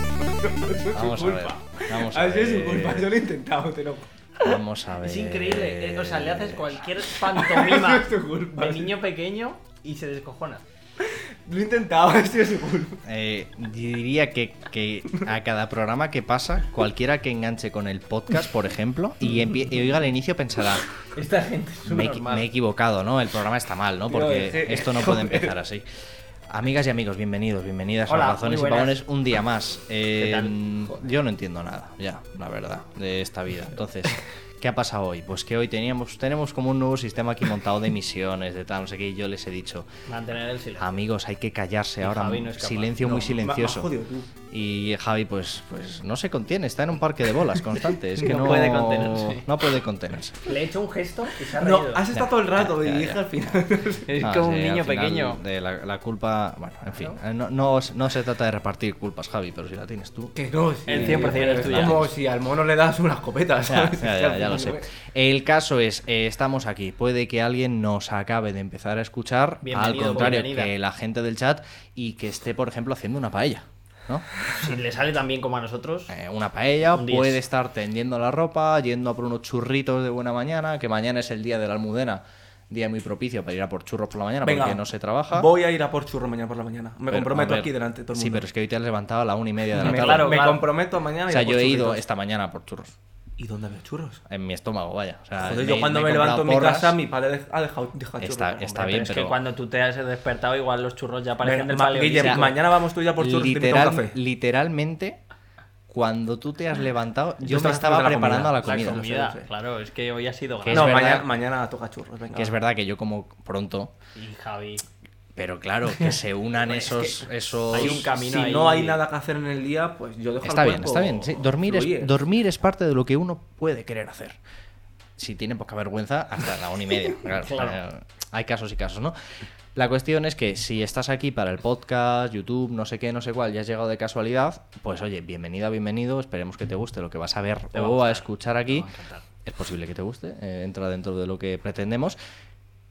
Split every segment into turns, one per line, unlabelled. No es su
Vamos a ver.
culpa.
Vamos
Ah,
a
Ha sido su
ver.
culpa, yo lo he intentado, te lo
Vamos a ver.
Es increíble. eh, O sea, le haces cualquier pantomima
Es tu culpa,
de
sí.
niño pequeño y se descojona.
Lo he intentado, ha sido su culpa.
Eh, diría que, que a cada programa que pasa, cualquiera que enganche con el podcast, por ejemplo, y, empie- y oiga al inicio pensará,
Esta gente es
me, he equi- me he equivocado, ¿no? El programa está mal, ¿no?
Tío,
Porque
es que-
esto no puede empezar así. Amigas y amigos, bienvenidos, bienvenidas
Hola,
a Razones y
muy buenas.
Pavones un día más. Eh,
¿Qué tal?
mm, Yo no entiendo nada, ya, la verdad, de esta vida. Entonces, ¿qué ha pasado hoy? Pues que hoy teníamos, tenemos como un nuevo sistema aquí montado de emisiones, de tal, no sé qué, y yo les he dicho,
Mantener el silencio.
amigos, hay que callarse
Y
ahora,
Javi no es capaz.
silencio
No,
muy
ma-
silencioso. Y Javi, pues, pues no se contiene, está en un parque de bolas constante. Es que no,
No puede contenerse.
No puede contenerse.
Le he hecho un gesto y se ha
No,
reído.
has estado todo el rato y dije al final.
Es
Ah,
como un
sí, al
niño
final
pequeño.
De la, la culpa, bueno, en fin. eh, No, no, os- no se trata de repartir culpas, Javi, pero si la tienes tú.
Que no, sí.
El 100% es tuya.
Como si al mono le das una escopeta,
Ya,
¿sabes?
ya,
Si
ya,
al
ya lo sé.
final-
El caso es, eh, estamos aquí. Puede que alguien nos acabe de empezar a escuchar,
Bienvenido,
al contrario
bienvenida.
que la gente del chat, y que esté, por ejemplo, haciendo una paella. ¿no?
Si le sale tan bien como a nosotros,
Eh, una paella,
Un diez.
puede estar tendiendo la ropa, yendo a por unos churritos de buena mañana, que mañana es el día de la almudena, día muy propicio para ir a por churros por la mañana porque no se trabaja.
Voy a ir a por churro mañana por la mañana. Me
Pero,
comprometo
a ver,
aquí delante de todo el mundo.
Sí, pero es que hoy te has levantado a la una y media de la
me,
tarde.
claro,
me
claro.
comprometo a mañana
o
y
sea,
a por
yo he ido
churritos.
esta mañana a por churros.
¿Y dónde veo churros?
En mi estómago, vaya. O sea,
Joder, yo cuando
Ah, he
me, levanto
comprado
en mi
porras.
casa, mi padre dej- ha dejado, deja churros.
Está-
Hombre,
está
Pero
bien,
es
pero-
que cuando tú te has despertado, igual los churros ya
Venga,
parecen del
ma-
paleo.
Guille,
Olímpico.
mañana vamos tú y a por churros. te invito a un
Literal-
café.
literalmente, cuando tú te has levantado, yo, me
estaba
estaba
haciendo la comida.
preparando a la comida.
La comida,
sé, lo sé.
claro, es que hoy ha sido
Que
grande.
No,
es verdad-
mañana, mañana toca churros. Venga,
Que es verdad que yo como pronto,
Y Javi,
pero claro, que se unan esos, esos
hay un camino
Si
ahí.
no hay nada que hacer en el día, pues yo dejo
Está
al
bien,
cuerpo
está bien. sí. Dormir,
fluir.
es, dormir es parte de lo que uno puede querer hacer. Si tiene poca vergüenza, hasta la una y media. claro.
Claro.
Eh, Hay casos y casos, ¿no? La cuestión es que si estás aquí para el podcast, YouTube, no sé qué, no sé cuál, y has llegado de casualidad, pues oye, bienvenida, bienvenido. Esperemos que te guste lo que vas a ver
Te va a
o a
gustar,
escuchar aquí.
va a encantar.
Es posible que te guste, eh, entra dentro de lo que pretendemos.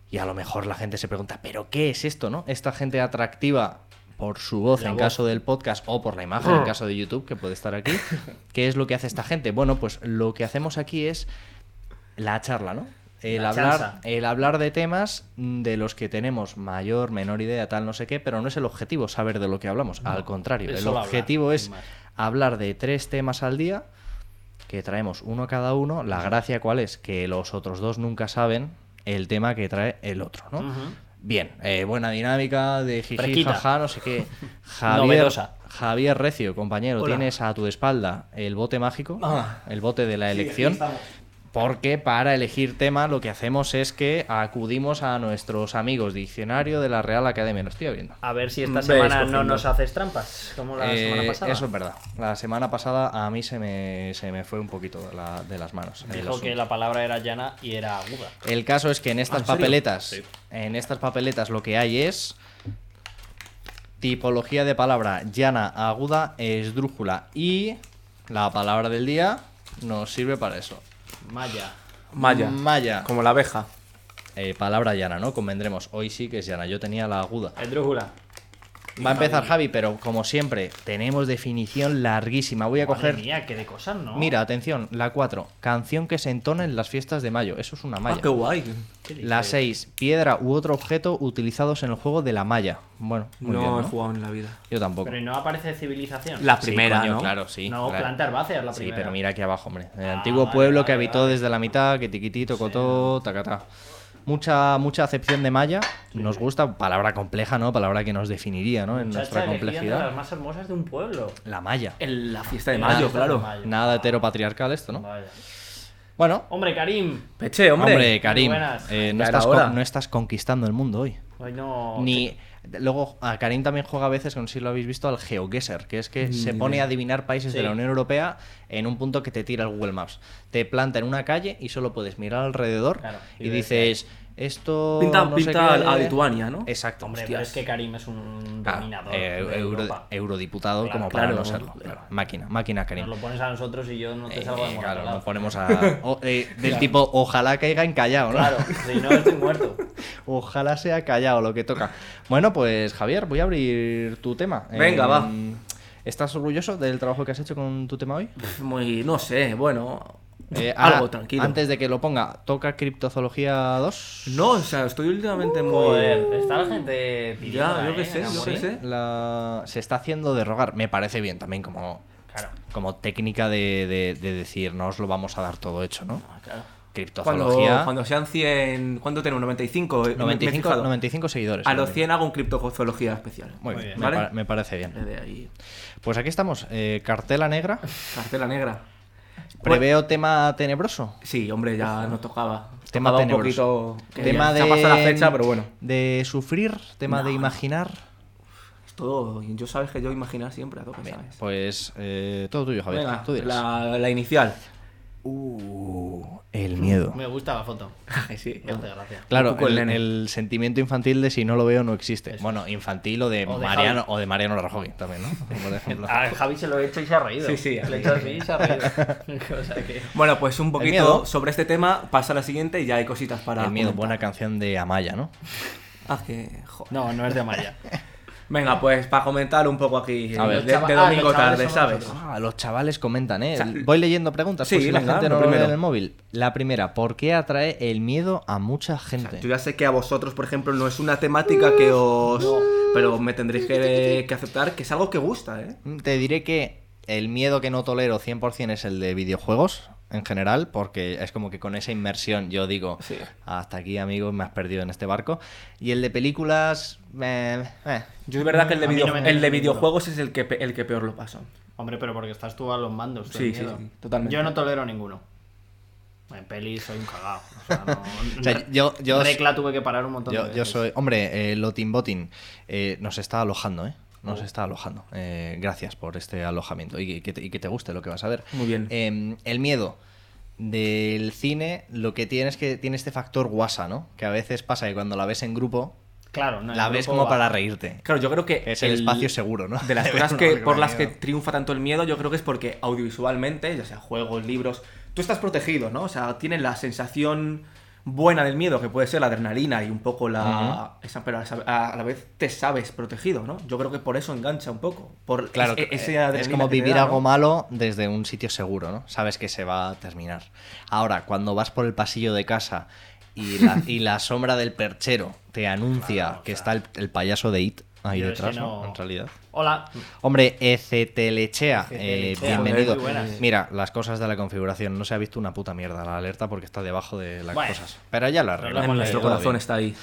Y a lo mejor la gente se pregunta, ¿pero qué es esto, no? Esta gente atractiva por su voz
La
en
voz. Mm.
caso del podcast o por la imagen en caso de YouTube, que puede estar aquí. ¿Qué es lo que hace esta gente? Bueno, pues lo que hacemos aquí es la charla, ¿no? El
La
hablar,
chanza.
el hablar de temas mm, de los que tenemos mayor, menor idea, tal, no sé qué, pero no es el objetivo saber de lo que hablamos. Al contrario,
es
el
solo hablar,
objetivo
sin
es
más.
hablar de tres temas al día que traemos uno cada uno, la gracia cuál es, que los otros dos nunca saben el tema que trae el otro, ¿no?
Ujú.
Bien, eh, buena dinámica de jiji,
Fresquita.
jaja, no sé qué. Javier,
Novedosa.
Javier Recio, compañero,
Hola.
tienes a tu espalda el bote mágico,
Ah.
el bote de la elección. Porque para elegir tema lo que hacemos es que acudimos a nuestros amigos diccionario de la Real Acadea. Lo estoy viendo.
A ver si esta
Ves
semana no
cogiendo.
nos haces trampas, como la
Eh,
semana pasada.
Eso es verdad. La semana pasada a mí se me, se me fue un poquito de, la- de las manos. el
Dijo que
asunto.
la palabra era llana y era aguda.
El caso es que en estas
Ah, ¿en serio?
papeletas, en estas papeletas lo que hay es tipología de palabra llana, aguda, esdrújula y la palabra del día nos sirve para eso.
Maya.
Maya.
Maya.
Como la abeja.
Eh, palabra llana, ¿no? Convendremos. Hoy sí que es llana. Yo tenía la aguda.
Esdrújula.
Va a empezar Javi, pero como siempre, tenemos definición larguísima. Voy a
Madre
coger.
mía, qué de cosas, ¿no?
Mira, atención, la 4. Canción que se entona en las fiestas de mayo. Eso es una malla.
Ah, qué guay.
¿Qué dices?
La 6, piedra u otro objeto utilizados en el juego de la malla. Bueno, muy
no
bien,
he
¿no?
jugado en la vida.
Yo tampoco.
Pero ¿y no aparece civilización.
La
Sí,
primera,
coño,
¿no?
Claro, sí.
No,
claro.
planta herbácea es la primera.
Sí, pero mira aquí abajo, hombre. El
Ah,
antiguo
vale,
pueblo
vale,
que habitó
vale.
desde la mitad, que tiquitito, cotó, tacatá. Mucha, mucha acepción de malla. Nos gusta, palabra compleja, ¿no? Palabra que nos definiría, ¿no? En
Muchacha
nuestra
elegida entre
complejidad.
las más hermosas de un pueblo.
La malla.
En la fiesta de
En la
mayo,
fiesta de
claro.
mayo.
Nada heteropatriarcal esto, ¿no?
Vaya.
Bueno,
Hombre, Karim.
Peche, hombre.
hombre, Karim,
buenas.
eh, no,
Ya era
estás con-
hora.
no estás conquistando el mundo hoy.
Hoy no.
Ni. Luego, a Karim también juega a veces, con si lo habéis visto, al GeoGuessr, que es que se pone a adivinar países de
Sí.
la Unión Europea en un punto que te tira el Google Maps. Te planta en una calle y solo puedes mirar alrededor
Claro, y
y,
ves
dices, esto.
Pinta-
no sé
pinta
qué".
a Lituania, ¿no?
Exacto.
Hombre,
hostia.
pero es que Karim es un
Ah,
dominador.
eh,
de
euro-
Europa.
eurodiputado,
Claro,
como para
claro.
no serlo. claro. Máquina, máquina, Karim.
Nos lo pones a nosotros y yo no te
Eh,
salgo de
claro,
morado.
nos ponemos a. o- eh, del tipo, ojalá caiga encallado, ¿no?
Claro, si no estoy muerto.
Ojalá sea callado lo que toca. Bueno, pues Javier, voy a abrir tu tema.
Venga, va.
¿Estás orgulloso del trabajo que has hecho con tu tema hoy?
Pff, Muy, no sé, bueno.
Eh,
algo,
ahora,
tranquilo.
Antes de que lo ponga, ¿toca Criptozoología 2?
No, o sea, estoy
Uh,
últimamente muy.
Joder, está la gente pidiendo. eh,
Ya, yo qué sé, yo qué
Sí,
sé.
la- Se está haciendo de rogar. Me parece bien también como,
Claro,
como técnica de, de- de decir, no os lo vamos a dar todo hecho, ¿no?
claro.
Cuando,
Criptozoología.
Ah, cuando sean 100. ¿Cuánto tenemos? 95. eh, me- me he
95,
fijado.
95 seguidores.
A los
ahora
100 hago un criptozoología especial.
mismo. Muy
Muy
bien,
bien.
me,
¿Vale?
par- me parece bien.
Desde ahí.
Pues aquí estamos, eh, cartela negra.
Cartela negra.
Preveo tema tenebroso.
Sí, hombre, ya nos tocaba.
Tema
tocaba
tenebroso.
un poquito. que
tema
ya-
de.
ya pasa la fecha, pero bueno.
De sufrir, tema de imaginar.
Es todo. Yo sabes que yo imaginar siempre a tope,
Bien,
¿sabes?
pues eh, todo tuyo, Javier.
Venga,
Tú dirás.
la, la inicial.
Uh, el miedo.
Me gusta la foto.
sí,
Me hace gracia.
Claro,
Un poco
el,
el nene.
el sentimiento infantil de si no lo veo no existe.
Eso.
Bueno, infantil o de,
O de
Mariano
Javi.
o de Mariano Rajoy también, ¿no? Por ejemplo.
Ah,
A Javi se lo he hecho y se ha reído.
Sí, sí,
Le he hecho así y se ha reído. O sea que-
Bueno, pues un
miedo.
poquito sobre este tema. Pasa a la siguiente y ya hay cositas para.
el miedo, buena
comentar.
canción de Amaya, ¿no?
Ah, que. jo-
No, no es de Amaya.
Venga, pues para comentar un poco aquí.
A ver.
de,
Los
de
chava- ah,
domingo
los chavales
tarde,
somos
¿sabes?
nosotros.
Ah, los chavales comentan, ¿eh?
sea,
Voy leyendo preguntas
sí,
por si la
venga,
gente
lo
no lo ve en
primero.
el móvil. La primera, ¿por qué atrae el miedo a mucha gente?
Yo ya sé que a vosotros, por ejemplo, no es una temática que os. Pero me tendréis que, que aceptar que es algo que gusta, ¿eh?
Te diré que el miedo que no tolero 100% es el de videojuegos en general, porque es como que con esa inmersión yo digo,
Sí.
hasta aquí amigos, me has perdido en este barco. Y el de películas, eh, eh.
Yo es verdad que el de,
A mí
video-
no me
el de
ningún miedo.
videojuegos es el que, pe- el que peor lo paso.
Hombre, pero porque estás tú a los mandos.
Sí,
Sí,
sí, sí, totalmente.
Yo no tolero ninguno. En peli soy un cagao. O sea, no-
O sea, yo- yo-
Recla tuve que parar un montón de
yo,
veces.
yo soy... Hombre, eh, Lotin Botin eh, nos está alojando, ¿eh? Nos está alojando. Eh, gracias por este alojamiento y que, te, y que te guste lo que vas a ver.
Muy bien.
Eh, el miedo del cine, lo que tiene es que tiene este factor guasa, ¿no? Que a veces pasa que cuando la ves en grupo,
Claro, no,
la
el
ves
grupo
como
va.
para reírte.
Claro, yo creo que.
Es el, espacio seguro, ¿no?
De las
ver
cosas
una
que,
película
por
de
las que
miedo.
triunfa tanto el miedo, yo creo que es porque audiovisualmente, ya sea juegos, libros, tú estás protegido, ¿no? O sea, tienes la sensación buena del miedo, que puede ser la adrenalina y un poco la... esa- pero a la- a la vez te sabes protegido, ¿no? Yo creo que por eso engancha un poco. Por
Claro,
es,
que- eh,
esa
es
adrenalina
como
que te
vivir
da,
algo
¿no?
malo desde un sitio seguro, ¿no? Sabes que se va a terminar. Ahora, cuando vas por el pasillo de casa y la, y la sombra del perchero te anuncia
Claro, o
que
sea.
está el, el payaso de It ahí
Yo es
detrás,
que
¿no?
no-
En realidad.
Hola.
Hombre, Ecetelechea, eh,
Ecetelechea,
bienvenido.
muy buenas.
Mira, las cosas de la configuración. No se ha visto una puta mierda la alerta porque está debajo de las
Bueno,
cosas. Pero ya lo
lo
arreglamos.
En
hemos
nuestro
leído,
todo
corazón
bien.
está ahí.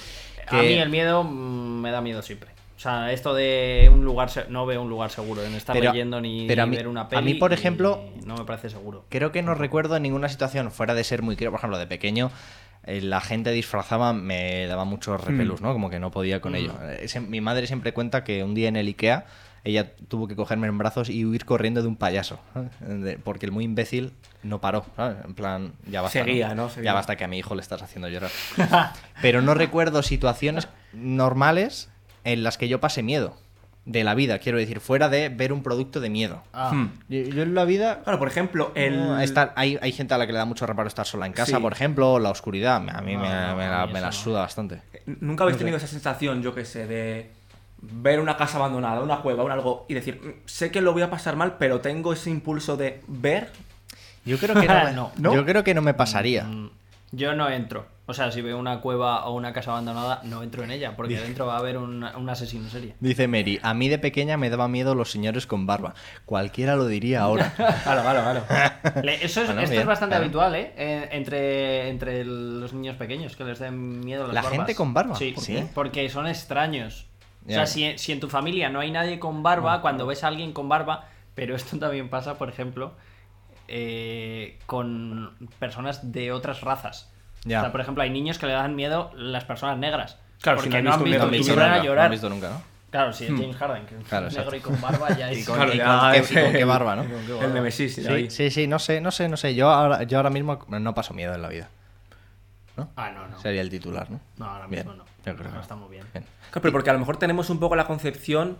A
Que-
mí el miedo mm, me da miedo siempre. O sea, esto de un lugar... se- No veo un lugar seguro en estar
Pero-
leyendo ni
pero a mí-
ver
a
una peli.
mí, por
y
ejemplo,
No me parece seguro.
Creo que no recuerdo ninguna situación fuera de ser muy crío. Por ejemplo, de pequeño, eh, la gente disfrazaba, me daba
Hmm.
muchos repelús, ¿no? Como que no podía con ello. Eh, se- Mi madre siempre cuenta que un día en el IKEA ella tuvo que cogerme en brazos y huir corriendo de un payaso. ¿sabes? De- Porque el muy imbécil no paró. ¿sabes? En plan, ya basta.
Seguía, ¿no? Seguía.
Ya basta que a mi hijo le estás haciendo llorar. Pero no recuerdo situaciones normales en las que yo pasé miedo. De la vida, quiero decir, fuera de ver un producto de miedo.
Ah,
Hmm.
Yo, yo en la vida
Claro, por ejemplo, el...
no, estar- Ah, hay, hay gente a la que le da mucho reparo estar sola en casa,
Sí.
por ejemplo, o la oscuridad. A mí
No,
me,
no,
me
Ah,
la,
a mí
me
eso
la
no.
suda bastante.
¿Nunca habéis tenido esa sensación, yo que sé, de ver una casa abandonada, una cueva, un algo, y decir, "Mm, sé que lo voy a pasar mal, pero tengo ese impulso de ver?
Yo creo que no, me-
No.
Yo creo que no me pasaría.
Mm, Yo no entro. O sea, si veo una cueva o una casa abandonada, no entro en ella, porque dentro va a haber un, un asesino en serie.
Dice Mary, a mí de pequeña me daba miedo los señores con barba. Cualquiera lo diría ahora.
Claro, claro, claro.
Le- Eso es,
Bueno,
esto
bien,
es bastante
claro.
habitual, ¿eh? Eh, Entre, entre el- los niños pequeños, que les den miedo las
¿La
barbas.
gente con barba?
Sí,
¿Por qué?
porque son extraños.
Ya.
O sea, si, si en tu familia no hay nadie con barba, cuando ves a alguien con barba, pero esto también pasa, por ejemplo, eh, con personas de otras razas.
Ya.
O sea, por ejemplo, hay niños que le dan miedo las personas negras.
Claro, si
porque
no han
no han
visto un
han
visto,
negro,
y
visto
si
van
nunca,
a
no
llorar.
han visto nunca, ¿no?
Claro, si es James Harden, que es
Claro,
negro
exacto.
y con barba ya es.
Con-
Claro,
y
ya,
con qué-
es-
y con qué barba, ¿no?
El Nemesis, sí,
Sí,
ahí.
sí, sí, no sé, no sé, no sé. Yo ahora, yo ahora mismo no paso miedo en la vida.
Ah, no, no.
Sería el titular, ¿no?
No, ahora
Bien,
mismo no.
yo creo que
Ahora
no.
estamos bien.
Bien.
Claro, pero porque a lo mejor tenemos un poco la concepción,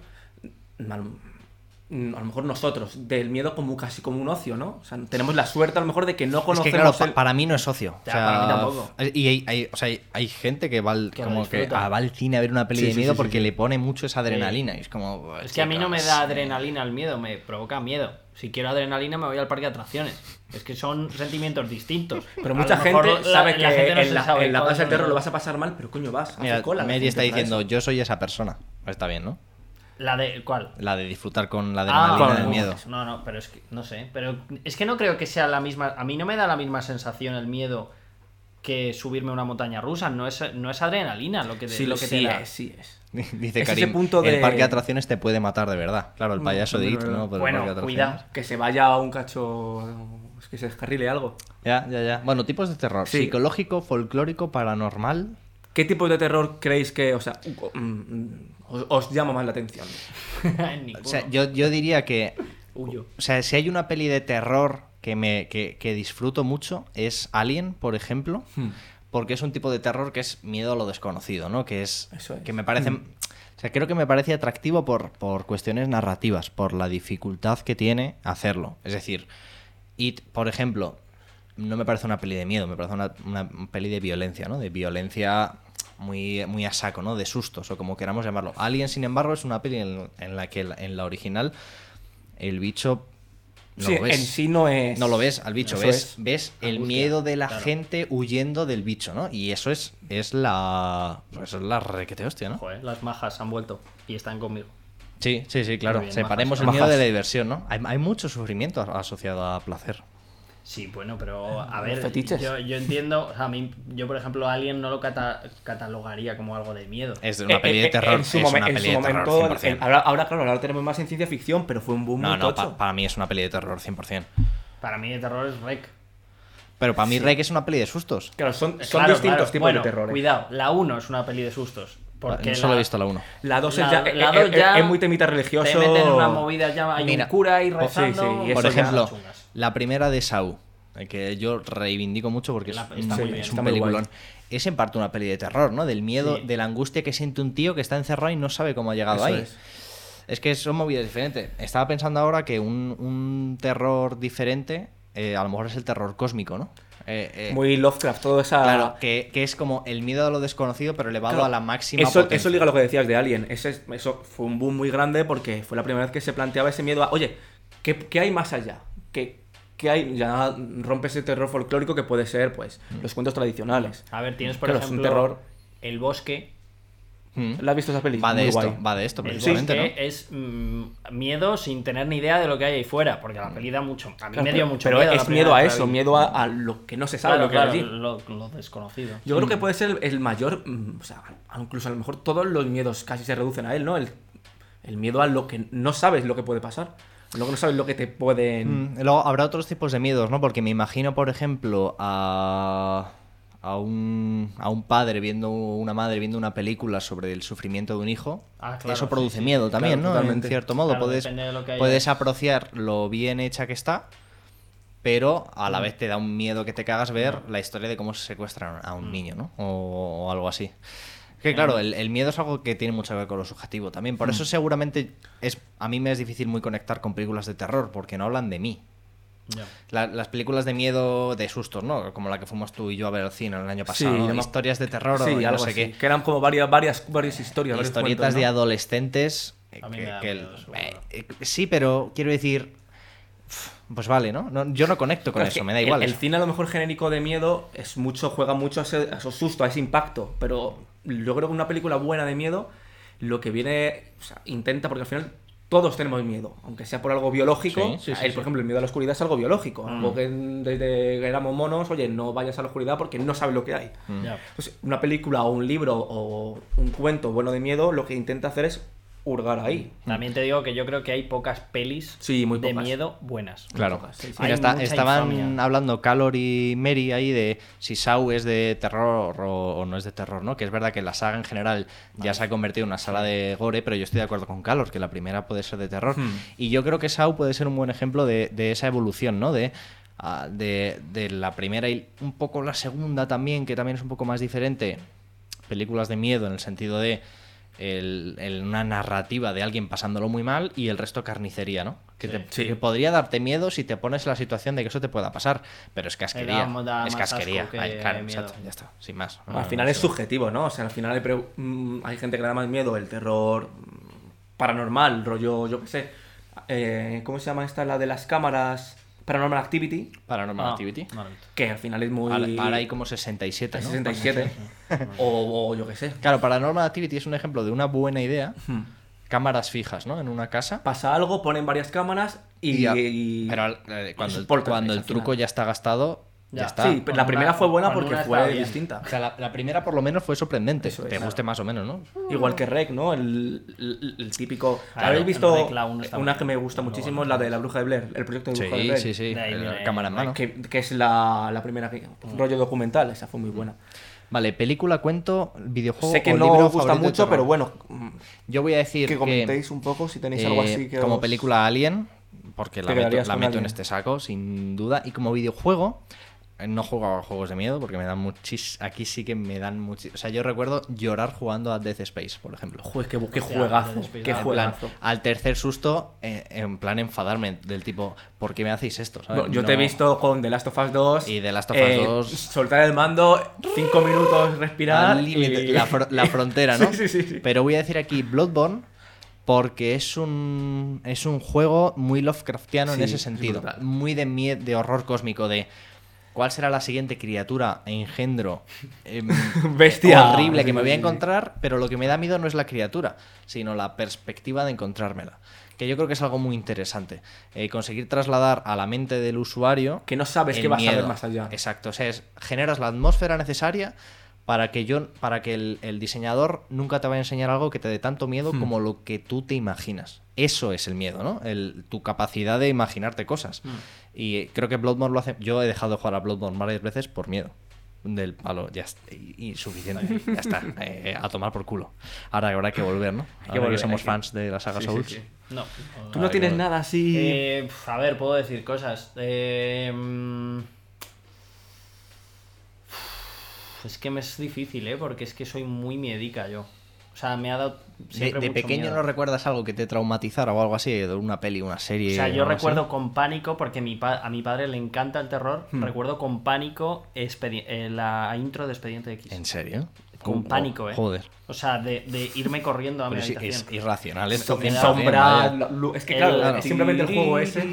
mal- mm, a lo mejor nosotros, del miedo como casi como un ocio, ¿no? O sea, tenemos la suerte a lo mejor de que no
Es
conocemos
que claro, pa-
el-
para mí no es socio. O
Ya,
sea,
para mí tampoco.
Y hay, hay- o sea, hay- hay gente que va al,
Que lo
como que
disfruta.
ah, va al cine a ver una peli
Sí,
de
sí,
miedo
sí, sí,
porque
sí.
le pone mucho esa adrenalina. y es como. "Buah,
Es que a mí no me
chicos".
da adrenalina el miedo, me provoca miedo. Si quiero adrenalina me voy al parque de atracciones. Es que son sentimientos distintos.
Pero
A
mucha
lo
gente
mejor la-
sabe
la
que
gente no
en,
se
la,
sabe
en la
cuál
Plaza del
es
Terror
el-
lo vas a pasar mal, pero coño, vas. hace
Mira,
cola la
Mary
gente
está
para
diciendo,
eso.
yo soy esa persona. Está bien, ¿no?
La de ¿cuál? Ah,
La de disfrutar con la adrenalina
Ah, con
del
el-
miedo.
No, no, pero es que no sé, pero es que no creo que sea la misma, a mí no me da la misma sensación el miedo que subirme a una montaña rusa, no es no es adrenalina lo que te,
Sí,
lo
lo
que
sí
te da.
es, sí es.
Dice
Es ese
Karim,
punto de- Mm,
el parque de atracciones te puede matar de verdad. Claro, el payaso de
no,
It,
no, no.
¿no? Pero el
Bueno,
parque de
cuidado.
atracciones.
Que se vaya a un cacho. Es que se descarrile algo.
Ya, ya, ya. Bueno, tipos de terror.
Sí.
Psicológico, folclórico, paranormal.
¿Qué tipo de terror creéis que. O sea, mm, mm, os, os llama más la atención?
O sea, yo, yo diría que O sea, si hay una peli de terror que, me, que, que disfruto mucho es Alien, por ejemplo,
Hmm.
porque es un tipo de terror que es miedo a lo desconocido, ¿no? Que es,
Eso es.
que me parece... O sea, creo que me parece atractivo por, por cuestiones narrativas, por la dificultad que tiene hacerlo. Es decir, It, por ejemplo, no me parece una peli de miedo, me parece una, una peli de violencia, ¿no? De violencia muy, muy a saco, ¿no? De sustos, o como queramos llamarlo. Alien, sin embargo, es una peli en, en la que la- en la original el bicho no
sí,
lo ves.
en sí no es.
No lo ves al bicho,
Eso
ves,
es.
ves el
Angustia,
miedo de la
claro.
gente huyendo del bicho, ¿no? Y eso es, es la. Pues es la requete hostia, ¿no?
Joder, las majas se han vuelto y están conmigo.
Sí, sí, sí,
Muy
claro.
bien,
Separemos
majas.
el miedo
Majas.
de la diversión, ¿no? Hay, hay mucho sufrimiento a- asociado a placer.
Sí, bueno, pero a ver,
fetiches.
yo, yo entiendo, o sea, a mí, yo por ejemplo, Alien no lo cata- catalogaría como algo de miedo.
Es una
Eh,
peli de
eh,
terror.
En su,
es
momen-
una
en
peli
su
de terror,
momento.
100%.
en- ahora, ahora, claro, ahora lo tenemos más en ciencia ficción, pero fue un boom
No,
muy
no,
tocho.
pa- para mí es una peli de terror 100%.
Para mí de terror es rec.
Pero para mí Rey es una peli de sustos.
Claro, son, Eh, son
Claro,
distintos
claro.
tipos
bueno,
de terror. eh.
Cuidado, la 1 es una peli de sustos. Porque
no solo he visto la 1.
La 2
la-
es ya,
la
eh,
dos
eh,
ya
es muy temita religioso.
Te meten en una movida ya, hay
Mira,
un cura ahí
oh, sí,
rezando.
sí, y
Por
eso ya-
ejemplo,
chungas.
la primera de Saw, eh, que yo reivindico mucho porque
La-
es,
está
un-
muy bien,
es
está
un
muy
peliculón. Es en parte una peli de terror, ¿no? Del miedo,
Sí.
de la angustia que siente un tío que está encerrado y no sabe cómo ha llegado
Eso
ahí.
es.
Es. que son movidas diferentes. Estaba pensando ahora que un, un terror diferente eh, a lo mejor es el terror cósmico, ¿no? Eh, eh,
Muy Lovecraft, todo esa.
Claro, que, que es como el miedo a lo desconocido, pero elevado
Claro,
a la máxima
Eso,
potencia.
eso liga a lo que decías de Alien. Ese- eso fue un boom muy grande porque fue la primera vez que se planteaba ese miedo a, oye, ¿qué, qué hay más allá? ¿Qué, qué hay? Ya rompe ese terror folclórico que puede ser, pues,
Mm.
los cuentos tradicionales.
A ver, tienes por
Claro, es un
ejemplo
terror.
El Bosque.
Mm.
¿La has visto esa película?
Va de
Muy
esto,
guay. eh,
va de esto,
El
precisamente,
Bosque
¿no?
es mm, miedo sin tener ni idea de lo que hay ahí fuera. Porque la peli da mucho. A mí
Claro,
me dio
pero-
mucho
pero
miedo. la
es
primera
miedo a
vez que la
eso,
vi.
miedo a, a lo que no se sabe,
Claro,
lo que
claro,
hay allí.
lo, lo desconocido.
Yo
Mm.
creo que puede ser el mayor, mm, o sea, incluso a lo mejor todos los miedos casi se reducen a él, ¿no? El, el miedo a lo que no sabes lo que puede pasar, lo que no sabes lo que te pueden...
Mm, Luego habrá otros tipos de miedos, ¿no? Porque me imagino, por ejemplo, a, a, un, a un padre viendo una madre viendo una película sobre el sufrimiento de un hijo.
Ah, claro,
Eso
sí,
produce
sí.
miedo también,
Claro,
¿no?
totalmente.
En cierto modo,
Claro,
puedes,
depende de lo que haya.
puedes apreciar lo bien hecha que está, pero a la vez te da un miedo que te cagas ver la historia de cómo se secuestran a un niño, ¿no? O, o algo así. Es Que claro, el, el miedo es algo que tiene mucho que ver con lo subjetivo también. Por eso seguramente es a mí me es difícil muy conectar con películas de terror, porque no hablan de mí.
Ya.
La- las películas de miedo, de sustos, ¿no? Como la que fuimos tú y yo a ver al cine el año pasado.
Sí,
¿no?
yo me-
Historias de terror o
sí,
no
algo
sé
así,
qué.
que eran como varias, varias, varias historias. varios
Historietas de
cuentos,
adolescentes. eh,
A mí
que-
me da
que-
miedo eso,
eh,
la
eh, sí, pero quiero decir. Pues vale, ¿no? No, Yo no conecto
¿no?
con
Claro, es
eso,
que
me da
el-
igual.
El,
eso.
cine a lo mejor genérico de miedo es mucho, juega mucho a ese, a ese susto, a ese impacto, pero yo creo que una película buena de miedo lo que viene, o sea, intenta, porque al final todos tenemos miedo, aunque sea por algo biológico.
Sí, sí,
o sea,
sí,
el,
sí. Mm.
Por ejemplo, el miedo a la oscuridad es algo biológico, algo que desde que éramos monos, oye, no vayas a la oscuridad porque no sabes lo que hay.
Mm.
Ya.
Entonces, una película o un libro o un cuento bueno de miedo lo que intenta hacer es hurgar ahí.
También te digo que yo creo que hay pocas pelis
Sí, muy
de
pocas.
miedo buenas.
Claro.
Pocas, sí, sí.
Mira,
Hay
está-
mucha
estaban
infamia.
hablando Calor y Mary ahí de si Saw es de terror o, o no es de terror, ¿no? Que es verdad que la saga en general ya se ha convertido en una sala de gore, pero yo estoy de acuerdo con Calor, que la primera puede ser de terror.
Hmm.
Y yo creo que Saw puede ser un buen ejemplo de, de esa evolución, ¿no? De, ah, de, de la primera y un poco la segunda también, que también es un poco más diferente. Películas de miedo en el sentido de el- el- una narrativa de alguien pasándolo muy mal y el resto carnicería, ¿no? Que, te-
Sí.
que podría darte miedo si te pones en la situación de que eso te pueda pasar, pero es casquería.
da- da
es
más
casquería.
asco que
Ay, claro,
miedo.
exacto, ya está, sin más.
al final es subjetivo, ¿no? O sea, al final hay, pre- mm, hay gente que le da más miedo el terror mm, paranormal, rollo, yo qué sé. eh, ¿Cómo se llama esta? La de las cámaras Paranormal Activity,
Paranormal
Ah,
Activity.
maravilloso.
que al final es muy...
Ahora, ahora hay como 67, ¿no?
67. o, o yo qué sé.
Claro, Paranormal Activity es un ejemplo de una buena idea.
Hmm.
Cámaras fijas, ¿no? En una casa.
Pasa algo, ponen varias cámaras y...
Y a-
y-
pero al- eh, cuando, el,
poltergeist
cuando el
al
truco
final.
ya está gastado, ya,
Ya.
está.
sí, pero la
con
primera
una-
fue buena
con
porque
una
fue
está bien.
distinta.
O sea, la, la primera por lo menos fue sorprendente.
Eso
te
es,
guste
claro.
más o menos, ¿no?
Igual que Rec, ¿no? El, el- el típico...
Claro,
Habéis
en
visto
Rec la uno está
una
muy-
que me gusta
muy
muchísimo,
buena.
la de la bruja de Blair, el proyecto de
Sí,
bruja de Blair.
sí, sí.
De ahí
el-
viene-
cámara en mano.
Que, que es la, la primera que-
Ah.
rollo documental, esa fue muy buena.
Vale, película, cuento, videojuego.
sé que
Mm. o
no
libro
os gusta
favorito de
mucho,
terror.
pero bueno, mm,
Yo voy a decir
que comentéis un poco si tenéis algo
eh,
así que
como
os-
película Alien, porque la
Te
meto,
quedarías
la
con
meto en
Alien.
este saco, sin duda. Y como videojuego, eh, no jugaba a juegos de miedo porque me dan muchis. Aquí sí que me dan muchis. O sea, yo recuerdo llorar jugando a Death Space, por ejemplo.
Joder, qué, qué
Hostia,
juegazo,
Dead Space,
qué
ah, en
En plan,
juegazo.
al tercer susto, eh, en plan enfadarme, del tipo, ¿por qué me hacéis esto? ¿Sabes?
No, yo
No-
te he visto con The Last of Us 2.
Y The Last of Us 2.
Soltar el mando, 5 minutos, respirar.
al límite,
y-
la, fro- la frontera, ¿no?
Sí, sí, sí, sí.
Pero voy a decir aquí Bloodborne porque es un es un juego muy Lovecraftiano en
Sí,
ese
es
sentido,
brutal.
muy de mie- de horror cósmico de ¿Cuál será la siguiente criatura, engendro, em,
Bestia.
horrible que me voy a
Sí, sí, sí.
encontrar? Pero lo que me da miedo no es la criatura, sino la perspectiva de encontrármela. Que yo creo que es algo muy interesante. Eh, conseguir trasladar a la mente del usuario
Que no sabes
el
qué vas a ver
miedo.
más allá.
Exacto, o sea, es- generas la atmósfera necesaria para que yo, para que el, el diseñador nunca te vaya a enseñar algo que te dé tanto miedo
Hmm.
como lo que tú te imaginas. Eso es el miedo, ¿no? El- tu capacidad de imaginarte cosas.
Hmm.
Y eh, creo que Bloodborne lo hace. Yo he dejado de jugar a Bloodborne varias veces por miedo. Del palo, ya está, y, y suficiente, ya está, eh, a tomar por culo. Ahora habrá que volver, ¿no? Ahora que,
volver,
somos
hay que-
fans de la saga
Sí, sí,
Souls.
sí.
No.
Tú no
Ay,
tienes
bueno.
nada así.
Eh, pf, a ver, puedo decir cosas. Eh, mm, uf, es que me es difícil, ¿eh? Porque es que soy muy miedica yo. O sea, me ha dado
De,
siempre
de
mucho
pequeño
miedo.
no recuerdas algo que te traumatizara o algo así, de una peli, una serie.
O sea, yo
algo así?
recuerdo con pánico, porque mi pa- a mi padre le encanta el terror,
Hmm.
recuerdo con pánico expedi- eh, la intro de Expediente X.
¿En serio?
Con
Jo-
pánico, ¿eh?
Joder.
O sea, de, de irme corriendo a mi
Pero sí,
habitación.
es irracional esto.
Me da-
sombra,
Vaya.
la luz- Es que
El-
claro,
claro.
simplemente el juego ese.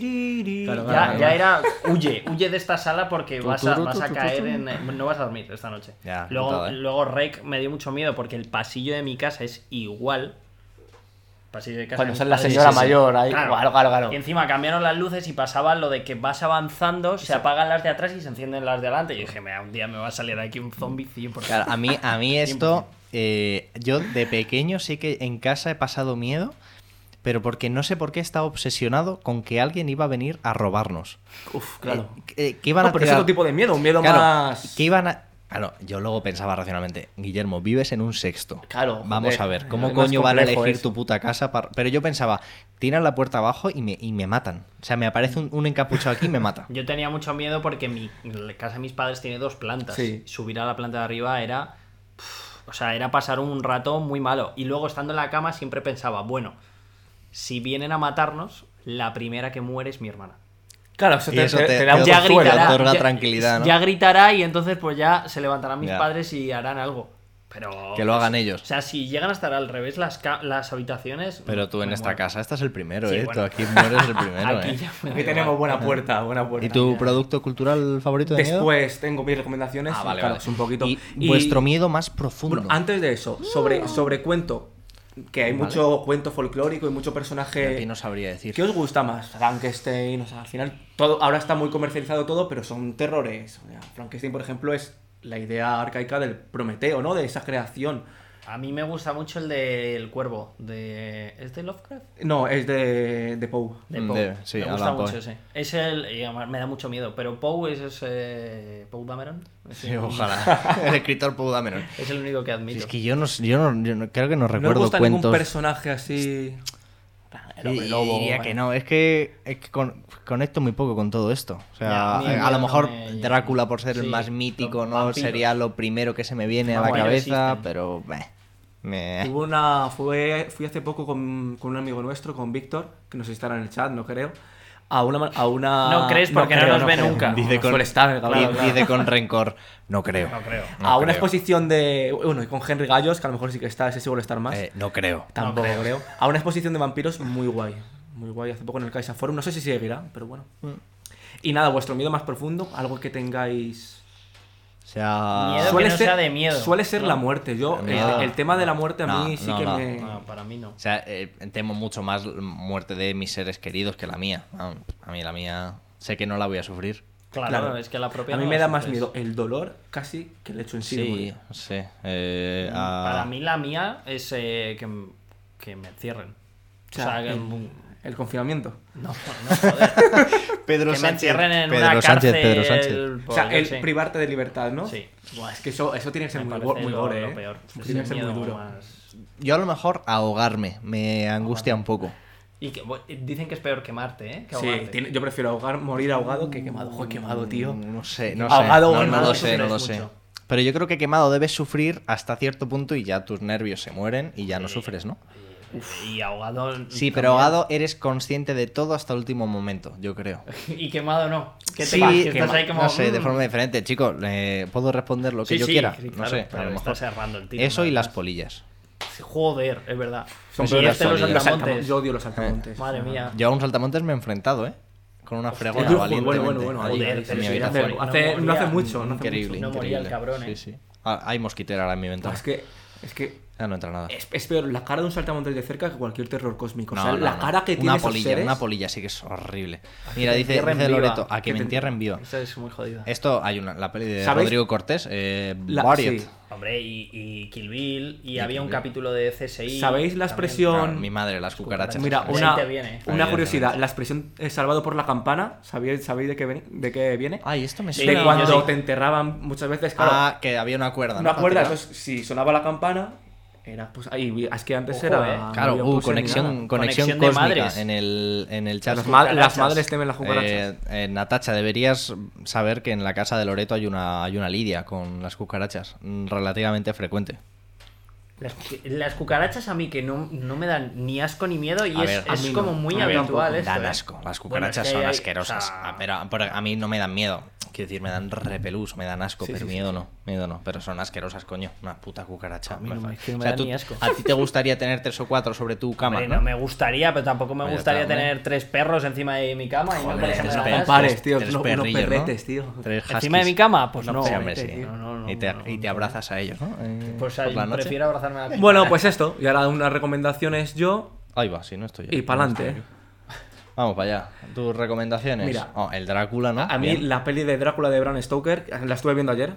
Claro,
Ya-
claro,
ya,
claro.
era, huye, huye de esta sala porque vas a,
Tuturu,
vas a
tuturu,
caer
tuturu.
en... No vas a dormir esta noche.
Ya,
luego,
putada, ¿eh?
luego Rec me dio mucho miedo porque el pasillo de mi casa es igual. Pasillo de casa.
Cuando
de mis
sale la
padres.
señora mayor ahí, claro, claro, claro.
Y encima cambiaron las luces y pasaba lo de que vas avanzando, se apagan las de atrás y se encienden las de adelante. Y dije, "Mira, un día me va a salir aquí un zombie 100%.
Claro, a mí, a mí esto, eh, yo de pequeño sí que en casa he pasado miedo, pero porque no sé por qué estaba obsesionado con que alguien iba a venir a robarnos.
Uf, claro.
Eh, que, que iban
No,
a
pero es
tirar-
otro tipo de miedo, un miedo
Claro,
más.
que iban a... Claro, yo luego pensaba racionalmente, Guillermo, vives en un sexto.
Claro, joder,
Vamos a ver, ¿cómo
es más
coño van a
complejo
elegir
es.
tu puta casa? para- Pero yo pensaba, tiran la puerta abajo y me, y me matan. O sea, me aparece un, un encapuchado aquí y me mata.
Yo tenía mucho miedo porque mi la casa de mis padres tiene dos plantas.
Sí.
Subir a la planta de arriba era. pf, O sea, era pasar un rato muy malo. Y luego estando en la cama siempre pensaba, bueno, si vienen a matarnos, la primera que muere es mi hermana.
Claro, eso
Y
te,
eso
te-
te-
te da
te
un
da
consuelo.
gritará. otorga tranquilidad, ¿no?
ya gritará y entonces pues ya se levantarán mis
Ya.
padres y harán algo. Pero.
Que lo hagan
O
ellos.
sea, si llegan a estar al revés las, ca- las habitaciones.
Pero tú en
me
esta
muero.
casa, este es el primero,
Sí,
¿eh?
bueno.
Tú aquí mueres el primero,
Aquí
¿eh?
ya me da
Aquí
igual.
tenemos buena puerta, buena puerta.
¿Y tu producto cultural favorito de miedo?
Después tengo mis recomendaciones.
Ah, vale,
claro,
vale.
es un poquito.
Y
Y-
vuestro miedo más profundo.
Bueno, antes de eso, sobre, sobre cuento, que hay
Vale.
mucho cuento folclórico y mucho
Yo a ti
personaje.
no sabría decir.
¿Qué os gusta más? Frankenstein, o sea, al final todo, ahora está muy comercializado todo, pero son terrores. O sea, Frankenstein, por ejemplo, es la idea arcaica del Prometeo, ¿no? De esa creación.
A mí me gusta mucho el del cuervo. De... ¿Es de Lovecraft?
No, es de, de Poe.
De
Mm,
Poe.
de- sí,
me
Alan
gusta mucho
Poe.
ese. Es el. y además me da mucho miedo, pero Poe es ese. Poe Dameron. Es
Sí,
el-
ojalá. El escritor Paul Dameron.
Es el único que admito.
Es que yo no, yo no- yo no- creo que no
No me
recuerdo
gusta ningún
cuentos.
personaje así. El
Yo
hombre lobo.
diría
bueno.
que no, es que, es que con- conecto muy poco con todo esto. O
Ya,
sea,
a mí
a,
el
a lo
miedo
mejor
me-
Drácula, por ser el
Sí,
más mítico,
los
no
vampiros.
sería lo primero que se me viene a la
Vampiros
cabeza,
existen.
pero. meh. Me-
Hubo una. Fue, fui hace poco con, con un amigo nuestro, con Víctor, que nos estará en el chat, no creo. A una. ma- A una
No crees porque no nos ve nunca.
Dice
Dice con-
suele estar el cabrón,
di-
claro.
dice con rencor, no creo. No creo.
a una
creo.
exposición de. Bueno, y con Henry Gallos, que a lo mejor sí que está, ese seguro estar más.
Eh, no creo.
Tampoco creo. A una exposición de vampiros muy guay. Muy guay, hace poco en el Caixa Forum. No sé si seguirá, pero bueno. Y nada, vuestro miedo más profundo, algo que tengáis.
O sea,
Miedo. que no sea de miedo,
Suele ser
¿no?
la muerte. Yo, el,
Miedo.
el tema de la muerte a
No,
mí sí
no,
que
no.
me.
No, para mí no.
o sea, eh, temo mucho más la muerte de mis seres queridos que la mía. Ah, A mí la mía sé que no la voy a sufrir.
Claro,
Claro.
es que la propia.
A mí
no
me
la
da más
sufres.
miedo el dolor casi que el hecho en sí. de
Sí,
morir.
sí. eh, a-
Para mí la mía es eh, que, m- que me encierren. O sea, que,
el,
m-
el confinamiento.
no, no, joder.
Pedro
que me encierren en
Pedro
una
Sánchez,
cárcel.
Pedro
o
Sánchez.
sea,
por- Pues yo
el
sé.
privarte de libertad, ¿no?
Sí.
Buah, es que eso, eso tiene que ser
Me
muy,
parece
go- muy
lo-
gore,
lo
¿eh.
peor. Es
Tiene
el
que ser muy
miedo
duro.
más-
Yo a lo mejor ahogarme, me angustia un poco.
Y que, bueno, dicen que es peor quemarte, ¿eh? Que
Sí,
ahogarte.
tiene- yo prefiero ahogar, morir ahogado que quemado. Joder, quemado, tío.
Mm, No sé, no
Ahogado
sé.
o
no,
quemado
lo sé, no
sufres
lo sé.
mucho.
Pero yo creo que quemado debes sufrir hasta cierto punto y ya tus nervios se mueren y ya no
Sí.
sufres, ¿no?
Y ahogado.
Sí, pero
también.
ahogado eres consciente de todo hasta el último momento, yo creo.
Y quemado no. Que te
Sí,
vas, que
que
estás
ma-
ahí como.
no sé, de
mm.
forma diferente, chico. eh, puedo responder lo que
Sí,
yo
sí,
quiera.
sí,
no
claro,
sé, a
pero
lo
está
mejor.
cerrando el tiro,
Eso y
nada
las
más.
polillas.
Joder, es verdad.
Son
Y
peores
este los
sólidas.
Los
saltamontes.
saltam- Yo odio los saltamontes.
Madre mía.
Yo a un saltamontes me he enfrentado, ¿eh? Con una fregona
Ojo,
valiente.
bueno, bueno, bueno, ahí,
Joder,
ahí,
pero
sí,
si era
hace-
fuera,
hace-
no
no hace
moría.
mucho, no hace
Increíble,
mucho.
No moría
increíble.
el cabrón,
Sí,
¿eh?
sí. Ah, hay mosquitera ahora en mi
No,
ventana.
es que, es que
Ah, no entra nada.
es, es peor la cara de un saltamontes de cerca que cualquier terror cósmico.
No,
o sea,
no,
la
no.
cara que
una
tiene esos
polilla,
seres-
una polilla sí que es horrible. Mira,
te
dice,
entierren
dice
viva.
Loreto, a que,
Que
me
te-
entierren viva.
Esta es muy jodida.
Esto hay una, la peli de
¿Sabéis?
Rodrigo Cortés, eh,
La-
Variet.
sí.
Hombre, y, y Kill Bill, y,
Y
había
Kill
un
Bill.
capítulo de CSI.
¿Sabéis la
también.
expresión?
Claro, mi madre, las cucarachas.
Mira,
Ahí
una,
te viene.
una
Ahí,
curiosidad.
ahí.
La expresión eh, salvado por la campana, ¿sabéis, sabéis de, qué ven- de qué viene?
Ay, esto me
Sí,
suena.
de cuando
sí.
te enterraban muchas veces, claro.
Ah, que había una cuerda.
no acuerdas,
Para
entonces, si sonaba la campana, era pues ahí, es que antes
Ojo,
era...
eh.
no
tirar. Claro,
había
uh,
pulsera ni nada.
conexión, conexión,
Conexión de
cósmica
madres.
en el, en el chat.
Las, ma- las
cucarachas.
madres temen las cucarachas.
Eh, eh, Natacha, deberías saber que en la casa de Loreto hay una, hay una lidia con las cucarachas, mm, relativamente frecuente.
Las, las cucarachas a mí que no, no me dan ni asco ni miedo y
A
es,
ver, a
es
mí no.
como muy
A mí
habitual
tampoco.
esto.
Dan
¿eh?
asco, las
Bueno, es
cucarachas
que
son
hay-
asquerosas.
o sea,
Ah, pero, pero a mí no me dan miedo. Quiero decir, me dan repelús, me dan asco, pero miedo no, miedo no. Pero son asquerosas, coño. Una puta cucaracha.
mí no
Me
me-
fa-
es que no
O
me
sea,
dan
tú-
ni asco.
A ti te gustaría tener tres o cuatro sobre tu cama,
hombre,
¿no?
¿no? me gustaría, pero tampoco me
Vaya
gustaría
tarde.
tener tres perros encima de mi cama y no
Joder, este
por eso
tres
me da
pe-
asco.
compares, tío,
pues, tres
unos- unos
perrillos, ¿no?
perretes, tío.
Tres
¿Encima de
huskies.
mi cama? Pues no.
Sí, hombre, sí.
No, no, no,
y te,
no,
y te
no.
abrazas a ellos, ¿no? Eh,
Pues
por
ahí
la noche.
prefiero abrazarme a la
Bueno, pues esto. Y ahora unas recomendaciones yo
Ahí va, sí, no estoy.
y ¿eh?
ahí.
para adelante.
¿eh? Vamos para allá. Tus recomendaciones.
Mira.
Oh, el Drácula, ¿no?
A mí
Bien.
la peli de Drácula de Bram Stoker, la estuve viendo ayer.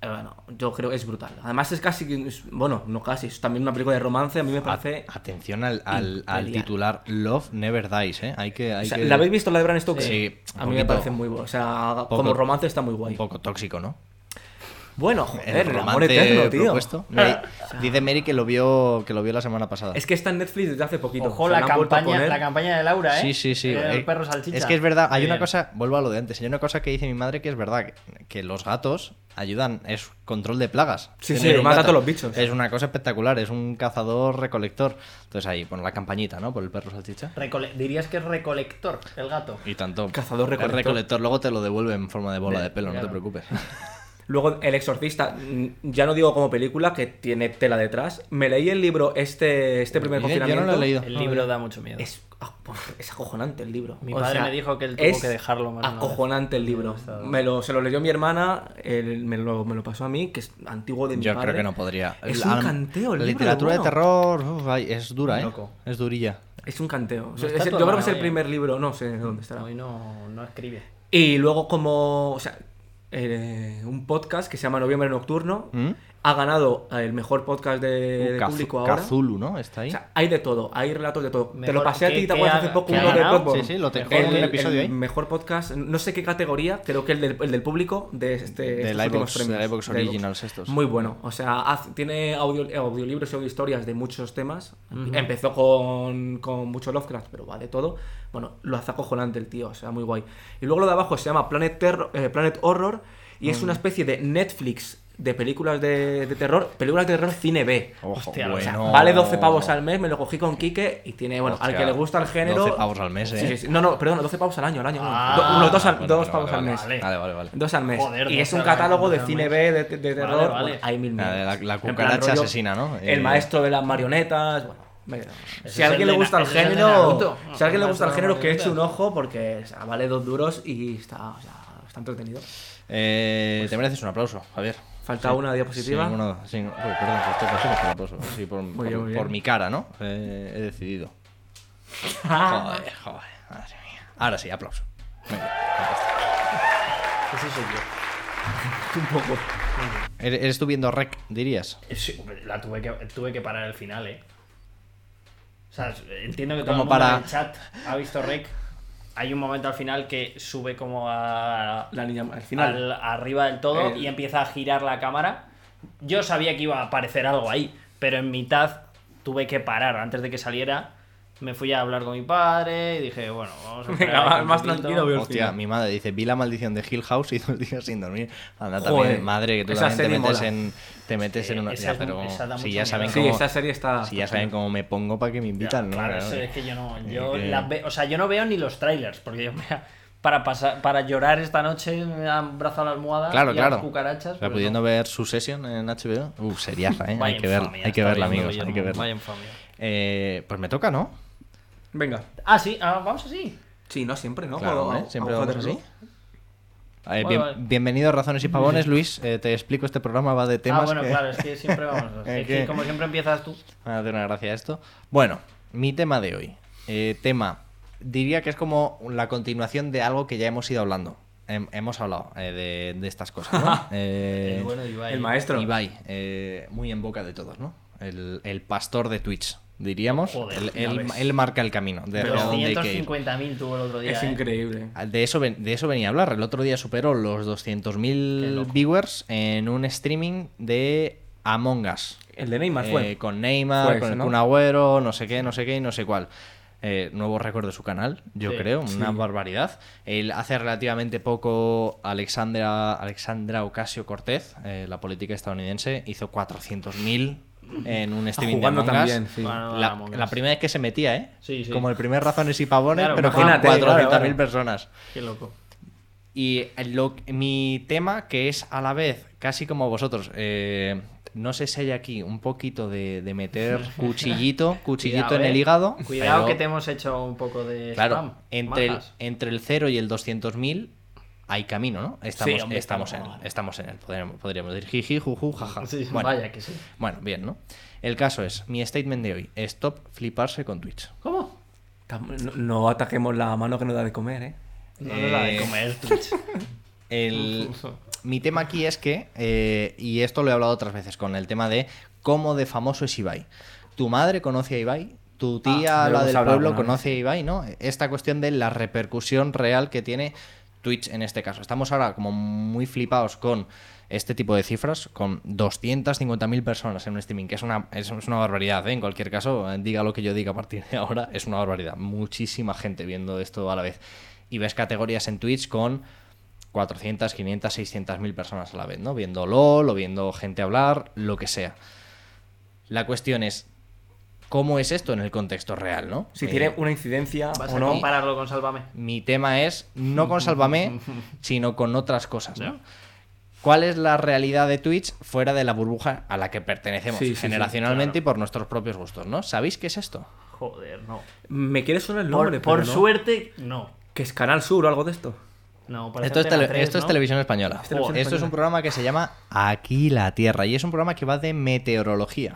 eh, Bueno, yo creo que es brutal. Además es casi, que- es- bueno, no casi, es también una película de romance, a
Ah,
mí me parece...
Atención al, al, al
Imperial.
titular Love Never Dies, ¿eh? Hay que. Hay
O sea,
que...
¿La habéis visto la de Bram Stoker?
Sí, un
A mí me
poquito.
parece muy bueno. O sea, como
Poco-
romance está muy
Un
guay.
poco tóxico, ¿no?
Bueno,
El
joder, el, amor
romance
eterno, tío.
propuesto. Mary- dice Mary que lo vio que lo vio la semana pasada.
Es que está en Netflix desde hace poquito.
Ojo,
O sea,
la
han vuelto a
campaña,
poner.
la campaña de Laura, ¿eh?
Sí, sí, sí.
Era
Eh,
El perro salchicha.
Es que es verdad, hay
Muy
una
bien.
cosa, vuelvo a lo de antes, hay una cosa que dice mi madre que es verdad, que, que los gatos ayudan, es control de plagas.
Sí,
Tener
sí,
un
mata
gato
a todos los bichos.
Es una cosa espectacular, es un cazador recolector. Entonces ahí, bueno, la campañita, ¿no? Por el perro salchicha.
Recole- Dirías que es recolector, el gato.
Y tanto.
Cazador recolector.
El recolector luego te lo devuelve en forma de bola de pelo, no
claro.
te preocupes.
Luego, El Exorcista, mm, ya no digo como película, que tiene tela detrás. Me leí el libro este, este primer
Mira, yo no lo he
confinamiento.
leído.
El libro da mucho miedo.
Es, ac- es acojonante el libro.
Mi padre me dijo que él tuvo
es
que dejarlo más de una vez.
Acojonante el libro. Me lo, se lo leyó mi hermana, él me, lo, me lo pasó a mí, que es antiguo de mi
Yo
padre.
creo que no podría.
Es
La-
un canteo el
La
libro,
literatura
bueno.
de terror uf, ay, es dura, ¿eh?
Loco.
Es durilla.
Es un canteo. O sea,
está
es- yo
todo
creo que es el
mal,
primer libro, no sé dónde estará.
Hoy no, no escribe.
Y luego como, o sea, eh, un podcast que se llama Noviembre Nocturno
¿Mm?
ha ganado el mejor podcast Eh, de, de
Caz-
público ahora.
Cazulu, ¿no? Está ahí.
O sea, hay de todo, hay relatos de todo. te
Mejor
lo pasé a
que-
ti, ¿te
que
acuerdas
haga-
hace poco
que
uno
ha
de
ganado?
Bloodborne?
Sí, sí, lo tengo
El,
en el episodio ahí.
mejor podcast, no sé qué categoría, creo que el del, el del público de este
Del
estos últimos
iVoox,
premios.
del iVoox
Del iVoox.
Originals estos.
Muy bueno. O sea, haz- tiene audio, eh, audiolibros y audiohistorias de muchos temas. Empezó con, con mucho Lovecraft, pero va de todo. Bueno, lo hace acojonante el tío, o sea, muy guay. Y luego lo de abajo se llama Planet, Terror- eh, Planet Horror y es una especie de Netflix de películas de, de terror, películas de terror cine B.
Ojo,
Hostia, o sea,
bueno.
Vale 12 pavos al mes, me lo cogí con Quique y tiene, bueno, al
Hostia,
que le gusta el género.
12 pavos al mes,
Sí,
¿eh?
sí, sí. No, no, perdón, 12 pavos al año, al año. no.
Ah,
Do- no, dos, al-
Bueno,
dos
vale,
pavos
vale,
al mes.
vale. Vale, vale, vale.
Dos al mes.
Joder,
y es un
dos al
catálogo
mes,
de
dos al
cine
mes.
B de, de terror.
Vale, vale.
bueno, hay mil
La de la-
millones.
la
En plan,
cucaracha
rollo,
asesina, ¿no?
El
Eh,
maestro de las marionetas. Bueno, me-
es
si a alguien
el
le
de
gusta
Na-
el
ese es el de
género,
Naruto.
si a alguien le gusta el
Ah,
género, que eche
marionetas.
un ojo porque o sea, vale dos duros y está, o sea, está entretenido.
Eh, te mereces un aplauso, Javier.
Pues Falta una diapositiva.
Sí, uno, sí, uy, perdón, que estoy consigo un aplauso. Sí, por, por-
bien, muy bien.
por mi cara, ¿no? Eh, he decidido.
Ah.
Joder, joder, madre mía. Ahora sí, aplauso. Venga, fantástico.
Ese soy yo.
un poco.
¿Eres eres tú viendo Rec, dirías?
Eh, sí, hombre, la tuve que, tuve que parar el final, eh. O sea, entiendo que todo
Como
el mundo
para-
en el chat ha visto Rec. Hay un momento al final que sube como a.
La niña al final.
al- arriba del todo
El-
y empieza a girar la cámara. Yo sabía que iba a aparecer algo ahí, pero en mitad tuve que parar antes de que saliera. Me fui a hablar con mi padre y dije, bueno, vamos a
Venga,
esperar aquí
va,
un
más
poquito.
tranquilo, veo. Pero
Hostia,
sí.
mi madre dice, vi la maldición de Hill House y dos días sin dormir. Anda,
Joder,
también, madre, que tú
esa
también te
serie
metes
mola.
en... Te metes
Sí,
en una...
Eh, esa
ya,
es mu-
pero
esa da
si
mucho
ya saben
miedo.
Sí,
cómo...
esta serie está.
si ya saben cómo me pongo para que me
Ya,
invitan, ¿no?
Claro,
Claro. Eh,
eso es que yo no, yo,
que-
las ve- o sea, yo no veo ni los trailers, porque yo mira, para pasar, para llorar esta noche me han abrazado la almohada
Claro,
y a
claro.
las cucarachas.
O sea,
pero
pudiendo
no.
ver su sesión en HBO, uh, sería, ¿eh?
Vaya
hay que verla,
infamia,
hay que
está
verla,
viendo
amigos, hay
Guillermo,
que verla.
vaya infamia.
Eh, pues me toca, ¿no?
Venga.
Ah, sí, ah, vamos así.
Sí, no, siempre, ¿no?
Claro,
O-
¿eh?
o-
Siempre
o-
vamos
o-
así. Eh,
Vale,
bien-
vale.
Bienvenido a Razones y Pavones, Luis. Eh, te explico, este programa va de temas
Ah, bueno,
que-
claro, es que siempre vamos.
Eh,
Es que
que-
como siempre empiezas tú.
Me hace una gracia esto. Bueno, mi tema de hoy. Eh, tema, diría que es como la continuación de algo que ya hemos ido hablando. Hem- hemos hablado eh, de, de estas cosas, ¿no? Eh,
El bueno de Ibai.
El maestro.
Ibai, eh, muy en boca de todos, ¿no? El, el pastor de Twitch, diríamos.
Joder,
él,
ya
él-
ves.
él marca el camino de hacia dónde hay que ir. Ah,
250.000 tuvo el otro día.
Es
eh.
increíble.
De eso, ven- de eso venía a hablar. El otro día superó los
Qué
200.000
loco.
viewers en un streaming de Among Us.
El de Neymar
Eh,
fue.
con Neymar,
Fue
con
ese,
el
¿no?
Kun Agüero, no sé qué, no sé qué y no sé cuál. Eh, nuevo récord de su canal, yo
Sí.
creo, una barbaridad. Él hace relativamente poco Alexandra, Alexandra Ocasio Cortez, la política estadounidense, hizo 400.000 en un streaming de
Ah, jugando
Among Us.
también, sí.
Bueno,
La,
Ah, Among
la
Us.
primera vez que se metía, ¿eh?
Sí, sí.
Como el primer Razones y Pavones,
Claro,
pero con
imagínate,
400.000
claro, claro.
personas.
Qué loco.
Y lo- mi tema, que es a la vez, casi como vosotros, eh, no sé si hay aquí un poquito de, de meter cuchillito, cuchillito
Cuidado,
en el
eh.
hígado.
Cuidado
pero,
que te hemos hecho un poco de.
Claro,
spam,
entre el,
majas.
entre el 0 y el 200.000 hay camino, ¿no? Estamos,
Sí, hombre,
estamos, en,
estamos mal.
estamos en él. Podríamos, podríamos decir jiji, juju, jaja.
Sí,
bueno,
Vaya que sí.
bueno, bien, ¿no? El caso es, mi statement de hoy, stop fliparse con Twitch.
¿Cómo?
Tam- No, no ataquemos la mano que nos da de comer, ¿eh?
No nos la de
Eh,
comer, Twitch.
El- mi tema aquí es que, eh, y esto lo he hablado otras veces, con el tema de cómo de famoso es Ibai. Tu madre conoce a Ibai, tu tía,
Ah, lo
la
hemos
del
hablado
pueblo,
alguna vez.
conoce a Ibai, ¿no? Esta cuestión de la repercusión real que tiene Twitch en este caso. Estamos ahora como muy flipados con este tipo de cifras, con 250.000 personas en un streaming, que es una, es, es una barbaridad, ¿eh? En cualquier caso, eh, diga lo que yo diga a partir de ahora, es una barbaridad. Muchísima gente viendo esto a la vez. Y ves categorías en Twitch con 400, 500, 600 mil personas a la vez, ¿no? Viendo LOL o viendo gente hablar, lo que sea. La cuestión es, ¿cómo es esto en el contexto real, no?
Si
Eh,
tiene una incidencia
Vas
o
a
no.
compararlo con Sálvame.
Mi tema es, no con Sálvame, sino con otras cosas, ¿no? ¿Cuál es la realidad de Twitch fuera de la burbuja a la que pertenecemos
Sí, sí, sí,
generacionalmente y por nuestros propios gustos, ¿no? ¿Sabéis qué es esto?
Joder, no.
Me quiere sonar el nombre,
por por
pero no.
suerte, no.
Que es Canal Sur o algo de esto.
No, parece
Esto es,
Antena
tele-
3,
esto es
¿no?
televisión española.
televisión
Joder, esto es un
española.
programa que se llama Aquí la Tierra y es un programa que va de meteorología.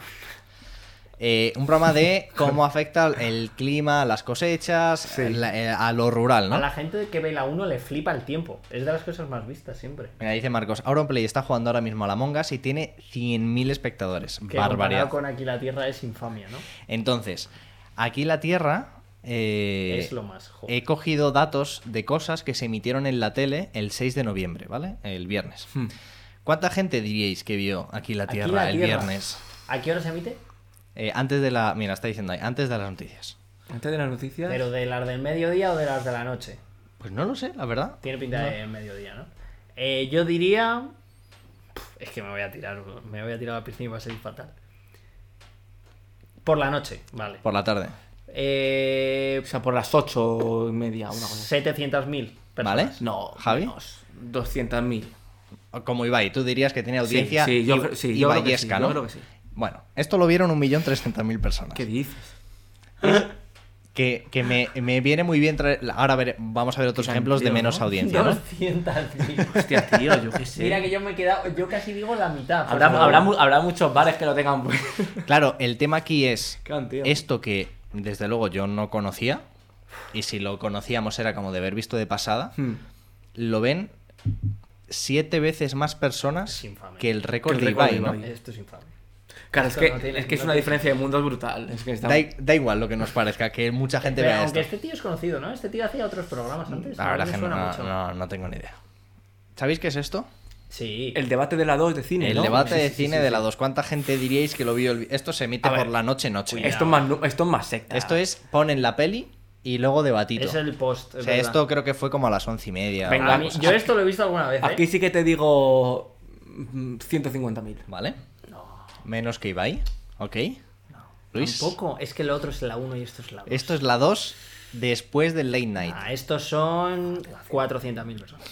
Eh, un programa de cómo afecta el clima, a las cosechas, la- eh, a lo rural,
A
¿no?
la gente que ve la 1 le flipa el tiempo. Es de las cosas más vistas siempre.
Mira, dice Marcos, Auronplay está jugando ahora mismo a la Among Us y tiene 100.000 espectadores.
Que
Barbaridad.
comparado con aquí la Tierra es infamia, ¿no?
Entonces, aquí la Tierra... eh,
es lo más joven.
He cogido datos de cosas que se emitieron en la tele el 6 de noviembre, ¿vale? El viernes.
Hmm.
¿Cuánta gente diríais que vio aquí la
Aquí
Tierra
la
el
Tierra.
viernes?
¿A qué hora se emite?
Eh, antes de la. Mira, está diciendo ahí, antes de las noticias.
Antes de las noticias.
¿Pero de las del mediodía o de las de la noche?
Pues no lo sé, la verdad.
Tiene pinta de mediodía, ¿no? Eh, yo diría. Pff, es que me voy a tirar, me voy a tirar a la piscina y va a salir fatal. Por la noche, vale.
Por la tarde.
Eh,
O sea, por las ocho y media, una cosa así.
700.000 personas.
¿Vale?
No,
¿Javi?
menos. 200.000.
Como Ibai, tú dirías que tiene audiencia
sí, yo
i-
creo- sí, yo creo que
ibaiesca,
sí, yo
¿no?
creo que sí.
Bueno, esto lo vieron 1.300.000 personas.
¿Qué dices?
Que, que me, me viene muy bien traer... Ahora vere- vamos a ver otros
Qué
ejemplos de
amplio,
menos
¿no?
audiencia, ¿no?
200.000.
Hostia, tío, yo qué sé.
Mira que yo me he quedado, yo casi digo la mitad.
habrá,
pero-
habrá mu- habrá muchos bares que lo tengan. pues.
Claro, el tema aquí es
Qué antiguo.
esto que desde luego yo no conocía y si lo conocíamos era como de haber visto de pasada.
Hmm.
Lo ven siete veces más
Es
personas
infame.
que el récord
Que el
de
récord
Ibai,
de
¿no?
Ibai.
Esto es infame.
Claro, es
Esto
que,
no tiene-
es, que es
no
una
tiene-
diferencia de mundos brutal. Es que
Da, i- da igual lo que nos parezca, que mucha gente
Pero
vea
aunque
esto.
este tío es conocido, ¿no? Este tío hacía otros programas antes.
La
a
verdad
mí
que
me
no,
suena
no,
mucho.
no- no tengo ni idea. ¿Sabéis qué es esto?
Sí.
El debate de la 2 de cine.
El
¿no?
debate
Sí,
de
sí, sí,
cine
sí.
de la dos. ¿Cuánta gente diríais que lo vio? el vi- Esto se emite
A ver,
por la noche, noche.
Esto es más, nu- esto es más secta.
Esto es ponen la peli y luego debatito.
es el post. es
o sea,
verdad.
esto creo que fue como a las once y media.
Venga,
A mí- yo esto lo he visto alguna vez. ¿eh?
Aquí sí que te digo mm, 150.000.
¿Vale?
No,
Menos que Ibai. Ok. Luis.
Tampoco. Es que lo otro es la 1 y esto es la 2.
Esto es la 2 después del late night.
Ah, estos son 400.000 personas.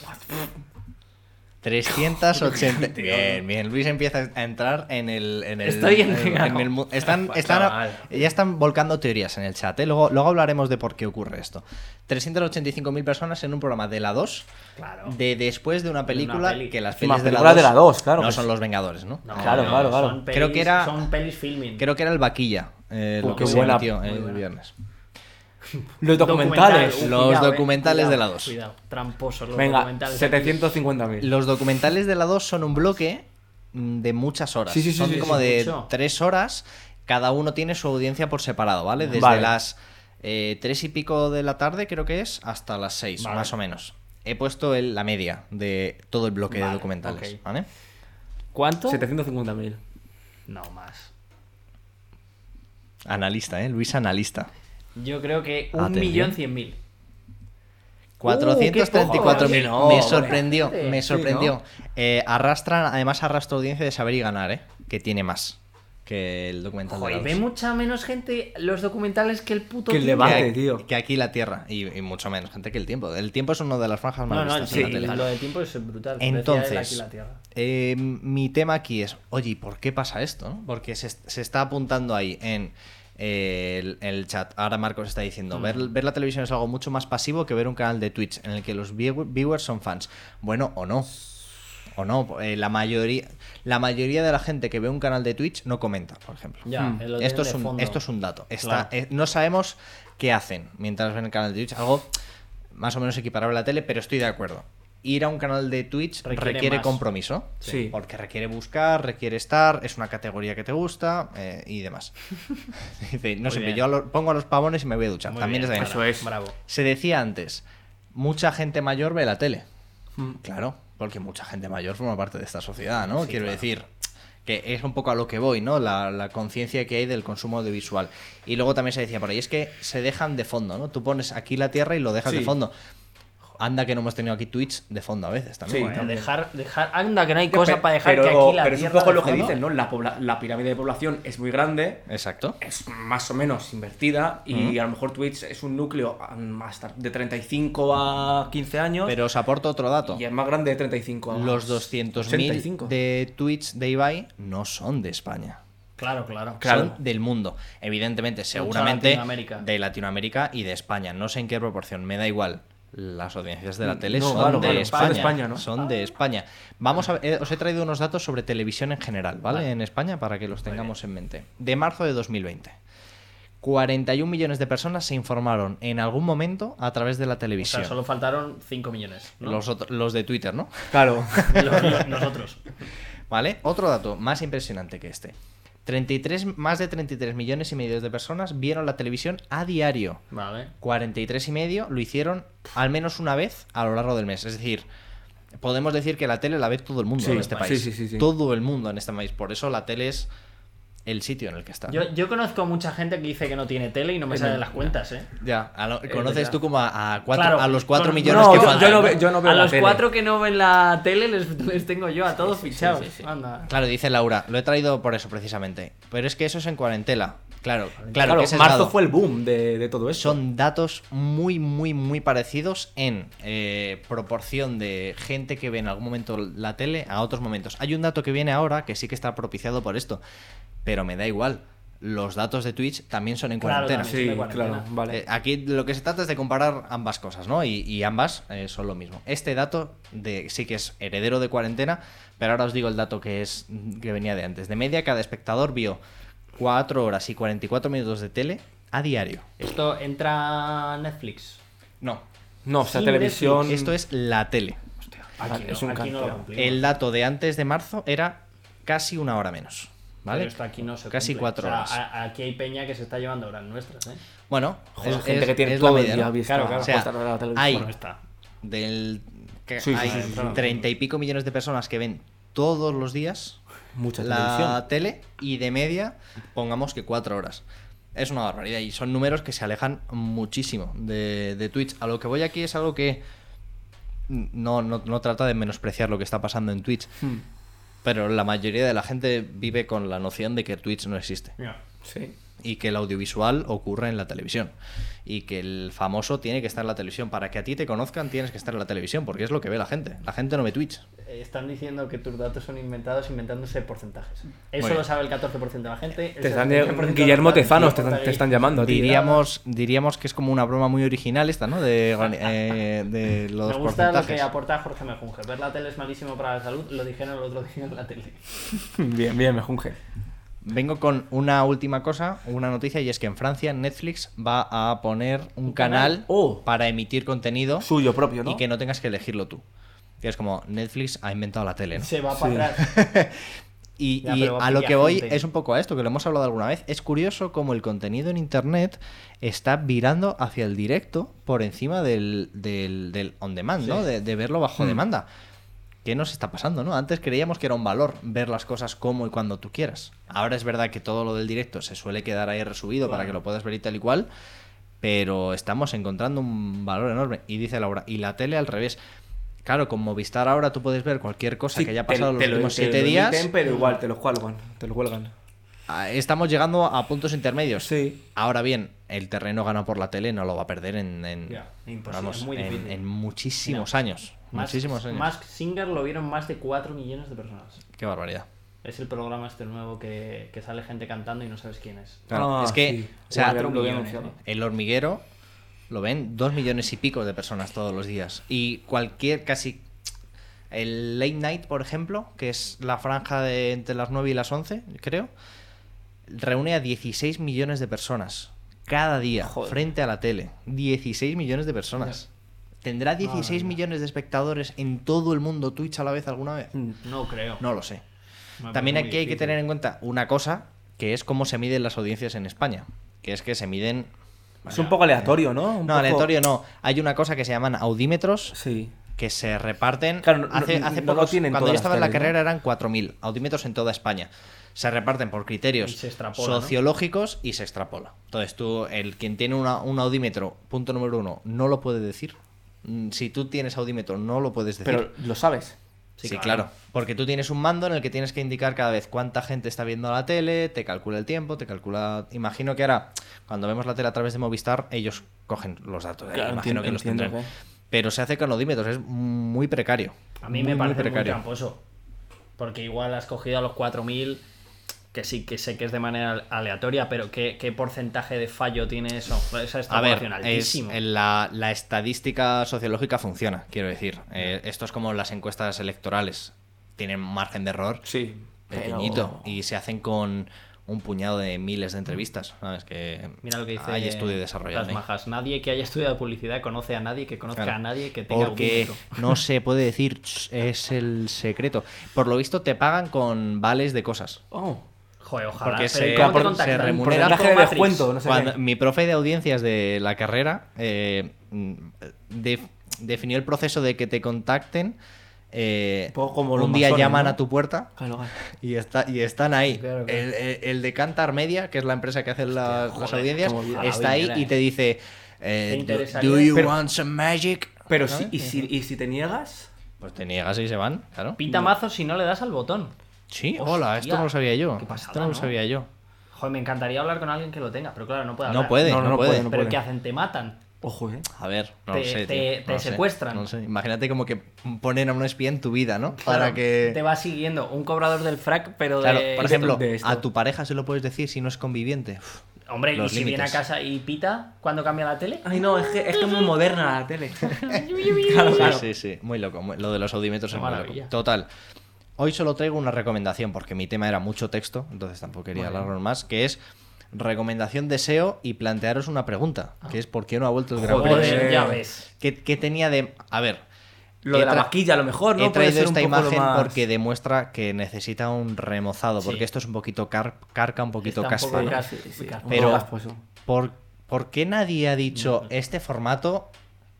380. bien, bien. Luis empieza a entrar en el. En el
Estoy
en,
entregado.
el mu- están, están-
Chaval.
ya están volcando teorías en el chat. ¿eh? Luego, luego hablaremos de por qué ocurre esto. 385.000 personas en un programa de la 2.
Claro.
De después de una película
peli.
que las
Una
pelis de la
película
2,
de la 2, claro,
no
pues.
son los Vengadores, ¿no?
No,
Claro,
no,
claro, claro.
Son pelis,
Creo que era-
Son pelis filming.
Creo que era el Vaquilla eh,
Oh,
lo
qué
que se
buena-
emitió
muy
el
buena.
viernes.
Los
Documental,
documentales.
uh,
Los
cuidado, eh,
documentales
cuidado,
de la 2.
Cuidado, tramposos los
Venga,
documentales.
750.000.
Los documentales de la 2 son un bloque mm, de muchas horas.
Sí, sí, sí,
son
sí,
como
sí,
de
mucho.
tres horas. Cada uno tiene su audiencia por separado, ¿vale? Desde
Vale.
las eh, tres y pico de la tarde, creo que es, hasta las seis,
Vale.
más o menos. He puesto el- la media de todo el bloque de
Vale,
documentales,
ok.
¿vale?
¿Cuánto?
750.000.
No más.
Analista, ¿eh? Luis Analista.
Uh, Yo creo que
Atención.
1.100.000.
qué
434.000.
poco,
me
hombre.
sorprendió,
Oh, Sí,
me
¿no?
sorprendió. Eh, arrastran, además arrastra audiencia de saber y ganar, ¿eh? Que tiene más que el documental de la
Joder,
dos.
ve mucha menos gente los documentales que el puto.
Que el
cine.
debate.
que,
tío.
que aquí la Tierra, y, y mucho menos gente que el tiempo. El tiempo es una de las franjas más
No, no,
vistas
sí,
en la tele.
lo del tiempo es brutal. Decía él, aquí
Entonces,
la tierra.
eh, mi tema aquí es, oye, ¿y ¿por qué pasa esto? no? Porque se, est- se está apuntando ahí en eh, el, el chat. Ahora Marcos está diciendo,
Mm.
ver, ver la televisión es algo mucho más pasivo que ver un canal de Twitch en el que los view- viewers son fans. Bueno, o no. O no, eh, la mayoría la mayoría de la gente que ve un canal de Twitch no comenta, por ejemplo.
Ya,
Hmm.
eh, lo
Esto
tienen
es,
de
un,
fondo.
esto es un dato. Está-
Claro.
eh, no sabemos qué hacen mientras ven el canal de Twitch. Algo más o menos equiparable a la tele, pero estoy de acuerdo. Ir a un canal de Twitch
Requiere
requiere,
más.
compromiso.
Sí.
Porque requiere buscar, requiere estar, es una categoría que te gusta eh, y demás. Dice, no
Muy
sé,
bien.
yo a los- pongo a los pavones y me voy a duchar.
Muy
También
bien,
es de
bravo,
ganar.
Eso es.
Bravo.
Se decía antes, mucha gente mayor ve la tele.
Mm.
Claro, porque mucha gente mayor forma parte de esta sociedad, ¿no?
Sí,
Quiero
claro.
decir que es un poco a lo que voy, ¿no? La, la conciencia que hay del consumo audiovisual. Y luego también se decía por ahí, es que se dejan de fondo, ¿no? Tú pones aquí la tierra y lo dejas de
Sí.
fondo. Anda que no hemos tenido aquí Twitch de fondo a veces también.
Sí,
Bueno,
Bueno,
también.
dejar, dejar, anda, que no hay cosa para dejar
pero,
que aquí la
pero es un
tierra
poco
de
lo que
fondo.
dicen, ¿no? La, pobla- la pirámide de población es muy grande,
Exacto.
es más o menos invertida y a lo mejor Twitch es un núcleo mm, más tar- de 35 a 15 años
Pero os aporto otro dato.
y es más grande de 35 a
Los 200.000
85.
de Twitch de Ibai no son de España.
Claro, claro.
Claro.
son del mundo. Evidentemente, seguramente
Latinoamérica.
de Latinoamérica y de España. No sé en qué proporción, me da igual. Las audiencias de la
Mm,
tele
No,
son,
claro,
de
claro,
España,
son de España, ¿no?
son de España. Vamos a eh, os he traído unos datos sobre televisión en general, ¿vale? En España para que los tengamos en mente. De marzo de 2020. 41 millones de personas se informaron en algún momento a través de la
O
televisión.
sea, solo faltaron 5 millones. ¿no?
los, otro- los de Twitter, ¿no?
Claro.
Los- los- nosotros.
¿Vale? Otro dato más impresionante que este. 33, más de 33 millones y medio de personas vieron la televisión a diario.
Vale.
43 y medio lo hicieron al menos una vez a lo largo del mes. Es decir, podemos decir que la tele la ve todo el mundo
Sí,
en este
sí,
país.
sí, sí, sí.
Todo el mundo en este país. Por eso la tele es el sitio en el que está.
Yo, yo conozco a mucha gente que dice que no tiene tele y no me
Es
salen
mentira.
las cuentas, ¿eh?
Ya, a lo-
Es
conoces
verdad.
tú como a, a cuatro,
Claro,
a los cuatro
con-
millones
Eh, no,
que
yo-
faltan.
yo no
¿no?
ve- yo no veo
a
la
los
tele.
cuatro que no ven la tele les, les tengo yo a todos fichados.
sí, sí.
Anda.
Claro, dice Laura, lo he traído por eso precisamente. Pero es que eso es en cuarentela. Claro, claro,
Claro,
que ese es
marzo
dado.
fue el boom de, de todo eso.
Son datos muy, muy, muy parecidos en eh, proporción de gente que ve en algún momento la tele a otros momentos. Hay un dato que viene ahora que sí que está propiciado por esto, pero me da igual. Los datos de Twitch también son en
Claro,
cuarentena.
también.
Ah, Sí,
de cuarentena.
claro, vale.
Eh, aquí lo que se trata es de comparar ambas cosas, ¿no? Y, y ambas eh, son lo mismo. Este dato de, sí que es heredero de cuarentena, pero ahora os digo el dato que, es, que venía de antes. De media, cada espectador vio 4 horas y 44 minutos de tele a diario.
Esto entra a Netflix.
No.
no, o sea,
sin
televisión.
Esto es la tele.
Aquí,
es
no,
un
aquí Pues no lo
canteo.
cumplimos.
El dato de antes de marzo era casi una hora menos. ¿Vale?
Pero esto aquí no se
Casi
cumple.
cuatro
O sea, ah,
horas.
a- aquí hay peña que se está llevando horas nuestras, ¿eh?
Bueno,
Joder,
es-
gente
es-
que tiene
es la
todo el
media,
día
¿no?
vista
Claro, claro.
O sea,
puesta en la televisión.
hay
Bueno,
está.
del que
Sí, sí,
hay
sí, sí, sí.
treinta y pico millones de personas que ven todos los días
Mucha
la tele y de media pongamos que cuatro horas. Es una barbaridad y son números que se alejan muchísimo de, de Twitch. A lo que voy aquí es algo que no, no, no trata de menospreciar lo que está pasando en Twitch,
televisión.
pero la mayoría de la gente vive con la noción de que Twitch no existe
Mira.
Hmm, Sí.
y que el audiovisual ocurre en la televisión y que el famoso tiene que estar en la televisión para que a ti te conozcan tienes que estar en la televisión porque es lo que ve la gente la gente no ve Twitch
Están diciendo que tus datos son inventados inventándose porcentajes. Eso
bien.
lo sabe el 14% de la gente. el
Te están
78% de
Guillermo Tezanos
la gente, y
te, están-
aporta
te están
ahí.
llamando, tío.
diríamos diríamos que es como una broma muy original esta no de, eh, de los
Me gusta lo
porcentajes
que aporta Jorge Mejunge. Ver la tele es malísimo para la salud. Lo dijeron el otro día en la tele.
Bien, bien, me junge.
vengo con una última cosa una noticia y es que en Francia Netflix va a poner un, canal,
canal? Oh.
para emitir contenido
Suyo propio, ¿no?
y que no tengas que elegirlo tú que es como Netflix ha inventado la tele ¿no?
Se va
Sí.
para atrás.
Y,
Ya,
y
pero va a
a lo
pillar
que voy
gente.
es un poco a esto, que lo hemos hablado alguna vez. Es curioso cómo el contenido en internet está virando hacia el directo por encima del, del, del on demand, ¿no? De, de verlo
Hmm.
bajo demanda. ¿Qué nos está pasando, no? Antes creíamos que era un valor ver las cosas como y cuando tú quieras. Ahora es verdad que todo lo del directo se suele quedar ahí resubido para que lo puedas ver y tal y cual, pero estamos encontrando un valor enorme. Y dice Laura, y la tele al revés. Claro, con Movistar ahora tú puedes ver cualquier cosa
Sí,
que haya
te-
pasado
te
los
lo-
últimos
te lo
siete días.
emiten, pero igual, te lo cuelgan. Te lo cuelgan.
Ah, Estamos llegando a puntos intermedios.
Sí.
Ahora bien, el terreno ganado por la tele no lo va a perder en, en-
Ya, imposible,
vamos,
es muy
en-
difícil.
en muchísimos años.
Mask-
muchísimos años.
Mask Singer lo vieron más de 4 millones de personas.
Qué barbaridad.
Es el programa este nuevo que, que sale gente cantando y no sabes quién es.
Claro,
Ah,
es que
sí.
o sea,
Cuatro
lo
millones,
anunciado.
¿eh?
el hormiguero lo ven dos millones y pico de personas todos los días. Y cualquier, casi. El late night, por ejemplo, que es la franja de entre las 9 y las 11, creo, reúne a 16 millones de personas cada día frente a la tele. 16 millones de personas. ¿Tendrá 16 millones de espectadores en todo el mundo Twitch a la vez alguna vez?
Mm.
No creo.
No lo sé.
Me
También
parece muy
aquí hay que
difícil.
tener en cuenta una cosa, que es cómo se miden las audiencias en España, que es que se miden...
Es un poco aleatorio, ¿no? Un
No,
poco-
aleatorio no. Hay una cosa que se llaman audímetros
Sí.
que se reparten...
Claro, no-
hace
no-
hace
no lo
pocos-
tienen
cuando yo
todas
estaba en
las
la
teles, ¿no?
carrera eran 4.000 audímetros en toda España. Se reparten por criterios
Y se extrapola, ¿no?
sociológicos y se extrapola. Entonces tú, el quien tiene una- un audímetro, punto número uno, no lo puede decir. Mm, Si tú tienes audímetro, no lo puedes decir.
Pero lo sabes.
Sí,
Sí,
claro.
claro.
Porque tú tienes un mando en el que tienes que indicar cada vez cuánta gente está viendo la tele, te calcula el tiempo, te calcula... Imagino que ahora, cuando vemos la tele a través de Movistar, ellos cogen los datos. de ahí,
Claro,
imagino
entiendo-
que los
entiendo
tendrán.
que-
Pero se hace con audímetros, es muy precario.
A mí
Muy,
me
muy
parece muy,
precario.
tramposo. Porque igual has cogido a los 4.000, que sí que sé que es de manera aleatoria, pero ¿qué, qué porcentaje de fallo tiene eso? Esa
A ver,
extrapolación
es,
altísimo.
en la, la estadística sociológica funciona, quiero decir. Eh, esto es como las encuestas electorales. Tienen margen de error
Sí.
pequeñito y se hacen con un puñado de miles de entrevistas. ¿sabes? Que
Mira lo que dice
Hay estudio desarrollado.
Las
ahí.
majas. Nadie que haya estudiado publicidad conoce a nadie que conozca
Claro.
a nadie que tenga
Porque
algún metro.
no se puede decir, "Ch, es el secreto. Por lo visto te pagan con vales de cosas.
Oh.
Joder, ojalá.
porque
Pero
se-
¿y cómo te
por-
contactan?
se
Un
remunera
Por
porcentaje de
Matrix.
descuento, no sé
Cuando-
qué.
mi profe de audiencias de la carrera eh, mm, de- definió el proceso de que te contacten eh,
Un poco como los
un día
masones,
llaman
¿no?
a tu puerta
Claro, claro.
y, está, y están ahí.
Claro, claro.
El, el- el de Cantar Media, que es la empresa que hace las, las audiencias,
cómo bien.
está
Ah,
ahí
bien,
y
eh.
te dice, eh,
¿Te
do-
interesaría?
¿Do you
Pero-
want some magic?
Pero
¿Sabes?
si, y, si, y si te niegas,
Pues te niegas y se van, claro.
Pita mazo si no le das al botón.
Sí, hola, esto
Hostia,
no lo sabía yo.
qué pasada,
esto no lo
¿no?
sabía yo.
Joder, me encantaría hablar con alguien que lo tenga, pero claro, no puede hablar.
No puede,
No,
no,
no, no
puede.
puede, no.
¿Pero qué hacen? ¿Te matan?
ojo, eh.
A ver, no lo
Te-
sé.
te-
tío,
te
no lo sé,
secuestran.
no lo sé. Imagínate como que ponen a un espía en tu vida, ¿no? Para
Claro,
que.
Te va siguiendo un cobrador del frac, pero
Claro,
de. este.
por ejemplo,
de esto.
a tu pareja se lo puedes decir si no es conviviente. Uf,
Hombre,
los
y si viene a
límites.
casa y pita cuando cambia la tele.
Ay, no, es que es, que es muy moderna la tele. claro,
Sí,
claro.
sí, sí. Muy loco. muy- Lo de los audímetros
Qué
es muy loco.
maravilla.
Total. Hoy solo traigo una recomendación porque mi tema era mucho texto, entonces tampoco quería alargarlo más, que es recomendación de SEO y plantearos una pregunta,
Ah.
que es ¿por qué no ha vuelto el Gran
Joder.
Prix?
Joder, ya ves.
¿Qué, qué tenía de...? A ver.
Lo de la
he tra-
vaquilla, a lo mejor, ¿no?
He
Puede
traído
ser un
esta
poco lo
imagen
más-
porque demuestra que necesita un remozado,
Sí.
porque esto es un poquito car- carca, un poquito
Está un
caspa.
poco
¿no?
cas-
Sí, sí, pues, sí,
Pero-
un poco
Pero,
casposo.
¿por, por qué nadie ha dicho este formato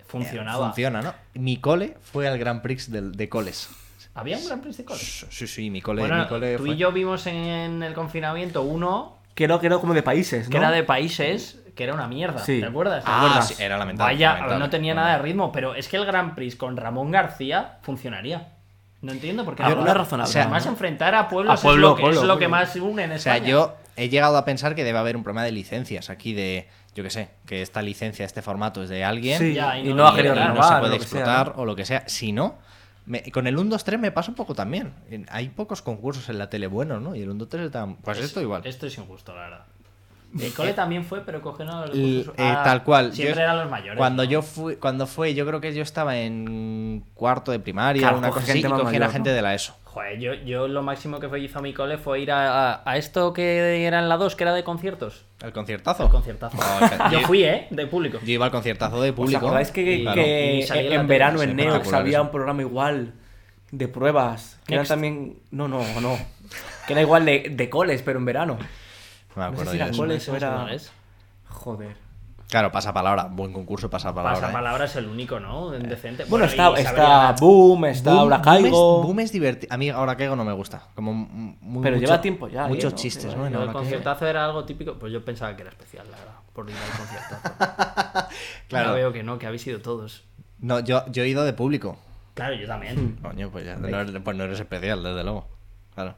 Funcionaba.
funciona, no? Mi cole fue al Grand Prix del- de, coles.
Había un gran Prix de cole.
Sí, sí, mi cole,
Bueno,
mi cole
tú
fue-
y yo vimos en el confinamiento uno
Que era, que era como de países, ¿no?
que era de países que era una mierda.
Sí.
¿Te acuerdas?
¿te
Ah,
acuerdas?
sí, era lamentable.
Vaya,
lamentable.
no tenía nada de ritmo, pero es que el Gran Prix con Ramón García funcionaría. No entiendo por qué.
Yo-
no.
una razonable,
O sea,
¿no?
Además, enfrentar a pueblos
A pueblo,
es lo que,
pueblo,
es lo que
pueblo.
más une en
O sea,
España.
yo he llegado a pensar que debe haber un problema de licencias aquí de, yo qué sé, que esta licencia, este formato es de alguien.
Sí,
Ya, y
y
no
no,
lo
ha querido
quieren,
renovar.
no se puede
o lo que sea, ¿no?
explotar o lo que sea. Si no, me- con el 1, 2, 3 me pasa un poco también. En- Hay pocos concursos en la tele buenos, ¿no? Y el 1, 2, 3 está... Pues
Es-
esto igual.
Esto es injusto, la verdad. El cole también fue, pero cogieron a los
L-
concursos-
eh,
Ah,
tal cual.
Siempre
Yo-
eran los mayores.
Cuando
¿no?
yo fui, cuando fue, yo creo que yo estaba en cuarto de primaria,
Claro,
una
coge
cosa así, y
gente más
cogían a
mayor,
gente
¿no?
de la E ESO.
Joder, yo, yo lo máximo que fue- hizo mi cole fue ir a, a- a esto que era en la 2, que era de conciertos.
El conciertazo.
El conciertazo.
No, es que
yo fui, ¿eh? De público.
Yo iba al conciertazo de
¿Os
público.
acordáis que,
y
que-
claro.
que
Y salía en la
en
tele,
verano
sí,
en Neox
espectacular
había
eso.
un programa igual de pruebas? Que eran
Next.
también. No, no, no. Que era igual de, de coles, pero en verano.
No me
No sé
acuerdo
si era
yo de eso.
coles o era.
¿No es?
Joder.
Claro, pasa palabra. Buen concurso, ¿eh? pasa palabra.
Pasapalabra es el único, ¿no? En Decente.
Bueno,
y
está,
Sabrina-
está Boom, está Ahora Caigo.
es, divertido. A mí Ahora Caigo no me gusta. Como m- muy-
Pero
mucho-
lleva tiempo ya,
Muchos
¿eh? ¿no?
chistes,
Lleva-
¿no? En
Lo del
Ahora Caigo.
conciertazo era algo típico. Pues yo pensaba que era especial, la verdad. Por ir al conciertazo. Ya
Claro.
veo que no, que habéis ido todos. Hmm.
No, yo, yo he ido de público.
Claro, yo también.
Coño, pues ya. No eres, pues no eres especial, desde luego. Claro.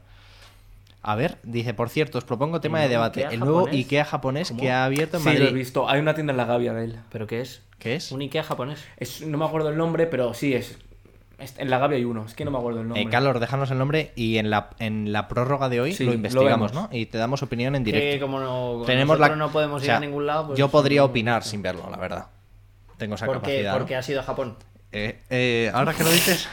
A ver, dice, por cierto, os propongo tema de
nuevo
debate.
Ikea
el nuevo
japonés.
IKEA japonés
¿Cómo?
que ha abierto en
Sí, lo he
Madrid.
visto. Hay una tienda en la Gavia de él.
¿Pero qué es?
¿Qué es?
Un Ikea japonés.
Es- no me acuerdo el nombre, pero sí es. es- en la Gavia hay uno. Es que no me acuerdo el nombre.
Eh, Carlos, déjanos el nombre y en la, en la prórroga de hoy
Sí,
lo
lo
investigamos,
vemos.
¿no? Y te damos opinión en
Que
directo.
como no,
Tenemos la...
no podemos
o
ir
sea,
a ningún lado. pues-
yo podría opinar sin verlo, la verdad. Tengo esa
¿Por qué?
capacidad. ¿no?
Porque ha sido Japón.
Eh, eh, ahora que lo dices.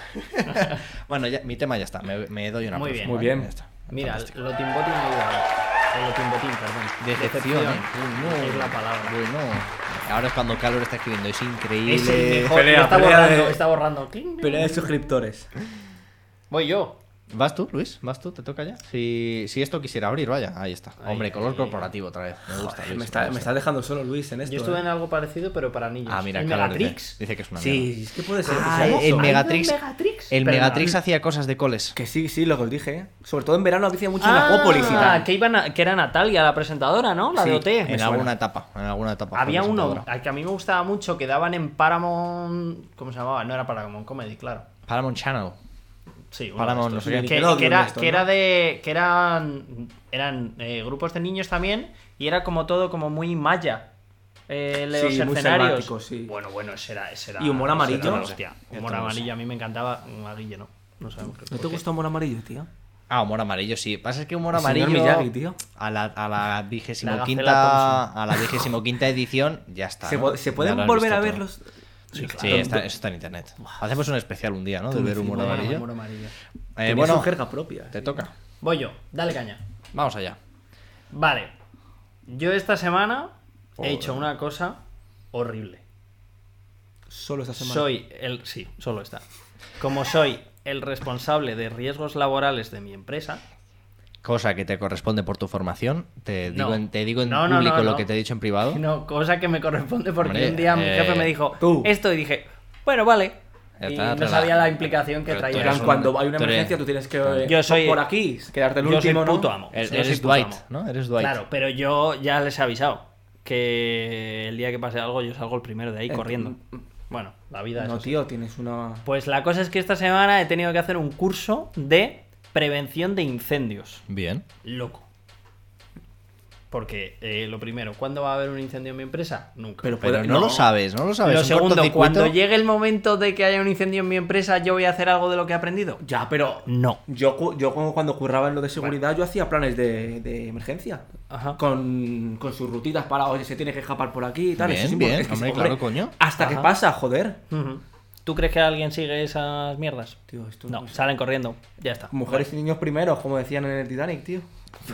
bueno, ya, mi tema ya está. Me, me doy una
Muy
pausa,
bien.
¿vale?
Muy bien.
Ya está.
Mira,
Fantástico.
lo timbotín no igual. Lo timbotín, perdón.
Decepción. ¿eh?
Decepción. Es la palabra.
Bueno, ahora es cuando Calor está escribiendo. Es increíble.
Es el mejor.
Pelea,
está,
pelea
borrando,
de-
está borrando. Cling, cling.
Pelea de suscriptores.
Voy yo.
¿Vas tú, Luis? ¿Vas tú? ¿Te toca ya? Si, si esto quisiera abrir, vaya. Ahí está.
Ahí,
Hombre, color
ahí.
corporativo otra vez. Me gusta. Luis,
me, está,
gusta.
me está dejando solo Luis en esto.
Yo estuve
eh.
en algo parecido, pero para niños.
Ah, mira,
¿En
Calor dice,
Megatrix?
dice que es una mierda.
Sí, es que puede ser. que
Ah,
sea
el
eso.
¿Hay
Megatrix.
un Megatrix?
El
Perdón.
Megatrix hacía cosas de coles.
Que sí, sí, lo que os dije. ¿eh? Sobre todo en verano hacía mucho en
Ah,
Acuópolis y tal.
que, iban a- que era Natalia, la presentadora, ¿no? La
Sí,
de OT.
me
En
suena.
alguna etapa. En alguna etapa. fue
Había uno
presentadora.
al que a mí me gustaba mucho que daban en Paramount. ¿Cómo se llamaba? No era Paramount Comedy, claro.
Paramount Channel.
Sí, uno
Paramount,
de estos.
no sé qué.
Que,
Nickelodeon
que era,
de esto,
que
¿no?
era de. que eran. eran eh, grupos de niños también. Y era como todo como muy maya. Eh,
Sí,
los
muy
escenarios.
selvático, sí.
Bueno, bueno, ese era, ese era-
¿Y humor
ese era
amarillo?
la hostia. Humor
no lo sé.
amarillo a mí me encantaba. A Guille no. No sabemos qué.
¿No
por
te
qué.
gusta Amor Amarillo, tío?
Ah, humor amarillo, sí. Pasa es que humor
El señor
amarillo.
Miyagi, tío.
A la, a la vigésimo
La Gacela
quinta. A la vigésimo quinta edición, ya está.
¿Se,
¿no?
po- se
Ya
pueden
lo has
volver
visto
a
todo.
ver los.?
Sí,
claro.
está, eso está en internet. Hacemos un especial un día, ¿no? De ver humor
Bueno,
amarillo.
humor amarillo.
Eh,
Tenía
bueno,
su jerga propia.
te toca.
Voy yo, dale caña.
Vamos allá.
Vale. Yo esta semana
Joder.
he hecho una cosa horrible.
Solo esta semana.
Soy el. Sí, solo está. Como soy el responsable de riesgos laborales de mi empresa.
Cosa que te corresponde por tu formación. Te digo
No.
en, te digo en
No, no,
público
no,
lo
no.
que te he dicho en privado.
No, cosa que me corresponde porque
Hombre,
un día mi
eh,
jefe me dijo
tú.
esto y dije, bueno, vale.
Ya
y
está,
no
relaja.
sabía la implicación que
Pero tú
traía.
eres
plan,
un-
cuando hay una
tú eres-
emergencia, tú tienes que. eh,
Yo soy-
Por aquí, quedarte el
yo
último,
soy
¿no?
puto amo.
Er-
Yo soy
Eres
puto
Dwight,
amo.
¿no? Eres Dwight.
Claro, pero yo ya les he avisado que el día que pase algo yo salgo el primero de ahí corriendo. Bueno, la vida es
No,
así.
tío, tienes una.
Pues la cosa es que esta semana he tenido que hacer un curso de prevención de incendios.
Bien.
Loco. Porque eh, lo primero, ¿cuándo va a haber un incendio en mi empresa? Nunca.
Pero
Pero
Puede-
no,
no.
lo sabes, no lo sabes.
lo
Un
segundo,
cortocircuito-
cuando llegue el momento de que haya un incendio en mi empresa, ¿yo voy a hacer algo de lo que he aprendido?
Ya, pero.
No.
Yo, cu- yo cu- cuando curraba en lo de seguridad, yo hacía planes de, de emergencia.
Ajá.
Con, con sus rutitas para, oye, se tiene que escapar por aquí y tal.
Bien,
Eso es
bien,
importante.
hombre, claro, coño.
Hasta
Ajá.
que pasa, joder.
Ujú. ¿Tú crees que alguien sigue esas mierdas?
Tío, esto
No,
no es-
salen corriendo. Ya está.
Mujeres y niños primero, como decían en el Titanic, tío.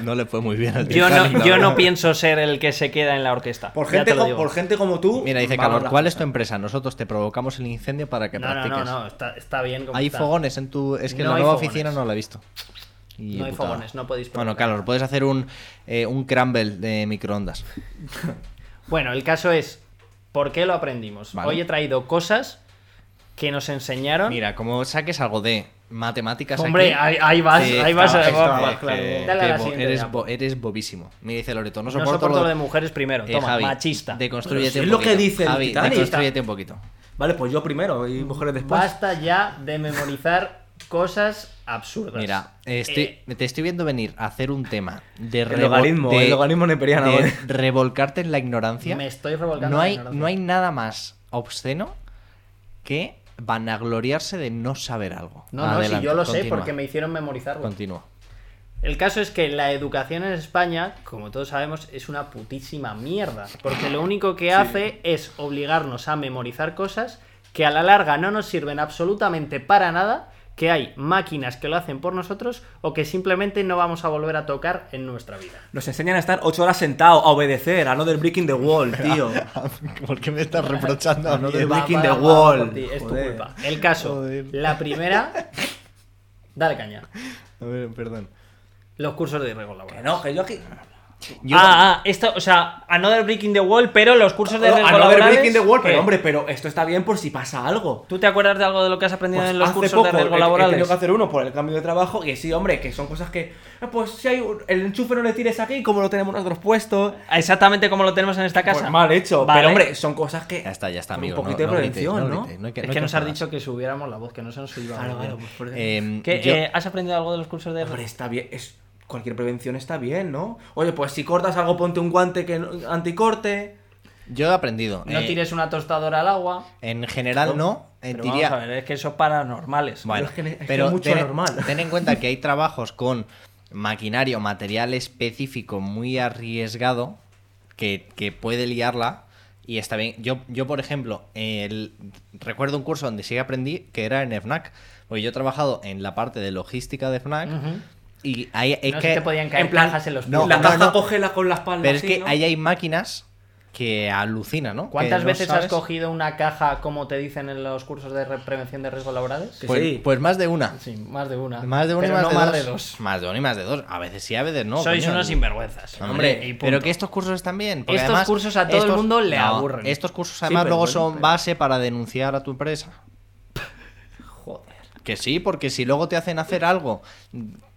No le fue muy bien al
Yo
Titanic,
no, yo
la
no
verdad.
pienso ser el que se queda en la orquesta.
Por
Ya
gente,
te lo
co-
digo.
por gente como tú.
Mira, dice
vamos
Calor,
la-
¿cuál es tu empresa? Nosotros te provocamos el incendio para que
No, no,
practiques.
no, no, está, está bien. como
Hay
está.
fogones en tu. Es que
No
la
hay
nueva
fogones.
oficina no la he visto. Y
No hay
putada.
fogones, no podéis
Bueno,
provocar.
Calor, puedes hacer un, eh, un crumble de microondas.
Bueno, el caso es, ¿por qué lo aprendimos?
Vale.
Hoy he traído cosas que nos enseñaron.
Mira, como saques algo de matemáticas.
¿Ah? Hombre,
aquí,
ahí, ahí vas,
Sí,
ahí vas.
estaba-
ahí vas,
estaba-
vas, claro.
que-
Dale a
eh, que
la
bo-
siguiente ya.
eres, bo- eres bobísimo. Me dice Loreto, no
No
soporto,
soporto lo de mujeres primero.
Eh,
Toma,
Javi,
machista.
Deconstrúyete
Pero
un
si es lo que
poquito.
dice el
Javi,
Titanic.
deconstrúyete un poquito.
Vale, pues yo primero y mujeres después.
Basta ya de memorizar cosas absurdas. Eh,
Mira, este- estoy- te estoy viendo venir a hacer un tema de
El logaritmo,
de-
el logarismo neperiano.
de
¿vale?
revolcarte en la ignorancia.
¿eh? Me estoy revolcando en
No
la
hay,
ignorancia.
no hay nada más obsceno que vanagloriarse de no saber algo.
No, no,
Adelante,
si yo lo sé
continúa,
porque me hicieron memorizarlo.
Continúa.
El caso es que la educación en España, como todos sabemos, es una putísima mierda. Porque lo único que hace es obligarnos a memorizar cosas que a la larga no nos sirven absolutamente para nada, que hay máquinas que lo hacen por nosotros o que simplemente no vamos a volver a tocar en nuestra vida.
Nos enseñan a estar ocho horas sentados, a obedecer, a no del breaking the wall, tío.
¿Por qué me estás reprochando
No,
mí?
de Breaking the
va
Wall.
por ti, Es tu
Joder.
culpa. El caso,
Joder.
la primera... Dale caña.
A ver, perdón.
Los cursos de riesgo laboral.
Que no, que yo aquí.
Yo-
ah, ah, esto, o sea, Another Breaking the Wall, pero los cursos de
No,
riesgo
a no del
laborales,
Oh,
eh.
breaking the wall, pero
¿qué?
hombre, pero esto está bien por si pasa algo.
¿Tú te acuerdas de algo de lo que has aprendido
Pues
en los
hace
cursos de
poco
riesgo
he- He
laborales?
tenido que hacer uno por el cambio de trabajo y sí, hombre, que son cosas que. eh, Pues si hay un- el enchufe no le tires aquí, como lo tenemos nosotros puesto.
Exactamente como lo tenemos en esta casa.
Pues mal hecho,
Vale.
pero hombre, son cosas que.
Ya está, ya está,
con
amigo.
Un poquito
no-
de
no grites,
prevención, ¿no?
grites, hay
es
no hay
que nos has
enfadarse.
dicho que subiéramos la voz, que no se nos iba.
Claro,
muy
claro,
bien.
pues por eso.
Eh,
¿Qué,
yo-
ah. eh, ¿Has aprendido algo de los cursos de
Hombre,
riesgo?
está bien, es cualquier prevención está bien, ¿no? Oye, pues si cortas algo, ponte un guante que no- anticorte.
Yo he aprendido.
No
eh,
tires una tostadora al agua.
En general no. eh,
Pero
diría,
vamos a ver, es que eso es paranormales.
Bueno,
es que- es que
pero
es mucho
ten,
anormal.
ten en cuenta que hay trabajos con maquinario, material específico muy arriesgado que, que puede liarla. Y está bien. Yo, yo por ejemplo, el- recuerdo un curso donde sí que aprendí que era en FNAC. Porque yo he trabajado en la parte de logística de FNAC.
Ujú.
Y ahí es
no
que.
se te podían caer
en plan,
cajas en los
no,
pies.
la
no,
caja
no.
cógela con las palmas.
pero es que ahí hay máquinas que alucinan, ¿no? Que
¿Cuántas
no
veces has
sabes-
cogido una caja, como te dicen en los cursos de re- prevención de riesgos laborales?
Que
Pues,
sí.
pues más de una.
Sí, más de una.
Más de una y
Pero
más,
no
de,
más
dos.
de dos.
Más de una y más de dos. A veces sí, a veces no.
Sois
coño.
unos sinvergüenzas.
Hombre,
y punto.
pero que estos cursos están bien. porque
Estos
además
cursos a todo el mundo le aburren.
Estos cursos
Sí,
además
pero
luego
bueno,
son
pero-
base para denunciar a tu empresa.
Joder.
Que sí, porque si luego te hacen hacer algo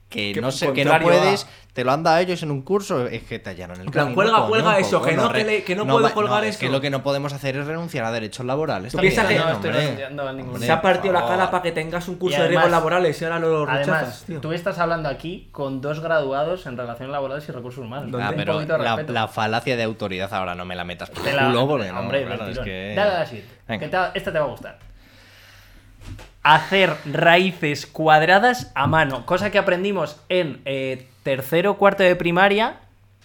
que,
Que
no sé, que no
contrario a-
puedes, te lo han dado ellos en un curso, es que te allanan el
En plan,
camino,
cuelga,
coño,
cuelga
pues
eso, que
bueno,
no te le- que no
va-
puedo colgar
Es que
eso.
lo que no podemos hacer es renunciar a derechos laborales.
¿Tú
también,
piensas que-
¿no,
No,
estoy
hombre?
renunciando a ningún-
Hombre,
Se ha partido la
por
cara
favor.
para que tengas un curso
Y
de riesgos
además-
laborales y ahora lo rechazas,
Además,
tío.
tú estás hablando aquí con dos graduados en relaciones laborales y recursos humanos.
Ah,
Un
pero
poquito de
la,
respeto.
la falacia de autoridad ahora no me la metas por
Te
el
la-
culo, porque no,
hombre,
claro, es
del tirón.
que-
Dale a la siguiente,
Venga.
que te- esta te va a gustar. Hacer raíces cuadradas a mano, cosa que aprendimos en eh, tercero cuarto de primaria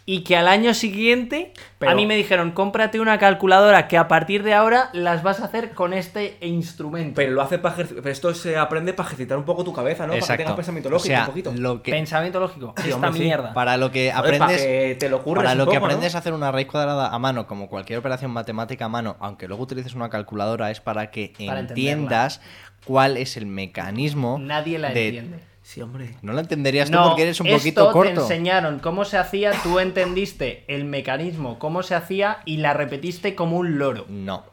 y que al año siguiente
Pero-
a mí me dijeron, cómprate una calculadora que a partir de ahora las vas a hacer con este instrumento.
Pero lo hace para ejerci- pero esto se aprende para ejercitar un poco tu cabeza, ¿no? Para que tengas pensamiento lógico
o sea,
un poquito.
Lo que,
Pensamiento lógico, esta
hombre, sí.
mierda.
Para lo que
Joder, para
aprendes.
que te lo ocurres
para
un
lo que
poco, ¿no?
aprendes a hacer una raíz cuadrada a mano, como cualquier operación matemática a mano, aunque luego utilices una calculadora, es para que
Para
entiendas cuál es el mecanismo.
Nadie la
de-
entiende.
Sí, hombre.
No la entenderías tú
No,
porque eres un
esto
poquito
Te
corto.
enseñaron cómo se hacía, tú entendiste el mecanismo, cómo se hacía y la repetiste como un loro.
No.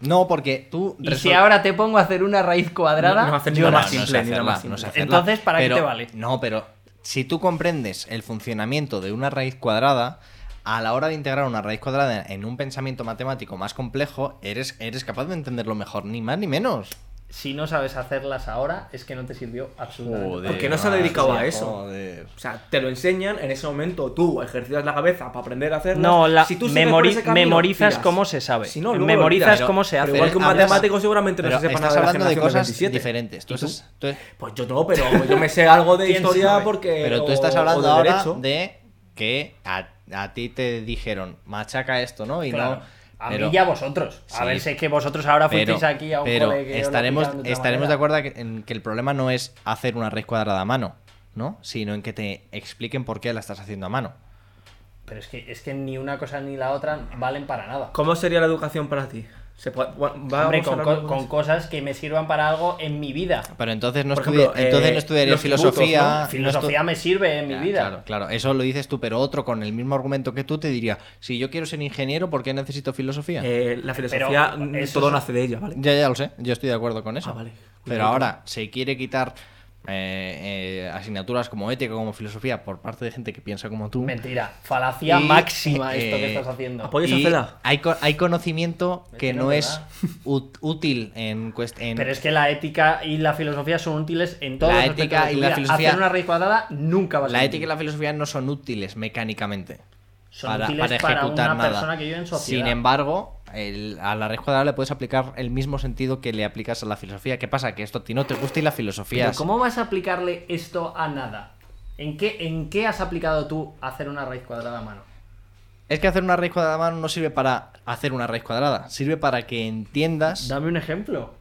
No, porque tú.
Y si
resol-
ahora te pongo a hacer una raíz cuadrada.
No, no hace ni
Yo
la
no,
más
no sé
simple, ni la
hacerla,
más simple.
no sé hacerla.
Entonces, ¿para qué
Pero-
te vale?
No, pero si tú comprendes el funcionamiento de una raíz cuadrada, a la hora de integrar una raíz cuadrada en un pensamiento matemático más complejo, eres, eres capaz de entenderlo mejor, ni más ni menos.
Si no sabes hacerlas ahora, es que no te sirvió absolutamente. nada.
¿Por qué no se ha dedicado a
Joder.
eso? O sea, te lo enseñan, en ese momento tú ejercitas la cabeza para aprender a hacerlo.
No, la-
si tú sigues por
memori-
ese camino,
memorizas
tiras.
cómo se sabe.
Si no, luego lo
memorizas
olvidas.
Pero-
cómo se
Pero
hace.
igual que un
Hablas-
matemático seguramente no
Pero
se sepa
estás
nada de la
hablando de
generación del
cosas
27.
diferentes. Tú
¿Y tú?
estás- tú-
Pues yo no, pero yo me sé algo de
¿Quién
historia
sabe?
porque.
Pero tú
o-
estás
o
hablando
de
ahora
derecho.
de que a, a ti te dijeron, machaca esto, ¿no? Y
Claro.
no.
A
pero-
mí y a vosotros. A
Sí.
ver, sé que vosotros ahora
Pero,
fuisteis aquí a un
pero
cole que os lo
estaremos,
explicaron de otra
estaremos de
manera.
acuerdo que- en que el problema no es hacer una raíz cuadrada a mano, ¿no? Sino en que te expliquen por qué la estás haciendo a mano.
Pero es que, es que ni una cosa ni la otra valen para nada.
¿Cómo sería la educación para ti? ¿Se puede- va- vamos
Hombre,
a hablar
con, co-
luego de
con
eso?
cosas que me sirvan para algo en mi vida.
Pero entonces no,
Por
estudi-
ejemplo, eh,
entonces no estudiaría
los tributos,
filosofía.
¿no?
Ah, no estu-
Filosofía me sirve en mi
Ah,
vida.
Claro, claro, eso lo dices tú, pero otro con el mismo argumento que tú te diría, si yo quiero ser ingeniero, ¿por qué necesito filosofía?
Eh, la filosofía,
Pero
mm,
eso
todo
es-
nace de ella, ¿vale?
Ya, ya lo sé, yo estoy de acuerdo con eso.
Ah, vale.
Pero ahora se quiere quitar eh, eh, asignaturas como ética, como filosofía, por parte de gente que piensa como tú.
Mentira. Falacia
Y,
máxima esto
eh,
que estás haciendo.
apoyo- Oye,
Y
Sacela.
hay, co- hay conocimiento que
Mentira,
no es
¿verdad?
ut- útil en cuestión.
Pero es que la ética y la filosofía son útiles en todos
La
los aspectos
ética
de
y
tu
la
vida.
filosofía-
Hacer una raíz cuadrada nunca va a ser
La
útil.
ética y la filosofía no son útiles mecánicamente.
Son útiles para una persona que vive en sociedad.
Sin embargo, el- a la raíz cuadrada le puedes aplicar el mismo sentido que le aplicas a la filosofía. ¿Qué pasa? Que esto a ti no te gusta y la filosofía.
Pero
es-
¿Cómo vas a aplicarle esto a nada? ¿En qué, ¿En qué has aplicado tú hacer una raíz cuadrada a mano?
Es que hacer una raíz cuadrada a mano no sirve para hacer una raíz cuadrada. Sirve para que entiendas.
Dame un ejemplo.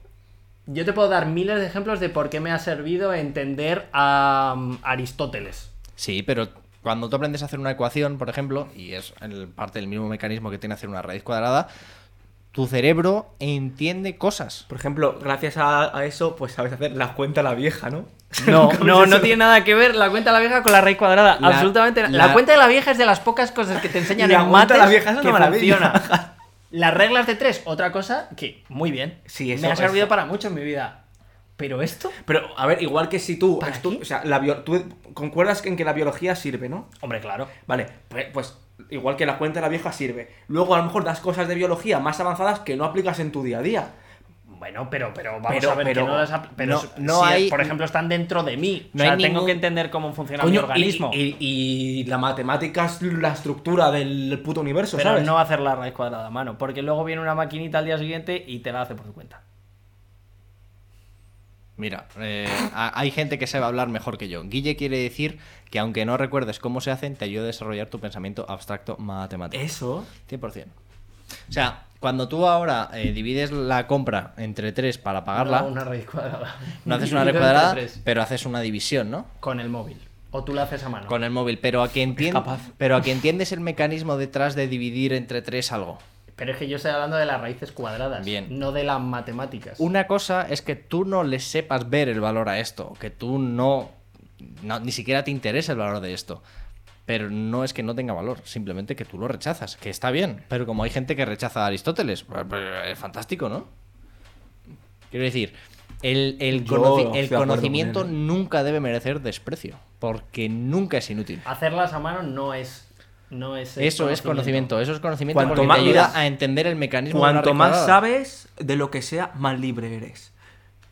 Yo te puedo dar miles de ejemplos de por qué me ha servido entender a um, Aristóteles.
Sí, pero cuando tú aprendes a hacer una ecuación, por ejemplo, y es el- parte del mismo mecanismo que tiene hacer una raíz cuadrada, tu cerebro entiende cosas.
Por ejemplo, gracias a, a eso, pues sabes hacer las cuentas la vieja, ¿no?
No, no, no tiene nada que ver la cuenta de la vieja con la raíz cuadrada.
La-
absolutamente nada. La,
la-
cuenta de la vieja es de las pocas cosas que te enseñan
La
en
cuenta
mates
de la vieja es una
que
maravilla.
funciona. Las reglas de tres, otra cosa que muy bien.
Sí, eso-
me ha servido
eso.
para mucho en mi vida. Pero esto,
Pero, a ver, igual que si tú.
¿Para
estu-
qué?
o sea, la bio- tú concuerdas en que la biología sirve, ¿no?
hombre, claro.
Vale, pues, pues igual que la cuenta de la vieja sirve. Luego a lo mejor das cosas de biología más avanzadas que no aplicas en tu día a día.
Bueno, pero, pero vamos
Pero-
a ver
pero-
que no las apl- Pero
no-
si-
no
si,
hay-
por ejemplo, están dentro de mí.
No
o sea,
hay
tengo
ningún-
que entender cómo funciona mi
y,
organismo.
y- y la matemática es la estructura del puto universo,
pero
¿sabes?
no hacer la raíz cuadrada a mano. Porque luego viene una maquinita al día siguiente y te la hace por tu cuenta.
Mira, eh, ha- hay gente que sabe hablar mejor que yo. Guille quiere decir que aunque no recuerdes cómo se hacen, te ayuda a desarrollar tu pensamiento abstracto
Eh.
matemático.
Eso.
100%. O sea, cuando tú ahora eh, divides la compra entre tres para pagarla,
No,
no,
una raíz cuadrada.
haces una raíz
Dividido entre
cuadrada,
tres.
pero haces una división, ¿no?
Con el móvil. O tú la haces a mano.
Con el móvil, pero a que, entien- pero a que entiendes el mecanismo detrás de dividir entre tres algo.
Pero es que yo estoy hablando de las raíces cuadradas,
Bien.
no de las matemáticas.
Una cosa es que tú no le sepas ver el valor a esto, que tú no, no- ni siquiera te interesa el valor de esto. Pero no es que no tenga valor, simplemente que tú lo rechazas, que está bien. Pero como hay gente que rechaza a Aristóteles, pues, pues, es fantástico, ¿no? Quiero decir, el, el
Yo
conoci-
estoy
el
de acuerdo con
conocimiento
él, ¿eh?
nunca debe merecer desprecio, porque nunca es inútil.
Hacerlas a mano no es. No es el
Eso es conocimiento, eso es conocimiento
Cuanto
porque
más-
te ayuda
mira,
a entender el mecanismo. de una
Cuanto más
recuadrada.
sabes de lo que sea, más libre eres.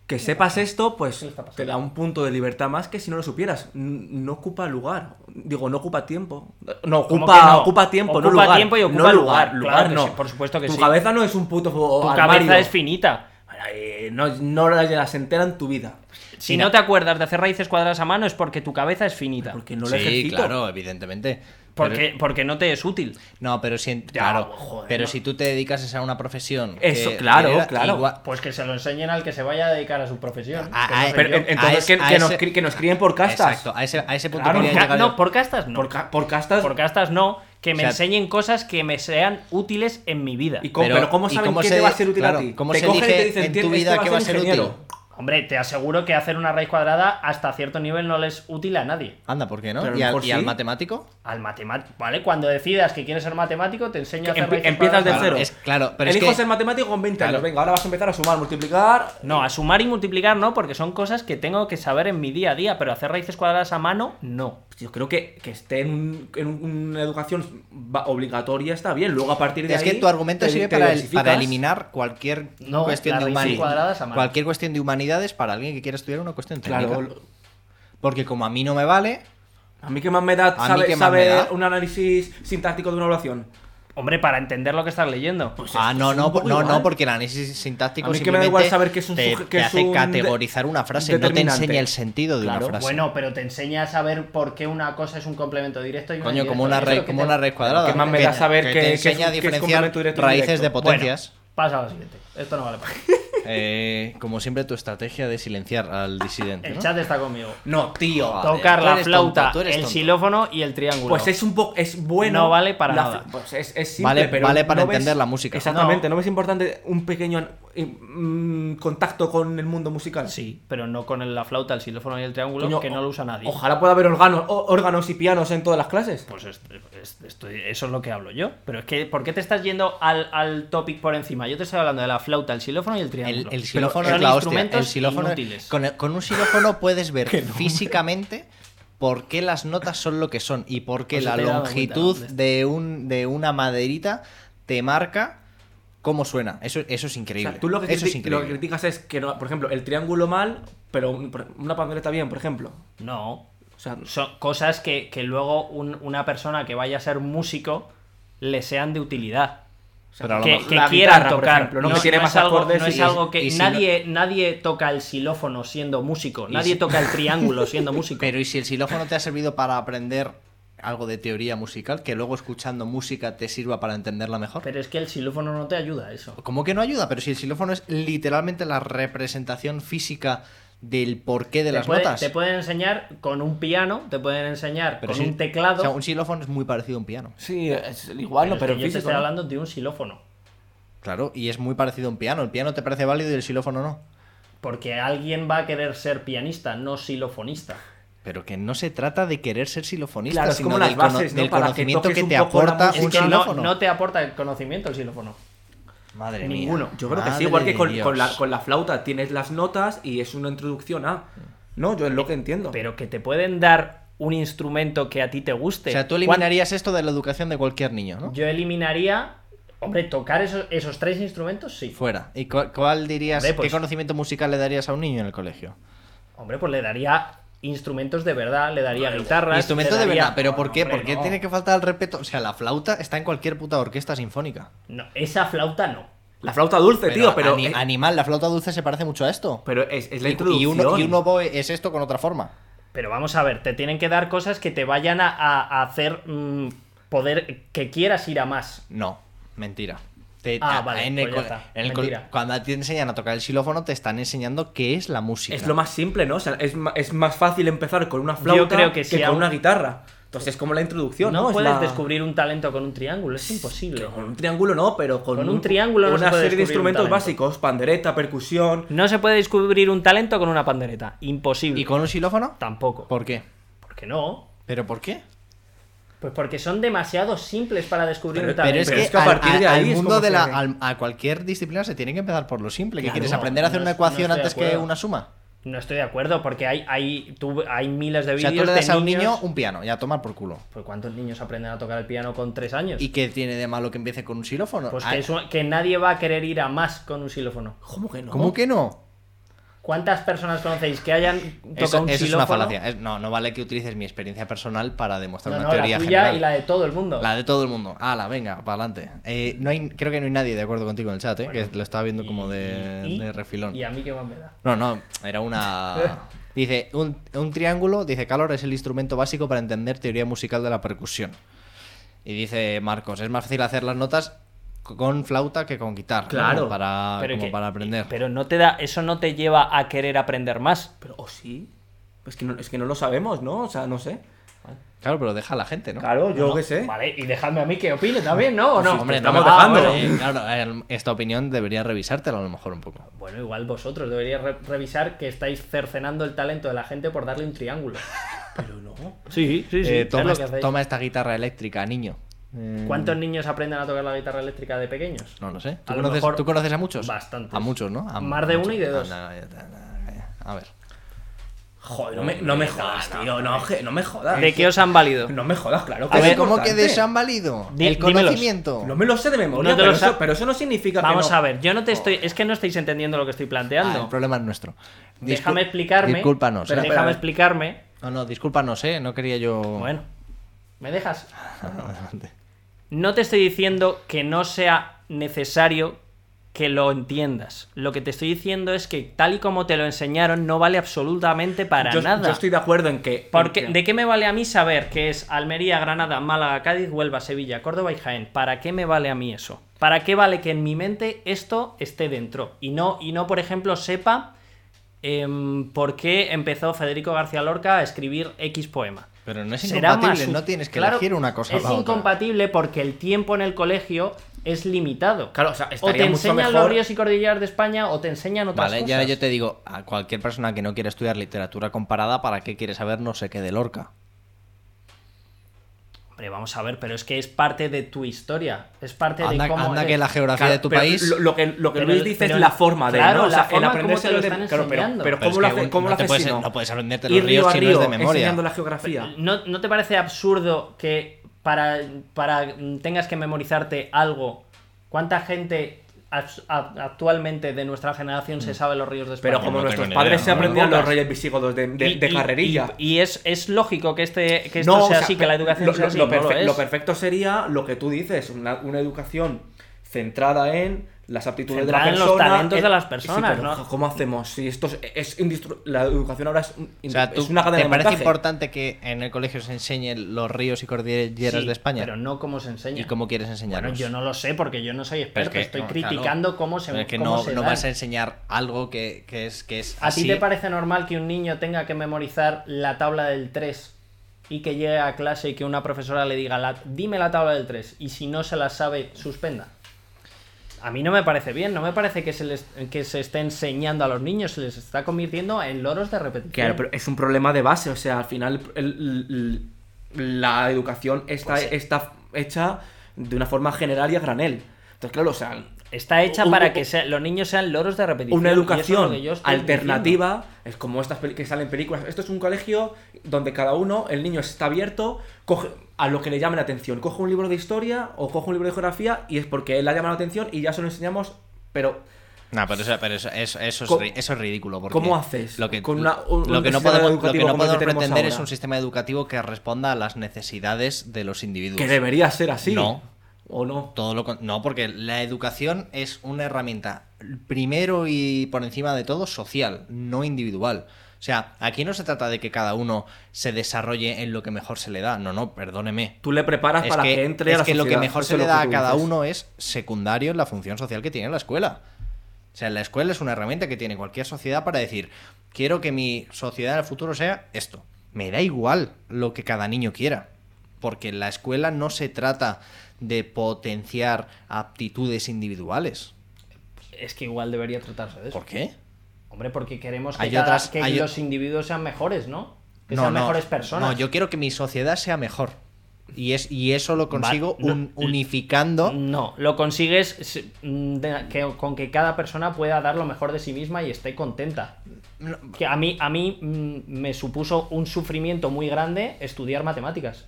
Que sepas esto, pues
¿Qué le está pasando?
te da un punto de libertad más que si no lo supieras. N- No ocupa lugar. Digo, no ocupa tiempo. No,
¿Cómo
ocupa,
que no?
ocupa tiempo, no
Ocupa
lugar.
tiempo y ocupa
no
lugar,
lugar.
claro que
no.
sí, por supuesto que
tu
sí.
cabeza no es un puto
Tu
armario.
cabeza es finita.
Eh, No, no las enteran en tu vida.
Si
Mira.
no te acuerdas de hacer raíces cuadradas a mano es porque tu cabeza es finita.
Porque no lo
Sí,
ejercito.
claro, evidentemente.
Porque,
Pero-
porque no te es útil.
No, pero si, en-
Ya,
claro,
joder,
pero
no.
si tú te dedicas a una profesión.
Eso, claro, claro.
igual-
Pues que se lo enseñen al que se vaya a dedicar a su profesión.
Ah,
que no
ah,
soy
Pero
yo.
en- entonces
A
que,
ese-
que
a
nos,
ese-
cri- que nos críen por castas.
Exacto, a ese, a ese punto
Claro,
quería
Ca-
llegar yo.
no, por castas no.
Por, ca- por castas.
Por castas no. Que me
O sea,
enseñen cosas que me sean útiles en mi vida.
y cómo- pero, ¿cómo
¿y
saben qué
se
te va a
di-
ser útil
claro,
a ti?
¿Cómo
te
se
cogen y
dice
te dicen,
en
"Tien-
tu
este
vida que va a ser
ingeniero".
útil?
Hombre, te aseguro que hacer una raíz cuadrada hasta cierto nivel no le es útil a nadie.
Anda, ¿por qué no?
Pero a lo
¿Y, al,
mejor
y al
sí.
matemático?
Al matemático, ¿vale? Cuando decidas que quieres ser matemático, te enseño a hacer
Empi-
raíces
empiezas de
cuadradas.
cero.
es- claro, pero es
Elijo
que-
ser matemático con 20
Claro.
años. Venga, ahora vas a empezar a sumar, multiplicar.
No, a sumar y multiplicar no, porque son cosas que tengo que saber en mi día a día, pero hacer raíces cuadradas a mano, no.
Yo creo que, que esté en, un- en un- una educación va- obligatoria está bien. Luego a partir de
Es
ahí.
que tu argumento
te-
sirve
te
para, el-
diversificas.
para eliminar cualquier
No,
cuestión de
las raíces
humanidades.
cuadradas a mano.
Cualquier cuestión de humanidades para alguien que quiera estudiar una cuestión técnica.
Claro.
Porque como a mí no me vale,
A mí que más me da
mí
sabe-
qué más
sabe
me da.
un análisis sintáctico de una oración.
Hombre, para entender lo que estás leyendo.
ah, no, no,
poco
no, no,
igual.
porque el análisis sintáctico
A mí que me da
simplemente
igual saber que es un
te,
suje- que
te
es
hace
un de-
categorizar una frase, no te
determinante.
enseña el sentido de
Claro.
una frase.
Bueno, pero te enseña a saber por qué una cosa es un complemento directo y
eh,
una
Coño,
indirecta.
como una
Eso es
raíz,
lo que
como
te-
una raíz cuadrada.
que más me da saber
te
que- que es
enseña a
un- que es
diferenciar
complemento directo
raíces
indirecto.
de
Bueno.
potencias.
Pasa a lo siguiente. Esto no vale para nada.
Eh, como siempre, tu estrategia de silenciar al disidente.
El
¿no?
chat está conmigo.
No, tío.
Joder,
Tocar
tú
la
eres
flauta,
tonto, tú eres
el
tonto.
xilófono y el triángulo.
Pues es un poco. Es bueno.
No vale para
la-
nada.
Pues es, es simple,
Vale-
pero
vale para
no ves-
entender la música.
Exactamente. No. ves importante un pequeño mm, contacto con el mundo musical?
Sí, pero no con el- la flauta, el xilófono y el triángulo,
Coño,
que no lo usa nadie.
Ojalá pueda haber órganos, ó- órganos y pianos en todas las clases.
Pues es- es- estoy- eso es lo que hablo yo. Pero es que, ¿por qué te estás yendo al, al topic por encima? Yo te estoy hablando de la flauta, el xilófono y el
El,
triángulo.
el xilófono
Pero
es la
son
hostia. El
instrumentos
xilófono
inútiles.
Con, el- con un xilófono puedes ver físicamente por qué las notas son lo que son y por qué
Pues
la
te he dado cuenta,
longitud
¿dónde está?
de, un, de una maderita te marca cómo suena. Eso, eso es
O
increíble.
sea, tú lo que,
eso es
criti- lo que
increíble.
criticas es que, no, por ejemplo, el triángulo mal, pero un- por- una pandereta bien, por ejemplo.
No.
O sea,
Son cosas que, que luego un- una persona que vaya a ser músico le sean de utilidad.
Pero a lo
que,
mejor-
que
la
quiera
guitarra, por
tocar.
ejemplo, ¿no? Que tiene más
es algo,
acordes
no
y
es
es-
algo que
y si
nadie, nadie toca el xilófono siendo músico,
Y
nadie
si-
toca el triángulo siendo músico.
Pero ¿y si el xilófono te ha servido para aprender algo de teoría musical que luego escuchando música te sirva para entenderla mejor?
Pero es que el xilófono no te ayuda a eso.
¿Cómo que no ayuda? Pero si el xilófono es literalmente la representación física del porqué de
te,
las
puede-
notas.
te pueden enseñar con un piano, te pueden enseñar
Pero
con
sí-
un teclado.
O sea, un ah, xilófono es muy parecido a un piano.
sí, es igual,
pero
¿no?
es
pero
que
en
yo te
físico,
estoy
¿no?
hablando de un xilófono.
Claro, y es muy parecido a un piano. El piano te parece válido y el xilófono no.
Porque alguien va a querer ser pianista, no xilofonista.
Pero que no se trata de querer ser xilofonista,
Claro, es
sino
como las
del, cono-
bases, ¿no?
del
Para que
conocimiento que,
toques un
te
poco la
aporta
música.
Es
un
que no,
xilófono.
no te aporta el conocimiento el xilófono.
Madre mía.
Ninguno. Yo creo que
Madre
sí, igual que
de
con,
Dios.
con la, con la flauta tienes las notas y es una introducción a. No, yo es lo que entiendo.
Pero que te pueden dar un instrumento que a ti te guste.
O sea, tú
Cuan-
eliminarías esto de la educación de cualquier niño, ¿no?
Yo eliminaría. Hombre, tocar esos, esos tres instrumentos, sí.
Fuera. ¿Y cu- cuál dirías,
Hombre, pues-
qué conocimiento musical le darías a un niño en el colegio?
Hombre, pues le daría instrumentos de verdad, le daría guitarras.
Instrumento
le
de
daría-
verdad, pero ¿por qué?
Hombre,
¿Por qué
no.
tiene que faltar el respeto? O sea, la flauta está en cualquier puta orquesta sinfónica.
No, esa flauta no.
La flauta dulce, tío, pero.
ani-
eh,
animal, la flauta dulce se parece mucho a esto.
pero es, es la
Y- y,
introducción.
uno, y un oboe es esto con otra forma.
Pero vamos a ver, te tienen que dar cosas que te vayan a, a- a hacer mm, poder que quieras ir a más.
No, mentira. Te-
Ah,
a-
vale,
en
pues
el
ya
co-
está,
en el co-
mentira.
cuando te enseñan a tocar el xilófono, te están enseñando qué es la música.
Es lo más simple, ¿no? O sea, es, ma- es más fácil empezar con una flauta
Yo creo que sí,
con
aún-
una guitarra. Entonces es como la introducción, ¿no?
no
Es
puedes
la-
descubrir un talento con un triángulo, es imposible.
que Con un triángulo no, pero con,
Con un triángulo no
una
se puede
serie de
descubrir un
instrumentos
talento.
básicos, pandereta, percusión.
No se puede descubrir un talento con una pandereta, imposible.
¿Y con un xilófono?
Tampoco.
¿Por qué?
¿Por qué no?
¿Pero por qué?
Pues porque son demasiado simples para descubrir un
Pero-
talento.
Pero es
Pero
que,
es que a
al-
partir de
al- al
ahí es
mundo
como
de
se
la,
ve.
al- a cualquier disciplina se tiene que empezar por lo simple. ¿Que
Claro,
quieres
no,
aprender a hacer
no
una
es- no
ecuación
estoy de
antes que
acuerdo.
una suma?
No estoy de acuerdo, porque hay, hay, tú- hay miles de
O
vídeos.
sea, tú le das
de
a un
niños-
niño un piano y a tomar por culo.
Pues ¿cuántos niños aprenden a tocar el piano con tres años?
¿Y qué tiene de malo que empiece con un xilófono?
Pues
Ah,
que, es un- que nadie va a querer ir a más con un xilófono.
¿Cómo que no?
¿Cómo que no?
¿Cuántas personas conocéis que hayan tocado
Eso,
un
eso es
xilófono?
una falacia. Es- no, no vale que utilices mi experiencia personal para demostrar
No,
una
no,
teoría
la tuya
general.
y la de todo el mundo.
La de todo el mundo. Ala, venga, para adelante. no hay, creo que no hay nadie de acuerdo contigo en el chat, ¿eh? que lo estaba viendo como de,
Y-
de refilón.
Y a mí qué más me da.
No, no, era una. Dice, un, un triángulo, dice Calor, es el instrumento básico para entender teoría musical de la percusión. Y dice Marcos, es más fácil hacer las notas con flauta que con guitarra.
Claro,
como para,
Pero
como
que-
para aprender.
Pero no te da, eso no te lleva a querer aprender más.
Pero, ¿o sí? Pues que no, es que no lo sabemos, ¿no? O sea, no sé.
Claro, pero deja a la gente, ¿no?
Claro, yo
No,
qué sé.
Vale, y dejadme a mí que opine también, ¿no? ¿O no?
Hombre,
estamos
no, ah,
dejando.
bueno, eh, claro, eh, esta opinión debería revisártela a lo mejor un poco.
Bueno, igual vosotros deberíais re- revisar que estáis cercenando el talento de la gente por darle un triángulo.
Pero no.
Sí, sí,
Eh, toma, est- toma esta guitarra eléctrica, niño. Eh,
¿Cuántos niños aprenden a tocar la guitarra eléctrica de pequeños?
No lo sé.
A
¿Tú
lo
conoces,
mejor
tú conoces a muchos?
bastantes.
A muchos, ¿no? A
Más de
muchos.
uno y de dos.
Anda, ya, ya, ya, ya. A ver.
Joder, no me, no me jodas, tío. No, je- no me jodas.
¿De qué os han válido?
No me jodas, claro.
A
es
ver,
¿Cómo que
importante.
de eso han valido?
Di-
el
dímelos.
conocimiento. Ah,
No me lo sé de memoria,
No te
pero,
lo sa-
eso, pero eso no significa que
Vamos
no-
a ver, yo no te estoy. Es que no estáis entendiendo lo que estoy
Oh. Ah,
planteando.
el problema es nuestro. Discul-
Déjame explicarme.
Discúlpanos. eh.
Déjame explicarme.
No, no, discúlpanos, ¿eh? No quería yo.
Bueno, ¿me dejas?
Adelante.
No te estoy diciendo que no sea necesario que lo entiendas. Lo que te estoy diciendo es que tal y como te lo enseñaron no vale absolutamente para
yo,
nada.
yo estoy de acuerdo en que.
Porque,
en que-
¿De qué me vale a mí saber que es Almería, Granada, Málaga, Cádiz, Huelva, Sevilla, Córdoba y Jaén? ¿Para qué me vale a mí eso? ¿Para qué vale que en mi mente esto esté dentro? Y no, y no por ejemplo, sepa em, por qué empezó Federico García Lorca a escribir X poema.
Pero no es
Será
incompatible,
más-
no tienes que
claro,
elegir una cosa o
Es
la otra.
incompatible porque el tiempo en el colegio es limitado.
Claro, o sea,
o te
estaría mucho
enseñan
mejor-
los ríos y cordilleras de España o te enseñan otras
Vale,
cosas.
y ahora yo te digo, a cualquier persona que no quiere estudiar literatura comparada, ¿para qué quiere saber no sé qué de Lorca?
Hombre, vamos a ver, pero es que es parte de tu historia. Es parte
Anda,
de cómo.
anda
de-
que la geografía
Claro,
de tu
pero
país.
Lo, lo que, lo que
Pero-
Luis dice
pero-
es la forma de.
claro,
¿no? O sea,
la forma
el
como
aprenderse
te lo
de-
están
claro, pero,
enseñando.
pero
Pero
¿cómo lo
es que
hace-
un-
cómo
no
lo
te
haces
puedes-
si no?
no puedes aprenderte
Ir
los ríos
río a
si no es
río,
de memoria.
enseñando la geografía.
¿No, no te parece absurdo que para, para mm, tengas que memorizarte algo? ¿Cuánta gente abs- a- actualmente de nuestra generación se sabe los ríos de España?
Mm. Pero como
no
nuestros
tengo ni
padres
idea,
se
no,
aprendían
no.
los reyes visigodos de, de-
Y-
de
y-
carrerilla.
Y, y es, es lógico que, este, que esto
No, o
sea
sea,
así, que la
pe-
educación
lo,
sea
lo-
así.
lo
no lo
perfe-
es.
lo perfecto sería lo que tú dices, una, una educación centrada en las aptitudes
Centrada
de
en
la
los
persona.
talentos de las
Sí,
personas,
pero
¿no?
¿Cómo hacemos? Si esto es, es indistru- la educación ahora es, un-
O sea, ¿tú-
es una cadena
¿te
de
parece
montaje.
importante que en el colegio se enseñen los ríos y cordilleras
Sí,
de España?
Pero no cómo se enseña.
¿Y cómo quieres enseñarlos?
Bueno, yo no lo sé porque yo no soy
Pero
experto.
es que,
Estoy
no, claro.
criticando cómo se
Pero Es que
cómo
no,
se
no
dan.
vas a enseñar algo que, que es que es
¿A
así.
ti te parece normal que un niño tenga que memorizar la tabla del 3 y que llegue a clase y que una profesora le diga, "La- dime la tabla del 3 y si no se la sabe, suspenda? A mí no me parece bien, no me parece que se, les, que se esté enseñando a los niños, se les está convirtiendo en loros de repetición.
Claro, pero es un problema de base, o sea, al final el- el- la educación está,
Pues
está hecha de una forma general y a granel. Entonces, claro, o sea,
Está hecha
Un-
para
un-
que sea- los niños sean loros de repetición.
una
y eso es lo
educación
que yo estoy
alternativa es como estas peli- que salen películas. Esto es un colegio donde cada uno, el niño está abierto coge a lo que le llame la atención. Coge un libro de historia o coge un libro de geografía y es porque él le ha llamado la atención y ya se lo enseñamos, pero
No, pero eso, pero eso, eso- eso es,
¿Cómo-
ri- eso es ridículo. porque
cómo haces
Lo que,
con una- un-
lo
un
que no
sistema
podemos, lo que
educativo
no
como el que
podemos
tenemos
pretender
ahora?
es un sistema educativo que responda a las necesidades de los individuos.
que debería ser así.
No.
¿O no?
Todo lo con- no, porque la educación es una herramienta primero y por encima de todo social, no individual. O sea, aquí no se trata de que cada uno se desarrolle en lo que mejor se le da. No, no, perdóneme.
Tú le preparas para que, entre a
es
la
que lo que
sociedad,
mejor
eso
se
es
le
lo
da
que
a
tú
cada
dices.
uno es secundario en la función social que tiene la escuela. O sea, la escuela es una herramienta que tiene cualquier sociedad para decir, quiero que mi sociedad en el futuro sea esto. Me da igual lo que cada niño quiera, porque la escuela no se trata de potenciar aptitudes individuales.
diciendo. Es que igual debería tratarse de eso.
¿Por qué?
Hombre, porque queremos que,
Hay
cada-
otras-
que
hay-
los individuos sean mejores, ¿no? Que sean mejores personas.
No, yo quiero que mi sociedad sea mejor. Y, es, y eso lo consigo
no,
un- unificando
No, lo consigues si- mm, de- que- con que cada persona pueda dar lo mejor de sí misma y esté contenta. Que a mí, a mí mm, me supuso un sufrimiento muy grande estudiar matemáticas.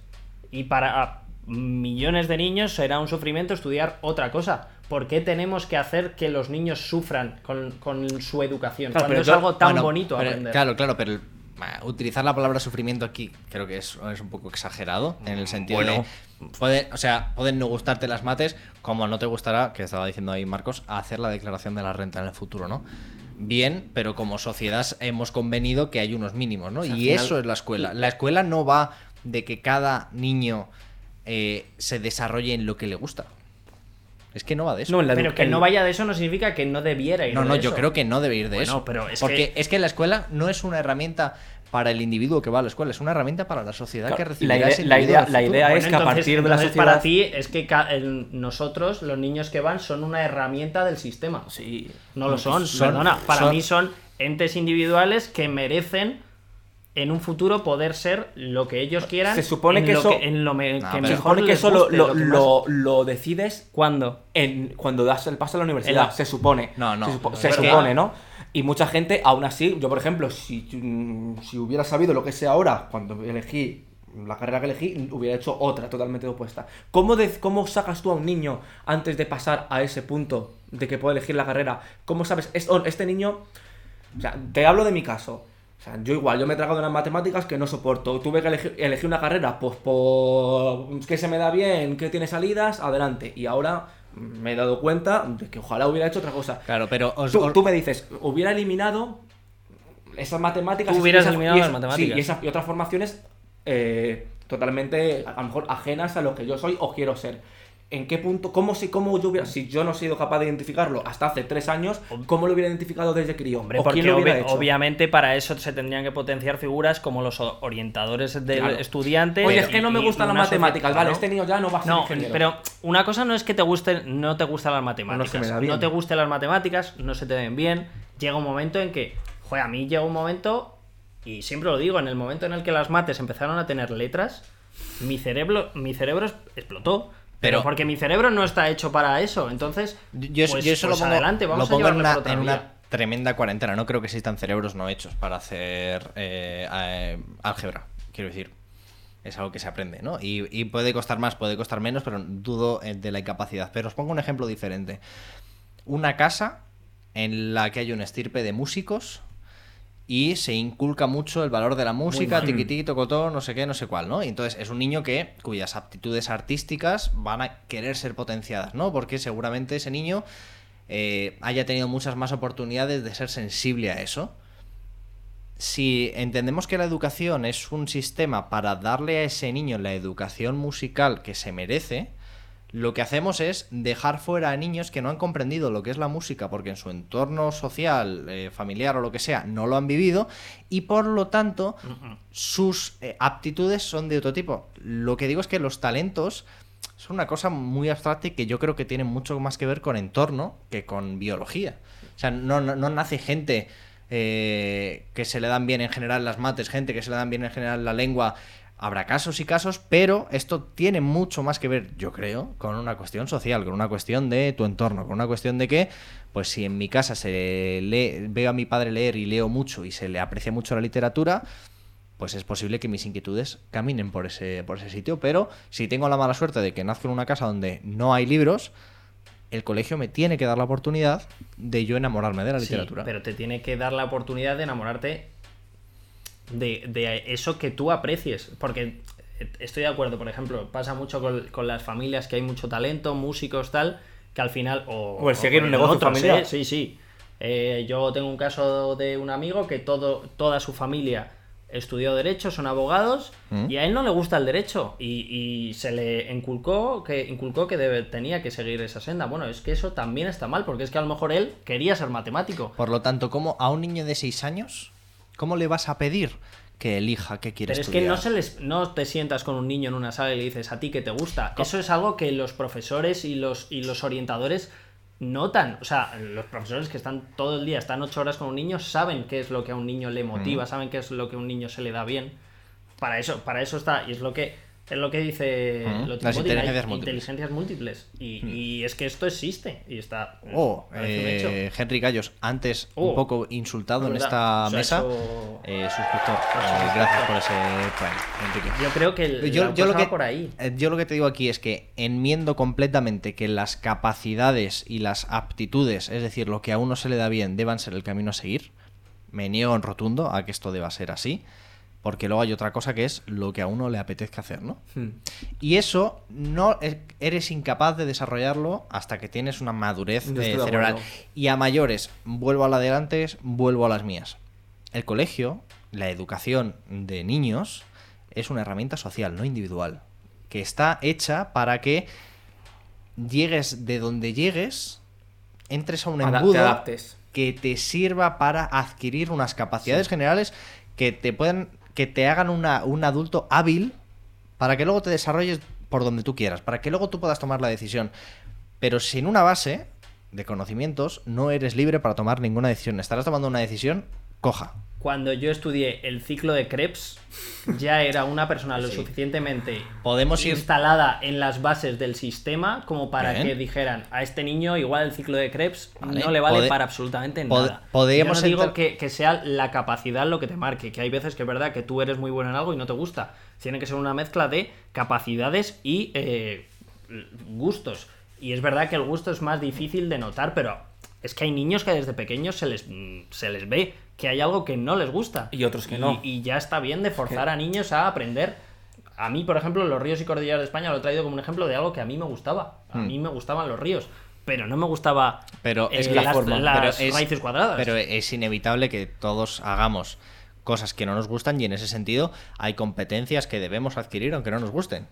Y para millones de niños será un sufrimiento estudiar otra cosa. ¿Por qué tenemos que hacer que los niños sufran con, con su educación?
Claro,
cuando
pero
es
yo-
algo tan
Bueno,
bonito
pero-
aprender.
Claro, claro, pero el- ah, utilizar la palabra sufrimiento aquí creo que es, es un poco exagerado en el sentido
bueno.
de. puede- o sea, pueden no gustarte las mates, como no te gustará, que estaba diciendo ahí Marcos, hacer la declaración de la renta en el futuro, ¿no? Bien, pero como sociedad hemos convenido que hay unos mínimos, ¿no? y eso es la escuela. La escuela no va de que cada niño eh, se desarrolle en lo que le gusta. Es que no va de eso.
No, en la
Pero
edu-
que
en-
no vaya de eso no significa que no debiera ir
No,
de
no, yo
eso.
creo que no debe ir de
Bueno,
eso.
pero es
Porque es que la escuela no es una herramienta para el individuo que va a la escuela, es una herramienta para la sociedad
Claro,
que
la
recibirá
idea-
ese
la
individuo
idea-
del
la
futuro.
idea
Bueno,
es que a
entonces-
partir de la
entonces,
sociedad-
Para ti es que ca- el- nosotros, los niños que van, son una herramienta del sistema.
Sí.
No lo son,
son-
perdona. Para
son-
mí son entes individuales que merecen en un futuro poder ser lo que ellos quieran.
Se supone
en
que
lo
eso-
en lo me-
No,
que
pero-
mejor
Se
Supone que
les
eso lo,
guste,
lo,
que más-
lo- lo decides
¿Cuándo?
en, cuando das el paso a la universidad,
En la-
se supone.
No, no,
Se, supo-
no,
se
es que-
supone, ¿no? Y mucha gente, aún así, yo por ejemplo, si, mm, si hubiera sabido lo que sé ahora, cuando elegí la carrera que elegí, hubiera hecho otra totalmente opuesta. ¿Cómo, de- ¿Cómo sacas tú a un niño antes de pasar a ese punto de que puede elegir la carrera? ¿Cómo sabes? Es- o- Este niño, o sea, te hablo de mi caso. O sea, yo igual, yo me he tragado unas matemáticas que no soporto. Tuve que elegir, elegir una carrera, pues por que se me da bien, que tiene salidas, adelante. Y ahora me he dado cuenta de que ojalá hubiera hecho otra cosa.
Claro, pero os-
Tú,
os-
tú me dices, hubiera eliminado esas matemáticas.
Tú hubieras
esas-
eliminado
esas-
las matemáticas.
sí, y, esas, y otras formaciones eh, totalmente, a a lo mejor, ajenas a lo que yo soy o quiero ser. ¿En qué punto? ¿Cómo, si, cómo yo hubiera.? Si yo no he sido capaz de identificarlo hasta hace tres años, ¿cómo lo hubiera identificado desde crío?
Hombre,
¿O
porque
quién lo hubiera
obvi-
hecho?
obviamente para eso se tendrían que potenciar figuras como los o- orientadores del
Claro.
estudiante.
Oye, es
y-
que no me
y
gustan las
una socia-
matemáticas, vale,
Claro.
este niño ya no va a ser
No,
ingeniero.
pero una cosa no es que te gusten, no te gustan las
No se me
matemáticas.
da
No,
bien.
te gusten las matemáticas, no se te den bien. Llega un momento en que, joder, a mí llega un momento, y siempre lo digo, en el momento en el que las mates empezaron a tener letras, mi cerebro, mi cerebro es- explotó. Pero,
Pero-
porque mi cerebro no está hecho para eso. Entonces,
yo,
pues-
yo eso
pues
lo pongo,
adelante, vamos
lo pongo
a
en,
llevarlo
una,
por otra
en una
vía.
tremenda cuarentena. No creo que existan cerebros no hechos para hacer eh, eh, álgebra, quiero decir. Es algo que se aprende, ¿no? Y, y puede costar más, puede costar menos, pero dudo eh, de la incapacidad. Pero os pongo un ejemplo diferente. Una casa en la que hay un estirpe de músicos y se inculca mucho el valor de la música, tiquití, tocotó, no sé qué, no sé cuál, ¿no? Y entonces es un niño que cuyas aptitudes artísticas van a querer ser potenciadas, ¿no? Porque seguramente ese niño eh, haya tenido muchas más oportunidades de ser sensible a eso. Si entendemos que la educación es un sistema para darle a ese niño la educación musical que se merece, lo que hacemos es dejar fuera a niños que no han comprendido lo que es la música porque en su entorno social, eh, familiar o lo que sea no lo han vivido y por lo tanto
Mm.
sus eh, aptitudes son de otro tipo. Lo que digo es que los talentos son una cosa muy abstracta y que yo creo que tiene mucho más que ver con entorno que con biología. O sea, no, no, no nace gente eh, que se le dan bien en general las mates, gente que se le dan bien en general la lengua. Habrá casos y casos, pero esto tiene mucho más que ver, yo creo, con una cuestión social, con una cuestión de tu entorno, con una cuestión de que, pues si en mi casa se lee, veo a mi padre leer y leo mucho y se le aprecia mucho la literatura, pues es posible que mis inquietudes caminen por ese, por ese sitio, pero si tengo la mala suerte de que nazco en una casa donde no hay libros, el colegio me tiene que dar la oportunidad de yo enamorarme de la
Sí,
literatura.
pero te tiene que dar la oportunidad de enamorarte de, de eso que tú aprecies. Porque estoy de acuerdo, por ejemplo, pasa mucho con, con las familias que hay mucho talento, músicos, tal, que al final. O,
O el seguir
con
un negocio
otros,
familiar.
¿eh? Sí, sí. Eh, yo tengo un caso de un amigo que todo, toda su familia estudió derecho, son abogados,
¿Mm?
y a él no le gusta el derecho. Y, y se le inculcó que, inculcó que debe- tenía que seguir esa senda. Bueno, es que eso también está mal, porque es que a lo mejor él quería ser matemático.
Por lo tanto, ¿cómo a un niño de 6 años, cómo le vas a pedir que elija qué quiere
Pero es que
estudiar?
no, se les, no te sientas con un niño en una sala y le dices a ti que te gusta. Eso es algo que los profesores y los, y los orientadores notan. O sea, los profesores que están todo el día, están ocho horas con un niño, saben qué es lo que a un niño
Mm.
le motiva, saben qué es lo que a un niño se le da bien. Para eso, para eso está. Y es lo que es lo que dice
Ujú.
lo que
Mm. Las
Godin, hay
inteligencias múltiples. Mm.
inteligencias múltiple. Y, y es que esto existe. Y está.
Oh,
parece un hecho.
eh, Henry Gallos, antes un
Oh,
poco insultado en
verdad.
esta
O sea,
mesa,
eso-
eh, suscriptor. Eh, gracias por ese Prime, Enrique.
Yo creo que el-
yo,
la
yo lo
cosa
que,
va por ahí.
eh, yo lo que te digo aquí es que enmiendo completamente que las capacidades y las aptitudes, es decir, lo que a uno se le da bien, deban ser el camino a seguir. Me niego en rotundo a que esto deba ser así, porque luego hay otra cosa que es lo que a uno le apetezca hacer, ¿no?
Hmm.
Y eso no e- eres incapaz de desarrollarlo hasta que tienes una madurez
Yo estoy
eh,
de
cerebral.
acuerdo.
Y a mayores, vuelvo a la de antes, vuelvo a las mías. El colegio, la educación de niños, es una herramienta social, no individual, que está hecha para que llegues de donde llegues, entres a un
Ada- te
embudo
adaptes.
que te sirva para adquirir unas capacidades generales que te puedan que te hagan una- un adulto hábil para que luego te desarrolles por donde tú quieras, para que luego tú puedas tomar la decisión. Pero sin una base de conocimientos no eres libre para tomar ninguna decisión. Estarás tomando una decisión coja.
Cuando yo estudié el ciclo de Krebs, ya era una persona lo
Sí.
suficientemente
Podemos ir
instalada en las bases del sistema como para
Bien.
que dijeran a este niño igual el ciclo de Krebs
Vale.
no le vale
Pode-
para absolutamente
pod-
nada.
podríamos
Yo no digo
entrar-
que, que sea la capacidad lo que te marque, que hay veces que es verdad que tú eres muy bueno en algo y no te gusta. Tiene que ser una mezcla de capacidades y eh, gustos. Y es verdad que el gusto es más difícil de notar, pero es que hay niños que desde pequeños se les, mm, se les ve que hay algo que no les gusta.
Y otros que no.
Y ya está bien de forzar a niños a aprender. A mí, por ejemplo, los ríos y cordilleras de España lo he traído como un ejemplo de algo que a mí me gustaba. A mí me gustaban los ríos, pero no me gustaba
Hmm. Pero
eh,
es la
las,
forma,
las
pero es-
raíces cuadradas.
Pero es inevitable que todos hagamos cosas que no nos gustan y en ese sentido hay competencias que debemos adquirir aunque no nos gusten.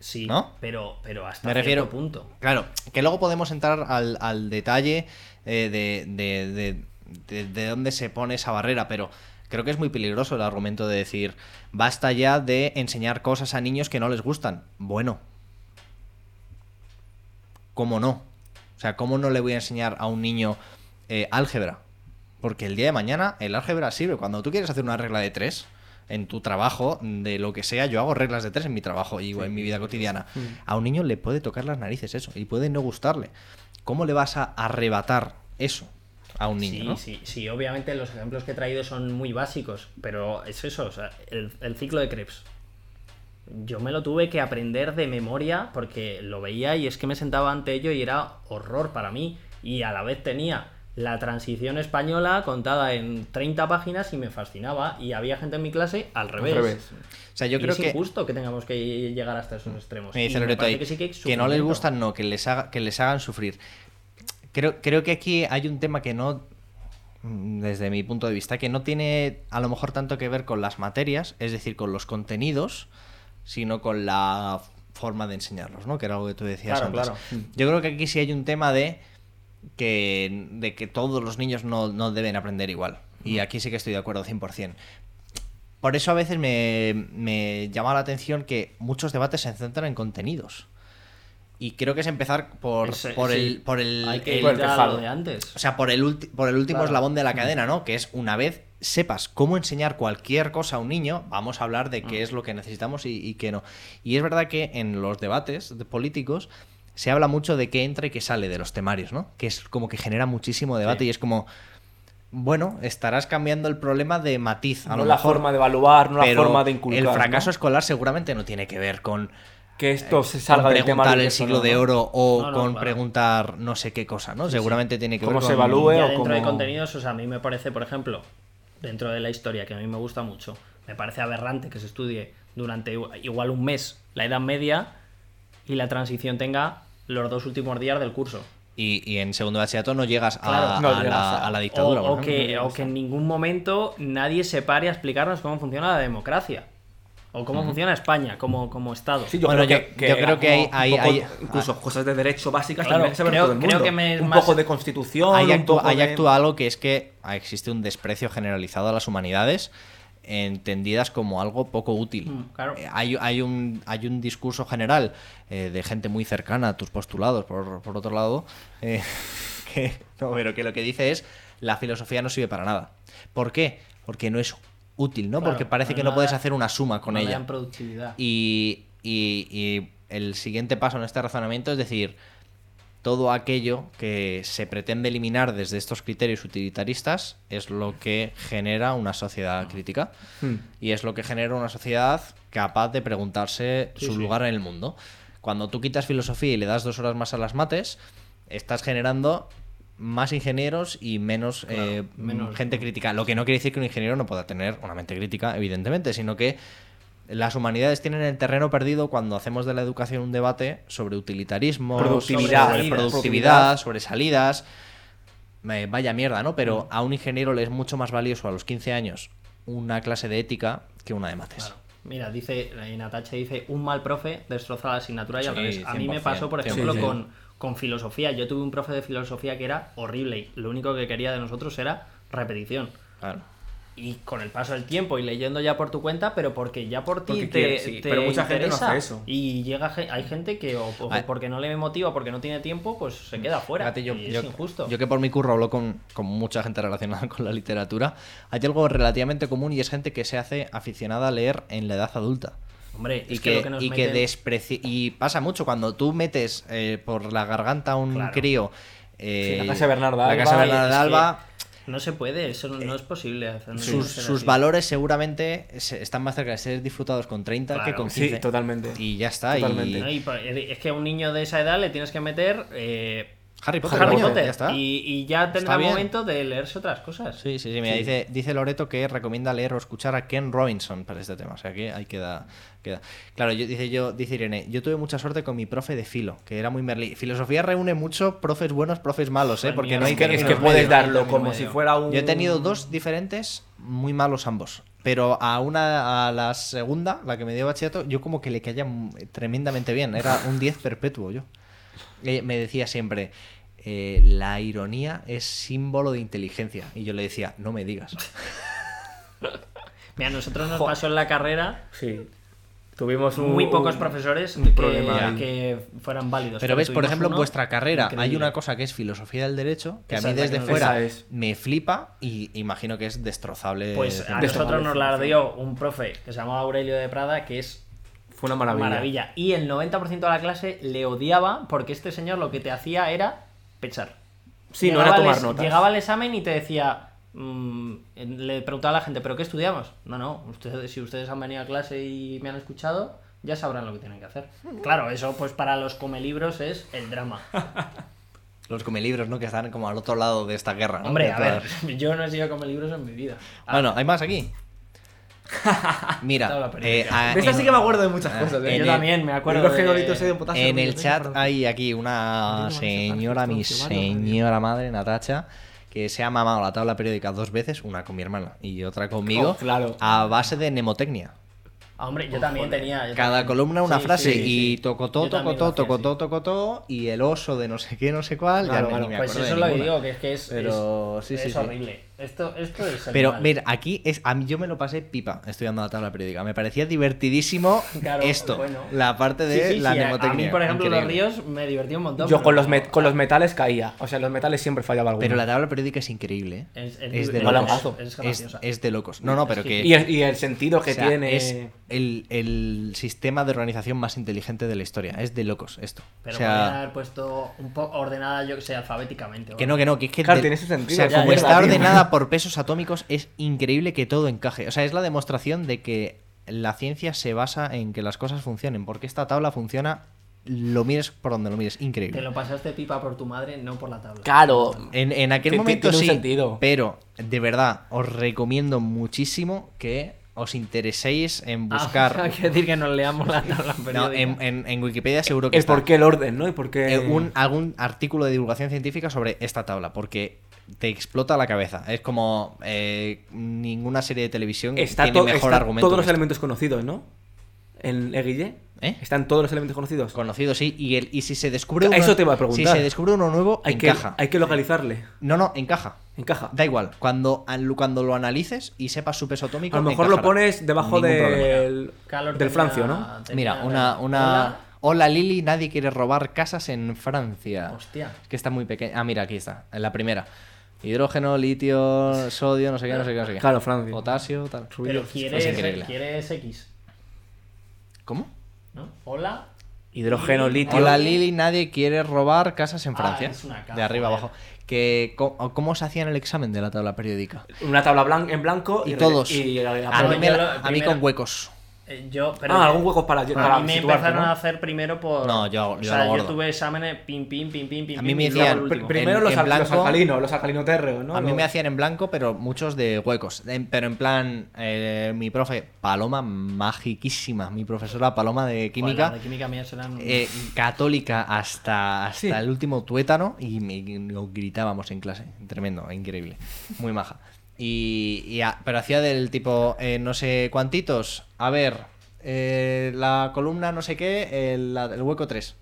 sí,
¿no?
pero, pero hasta
Me refiero.
cierto punto.
Claro, que luego podemos entrar al, al detalle eh, de, de- de- de- de dónde se pone esa barrera, pero creo que es muy peligroso el argumento de decir basta ya de enseñar cosas a niños que no les gustan. Bueno, ¿cómo no? O sea, ¿cómo no le voy a enseñar a un niño eh, álgebra? Porque el día de mañana el álgebra sirve. Cuando tú quieres hacer una regla de tres en tu trabajo, de lo que sea, yo hago reglas de tres en mi trabajo y en mi vida cotidiana. A un niño le puede tocar las narices eso y puede no gustarle. ¿Cómo le vas a arrebatar eso a un niño?
Sí,
no?
sí, sí, obviamente los ejemplos que he traído son muy básicos, pero es eso, o sea, el, el ciclo de Krebs. Yo me lo tuve que aprender de memoria porque lo veía y es que me sentaba ante ello y era horror para mí. Y a la vez tenía la transición española contada en 30 páginas y me fascinaba. Y había gente en mi clase al revés.
revés.
O sea, yo
Y
creo
es
que... Mm.
injusto que tengamos que llegar hasta esos extremos.
Me dice
Y me
Loreto
parece
ahí,
que sí que hay
que no les
sufrimiento.
gustan, no, que les, haga, que les hagan sufrir. Creo, creo que aquí hay un tema que no, mm, desde mi punto de vista, que no tiene a lo mejor tanto que ver con las materias, es decir, con los contenidos, sino con la forma de enseñarlos, ¿no? Que era algo que tú decías
Claro,
antes.
claro.
Mm.
Yo creo que aquí sí hay un tema de que, de que todos los niños no, no deben aprender igual.
Mm.
Y aquí sí que estoy de acuerdo 100%. Por eso a veces me, me llama la atención que muchos debates se centran en contenidos. Y creo que es empezar por,
Ese-
por
sí.
el... Por el,
Hay que
el-
ir
por el
a lo
tejado.
de antes.
o sea, por el, ulti- por el último
Claro. Mm.
eslabón de la cadena, ¿no? Que es una vez sepas cómo enseñar cualquier cosa a un niño, vamos a hablar de qué
Mm.
es lo que necesitamos y, y qué no. Y es verdad que en los debates de políticos se habla mucho de qué entra y qué sale de los temarios, ¿no? Que es como que genera muchísimo debate y es como, bueno, estarás cambiando el problema de matiz. A
No
lo
la
mejor,
forma de evaluar, no la
pero
forma de inculcar.
El
¿no?
fracaso escolar seguramente no tiene que ver con
que esto se
con
salga del tema
preguntar
del
el
que
siglo
sonó,
de
¿no?
oro o
No, no,
con
claro.
preguntar no sé qué cosa, ¿no? Seguramente tiene que
Cómo
ver
se
con...
evalúe.
Ya
o
dentro
como-
de contenidos, o sea, a mí me parece, por ejemplo, dentro de la historia, que a mí me gusta mucho, me parece aberrante que se estudie durante igu- igual un mes la Edad Media y la transición tenga los dos últimos días del curso.
Y, y en segundo de bachillerato no llegas, a-
Claro.
a,
No llegas
la,
a-
a la
O,
dictadura. por
o
ejemplo.
que, o que en ningún momento nadie se pare a explicarnos cómo funciona la democracia. O cómo funciona España como, como Estado.
Sí, yo
Bueno,
creo
yo-
que,
yo creo que hay-
como
hay-
un poco-
hay-
incluso cosas de derecho básicas
Claro,
tendría que saber
creo-
todo el
creo
mundo.
que me es
un
más-
poco de constitución,
Ahí
un
actúa,
poco
ahí
de-
actúa algo que es que ah, existe un desprecio generalizado a las humanidades entendidas como algo poco útil.
claro.
Eh, Hay, hay un, hay un discurso general eh, de gente muy cercana a tus postulados, por, por otro lado, eh, que, no, pero que lo que dice es la filosofía no sirve para nada. ¿Por qué? Porque no es útil, ¿no?
Claro,
Porque parece
no
que
le
no
da-
puedes hacer una suma con
No le
ella.
dan productividad.
Y, y- y el siguiente paso en este razonamiento es decir, todo aquello que se pretende eliminar desde estos criterios utilitaristas es lo que genera una sociedad crítica
Hmm.
y es lo que genera una sociedad capaz de preguntarse su lugar en el mundo. Cuando tú quitas filosofía y le das dos horas más a las mates, estás generando más ingenieros y menos, eh,
menos-
gente crítica. Lo que no quiere decir que un ingeniero no pueda tener una mente crítica, evidentemente, sino que las humanidades tienen el terreno perdido cuando hacemos de la educación un debate sobre utilitarismo,
Productividad,
sobre
salidas.
productividad, sobre salidas. Eh, vaya mierda, ¿no?
Mm.
Pero a un ingeniero le es mucho más valioso a los 15 años una clase de ética que una de mates.
Mira, dice, eh, Natacha dice, un mal profe destroza la asignatura y al
Sí,
revés. A mí me
100%,
pasó, por ejemplo,
100%.
con, con filosofía. Yo tuve un profe de filosofía que era horrible y lo único que quería de nosotros era repetición.
Claro.
Y con el paso del tiempo y leyendo ya por tu cuenta, pero porque ya por ti
Porque
te,
quiere, sí,
te
pero mucha gente no
interesa.
hace eso.
Y llega, ge- hay gente que o, o
Ay.
porque no le motiva, porque no tiene tiempo, pues se queda fuera.
Ah. Mm. Fíjate, yo,
y es
yo-
injusto.
yo que por mi curro hablo con, con mucha gente relacionada con la literatura, hay algo relativamente común y es gente que se hace aficionada a leer en la edad adulta.
Hombre,
Y
es que,
que,
lo que nos
y que
meten-
despreci- Y pasa mucho cuando tú metes eh, por la garganta a un
Claro.
crío. eh,
Sí, la Casa Bernarda
la
Alba,
Casa
eh,
Bernarda
es que-
Alba, Eh,
No se puede, eso no, no es posible. hacer- no
sus,
ser
sus
así.
valores seguramente se- están más cerca de ser disfrutados con 30 que
Claro.
con
Sí,
15.
totalmente.
Y ya está. y-
Totalmente.
¿no? Y pa- es que a un niño de esa edad le tienes que meter eh,
Harry Potter.
Harry
coño,
Potter.
ya está.
Y, y ya
Está
tendrá
bien.
momento de leerse otras cosas.
Sí, sí, sí. Mira, Dice, dice Loreto que recomienda leer o escuchar a Ken Robinson para este tema. O sea que ahí queda. queda. Claro, yo, dice, yo, dice Irene, yo tuve mucha suerte con mi profe de filo, que era muy merlí. Filosofía reúne mucho profes buenos, profes malos, ¿eh?
Madre
Porque
mía,
no hay
Es que, es
términos
que puedes
medios.
darlo
término
como
medio.
si fuera un.
Yo he tenido dos diferentes, muy malos ambos. Pero a una, a la segunda, la que me dio bachillerato, yo como que le caía mm, tremendamente bien. Era un 10 perpetuo yo. Eh, me decía siempre, eh, la ironía es símbolo de inteligencia. Y yo le decía, no me digas.
Mira, a nosotros nos pasó en la carrera
Sí. Tuvimos un-
muy
un-
pocos profesores
un
que,
problema ahí.
que fueran válidos.
Pero ves, por
tuvimos
ejemplo, en
uno
vuestra carrera hay
increíble.
una cosa que es filosofía del derecho, que
Esa
a
es
mí
la que
desde
nos-
esa
fuera
es.
me flipa y imagino que es destrozable. eh,
Pues a
De
nosotros
Somales,
nos la dio un profe que se llamaba Aurelio de Prada, que es
Fue una
maravilla.
maravilla.
Y el 90% de la clase le odiaba porque este señor lo que te hacía era pechar.
Sí, no era
al
tomar
es-
notas.
Llegaba al examen y te decía. mm, le preguntaba a la gente, ¿pero qué estudiamos? No, no, ustedes, si ustedes han venido a clase y me han escuchado, ya sabrán lo que tienen que hacer. Claro, eso pues para los comelibros es el drama.
Los comelibros, ¿no? Que están como al otro lado de esta guerra. ¿no?
Hombre,
De
a
todas-
ver, yo no he sido comelibros en mi vida.
Bueno, hay más aquí. Mira,
Tabla periódica.
eh, a-
De esta
en-
sí que me acuerdo de muchas
Ah,
cosas. ¿eh?
en
yo
el-
también me acuerdo.
Los
de-
genolitos de potasio.
en el chat
Pero-
hay aquí una señora, mi señora madre, Natacha, que se ha mamado la tabla periódica dos veces, una con mi hermana y otra conmigo,
Oh, claro.
a base de mnemotecnia.
Ah, hombre, yo también tenía. yo
Cada
también.
columna una
Sí,
frase
sí, sí.
y tocotó,
Yo también
tocotó,
lo hacía,
tocotó,
sí.
tocotó y el oso de no sé qué, no sé cuál. ya
Claro,
ni
claro.
me
Pues
acuerdo
eso
de
es lo que
ninguna.
digo, que es que es,
Pero
es-
sí, sí,
es
sí.
horrible. Esto, esto es el
Pero
mal.
mira, aquí es a mí yo me lo pasé pipa estudiando la tabla periódica. Me parecía divertidísimo
Claro,
esto,
bueno.
la parte
Sí,
de
sí,
la
sí, a- A
mnemotecnia.
mí, por ejemplo, los
Increíble.
ríos me divertí un montón.
Yo
pero
con los,
no-
met- con los metales caía. O sea, los metales siempre fallaba alguno.
Pero la tabla periódica es increíble. ¿eh?
Es- es
de
divertido,
locos.
es- es
Es,
graciosa.
es de locos. No, no, pero que
y, el, y el sentido que
o sea,
tiene.
es el, el sistema de organización más inteligente de la historia. Es de locos esto.
Pero
o sea,
podrían haber puesto un poco ordenada, yo que sé, alfabéticamente. o
Que
algo.
no, que no, que es que.
Claro,
de-
tiene su sentido,
O sea,
es una
como
mierda,
está
tío.
ordenada por pesos atómicos, es increíble que todo encaje. O sea, es la demostración de que la ciencia se basa en que las cosas funcionen. Porque esta tabla funciona, lo mires por donde lo mires.
Te
Increíble.
lo pasaste pipa por tu madre, no por la tabla.
Claro.
En, en aquel
Ti- ti-
momento
tiene un
sí.
sentido.
Pero, de verdad, os recomiendo muchísimo que os intereséis en buscar.
Ah, quiere decir que nos leamos la tabla
No,
periódica.
en, en- en Wikipedia seguro que
El
está.
por qué el orden, ¿no? Y por qué.
eh, un, algún artículo de divulgación científica sobre esta tabla, porque te explota la cabeza. Es como eh, ninguna serie de televisión
Está,
Mm, tiene
to-
mejor
está
argumento.
todos
que
los
este.
elementos conocidos, ¿no? En Eguille.
¿Eh?
Están todos los elementos conocidos.
Conocido, sí. Y, el, y si se descubre uno,
Eso te iba a preguntar.
Si se descubre uno nuevo,
Hay que,
encaja.
hay que localizarle.
No, no, encaja.
Encaja.
Da igual. Cuando, al- cuando lo analices y sepas su peso atómico,
A lo mejor lo
encajará.
pones debajo
Ningún problema.
del,
Calor
del
tenía-
Francio, ¿no?
tenía-
Mira, una. una... Hola. Lili, nadie quiere robar casas en Francia.
Hostia.
Es que está muy pequeña. Ah, mira, aquí está. En la primera. Hidrógeno, litio, sodio, no sé qué, no sé qué, no sé qué.
Claro, Francia.
Potasio, tal.
Pero
Es
quieres,
increíble.
quieres X,
¿Cómo?
¿no? Hola.
Hidrógeno, litio.
Hola Lili, nadie quiere robar casas en
Ah,
Francia.
es una caja,
de arriba
joder.
abajo. Que, co- ¿cómo, se hacían el examen de la tabla periódica?
Una tabla blan- en blanco y,
Y todos. Ah,
y- y-
a, mí me
yo
la-
lo-
a mí
primero-
con huecos.
Eh, yo, pero
ah, algún hueco para, para
A mí me
situarte,
empezaron
¿no?
a hacer primero por.
No, yo-
o
yo
sea,
lo
yo
gordo.
tuve exámenes pim, pim, pim, pim, pim.
A mí
pim,
me
y luego
decían,
el
Pr-
último.
Primero
En-
los,
en
al- los
blanco-
alcalinos, los alcalinotérreos, ¿no? eh.
a mí
Los-
me hacían en blanco, pero muchos de huecos. En- pero en plan, eh, mi profe, Paloma, magiquísima. Mi profesora Paloma de
Joder,
química.
la de química mía serán.
eh, católica hasta, hasta
Sí.
el último tuétano y me, lo gritábamos en clase. Tremendo, increíble. Muy maja. Y, y a- pero hacía del tipo, eh, no sé cuántitos. A ver, eh, la columna no sé qué, el, la- el hueco 3.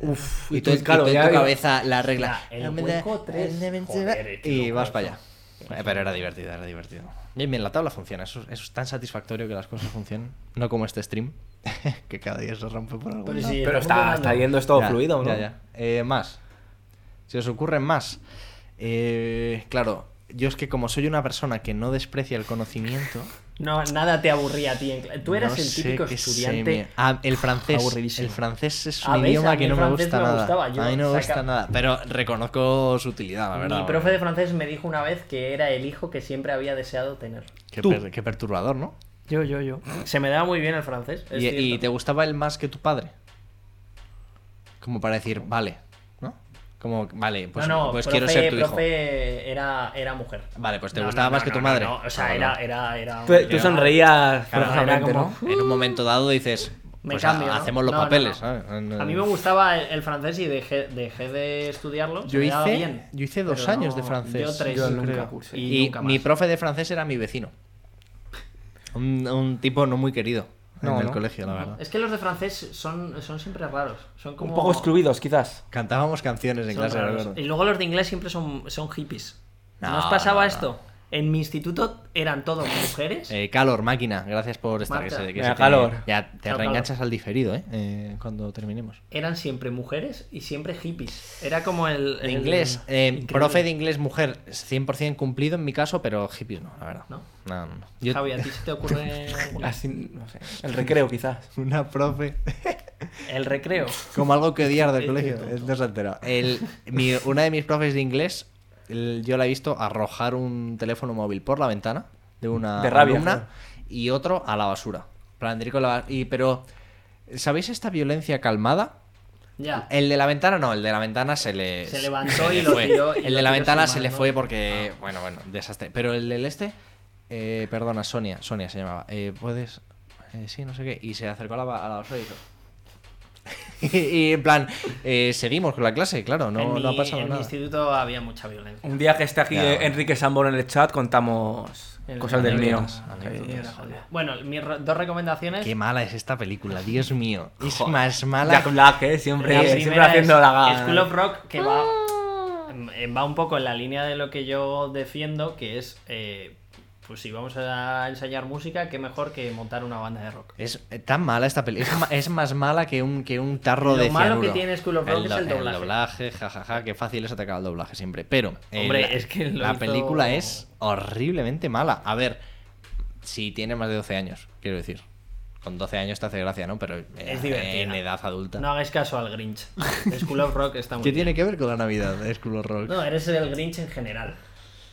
Uf, y,
y tú,
tú,
pues,
y
claro,
tú en
ya
tu
digo-
cabeza la regla.
Ya, el hueco tres. Joder, qué
y
loco
vas
eso.
para allá. Eh, Pero era divertido, era divertido. Bien, bien, la tabla funciona. Eso, eso es tan satisfactorio que las cosas funcionen. No como este stream, que cada día se rompe por algún
Pero
lado.
sí,
Pero
lo
está,
pongo
está
en-
yendo esto
Ya,
fluido, ¿no?
ya, ya. Eh, más. Si os ocurren más. Eh, claro, yo es que como soy una persona que no desprecia el conocimiento.
No, nada te aburría a ti. en cla- Tú eras
no
el
sé
típico
qué se
estudiante.
me- Ah, el francés.
Aburridísimo.
El francés es
Ah,
un
¿ves? A
idioma
mí
que
el
no me
francés
gusta
me
nada.
gustaba, yo
a mí no me
saca-
gusta nada. Pero reconozco su utilidad, la verdad.
Mi profe de francés me dijo una vez que era el hijo que siempre había deseado tener.
Qué,
Tú.
per- qué perturbador, ¿no?
Yo, yo, yo. Se me daba muy bien el francés. es
Y, y
cierto.
te gustaba él más que tu padre. Como para decir, vale, ¿no? Como, vale, pues,
no, no,
pues
profe,
quiero ser tu hijo.
profe Era, era mujer.
Vale, pues te
No,
gustaba
no,
más
no,
que tu
no,
madre.
no, o sea,
Ah,
era,
vale.
era, era
Tú,
un-
tú sonreías
Claro, era
forzadamente,
como-
¿no?
En un momento dado dices,
Me
pues
cambio,
ha-
¿no?
hacemos los
No, no,
papeles.
no.
¿sabes? No-
A mí me gustaba el, el francés y dejé, dejé de estudiarlo. se
Yo
me daba
hice-
bien,
yo hice dos
pero
años de francés,
Yo tres.
yo
creo,
nunca cursé.
Y,
Y
nunca más.
mi profe de francés era mi vecino. Un, un tipo no muy querido en
No,
el
¿no?
colegio, la verdad.
Es que los de francés son, son siempre raros. Son como...
Un poco excluidos, quizás.
Cantábamos canciones en
son
clase,
raros.
recuerdo.
Y luego los de inglés siempre son, son hippies. ¿No,
No,
os
no, no.
pasaba esto? En mi instituto eran todos mujeres.
Eh, calor, máquina, gracias por estar. que
Marta.
se- que
Venga,
se te-
calor.
ya te
Chao,
reenganchas al diferido, ¿eh? Eh, Cuando terminemos.
Eran siempre mujeres y siempre hippies. Era como el.
De
el-
inglés, eh,
increíble.
profe de inglés mujer, 100% cumplido en mi caso, pero hippie no, la verdad.
¿No?
No, no, no. Yo-
Javi, ¿a ti se te ocurre alguna?
Así, no sé. El recreo, quizás.
una profe
el recreo?
Como algo que odiar del colegio. Eh, No se ha enterado. El- mi- una de mis profes de inglés, el- yo la he visto arrojar un teléfono móvil por la ventana de una
De rabia,
alumna
claro.
y otro a la basura. En plan, de ir con la ba- y, pero, ¿sabéis esta violencia calmada?
Ya.
El de la ventana no, el de la ventana se le.
Se levantó
le
y lo
fue.
tiró-
El
y
de
lo
la
tiró Ah.
ventana
sin
se le
mano.
fue porque. Bueno, bueno, desastre. Pero el del este. eh, perdona, Sonia, Sonia se llamaba. eh, ¿Puedes.? eh, sí, no sé qué. Y se acercó a la, ba- a la basura y hizo. y, en plan, eh, seguimos con la clase, claro,
en
no,
mi,
no ha pasado
en mi
nada.
instituto había mucha violencia.
Un día que esté aquí
Ya.
eh, Enrique Sambor en el chat, contamos
El-
cosas del mío.
Anécdotas, anécdotas.
Bueno, mis re- dos recomendaciones.
Qué mala es esta película, Dios mío. Es
Joder.
más mala.
Jack Black, ¿eh? Siempre,
La
siempre
primera
haciendo
es
la Ah. gana.
School of Rock, que va, eh, va un poco en la línea de lo que yo defiendo, que es, eh, pues si vamos a ensayar música, qué mejor que montar una banda de rock.
Es eh, tan mala esta película. Es, ma- es más mala que un, que un tarro
Lo
de
malo
cianuro.
que tiene School of Rock es
do-
el doblaje.
jajaja, qué fácil es atacar al doblaje siempre. Pero, eh,
Hombre,
la,
es que lo
la
hizo-
película es horriblemente mala. A ver, si tiene más de 12 años, quiero decir. Con 12 años te hace gracia, ¿no? Pero eh,
Es divertida.
en edad adulta.
No hagáis caso al Grinch. School of Rock está muy
¿Qué
bien.
tiene que ver con la Navidad, School of Rock?
No, eres el Grinch en general.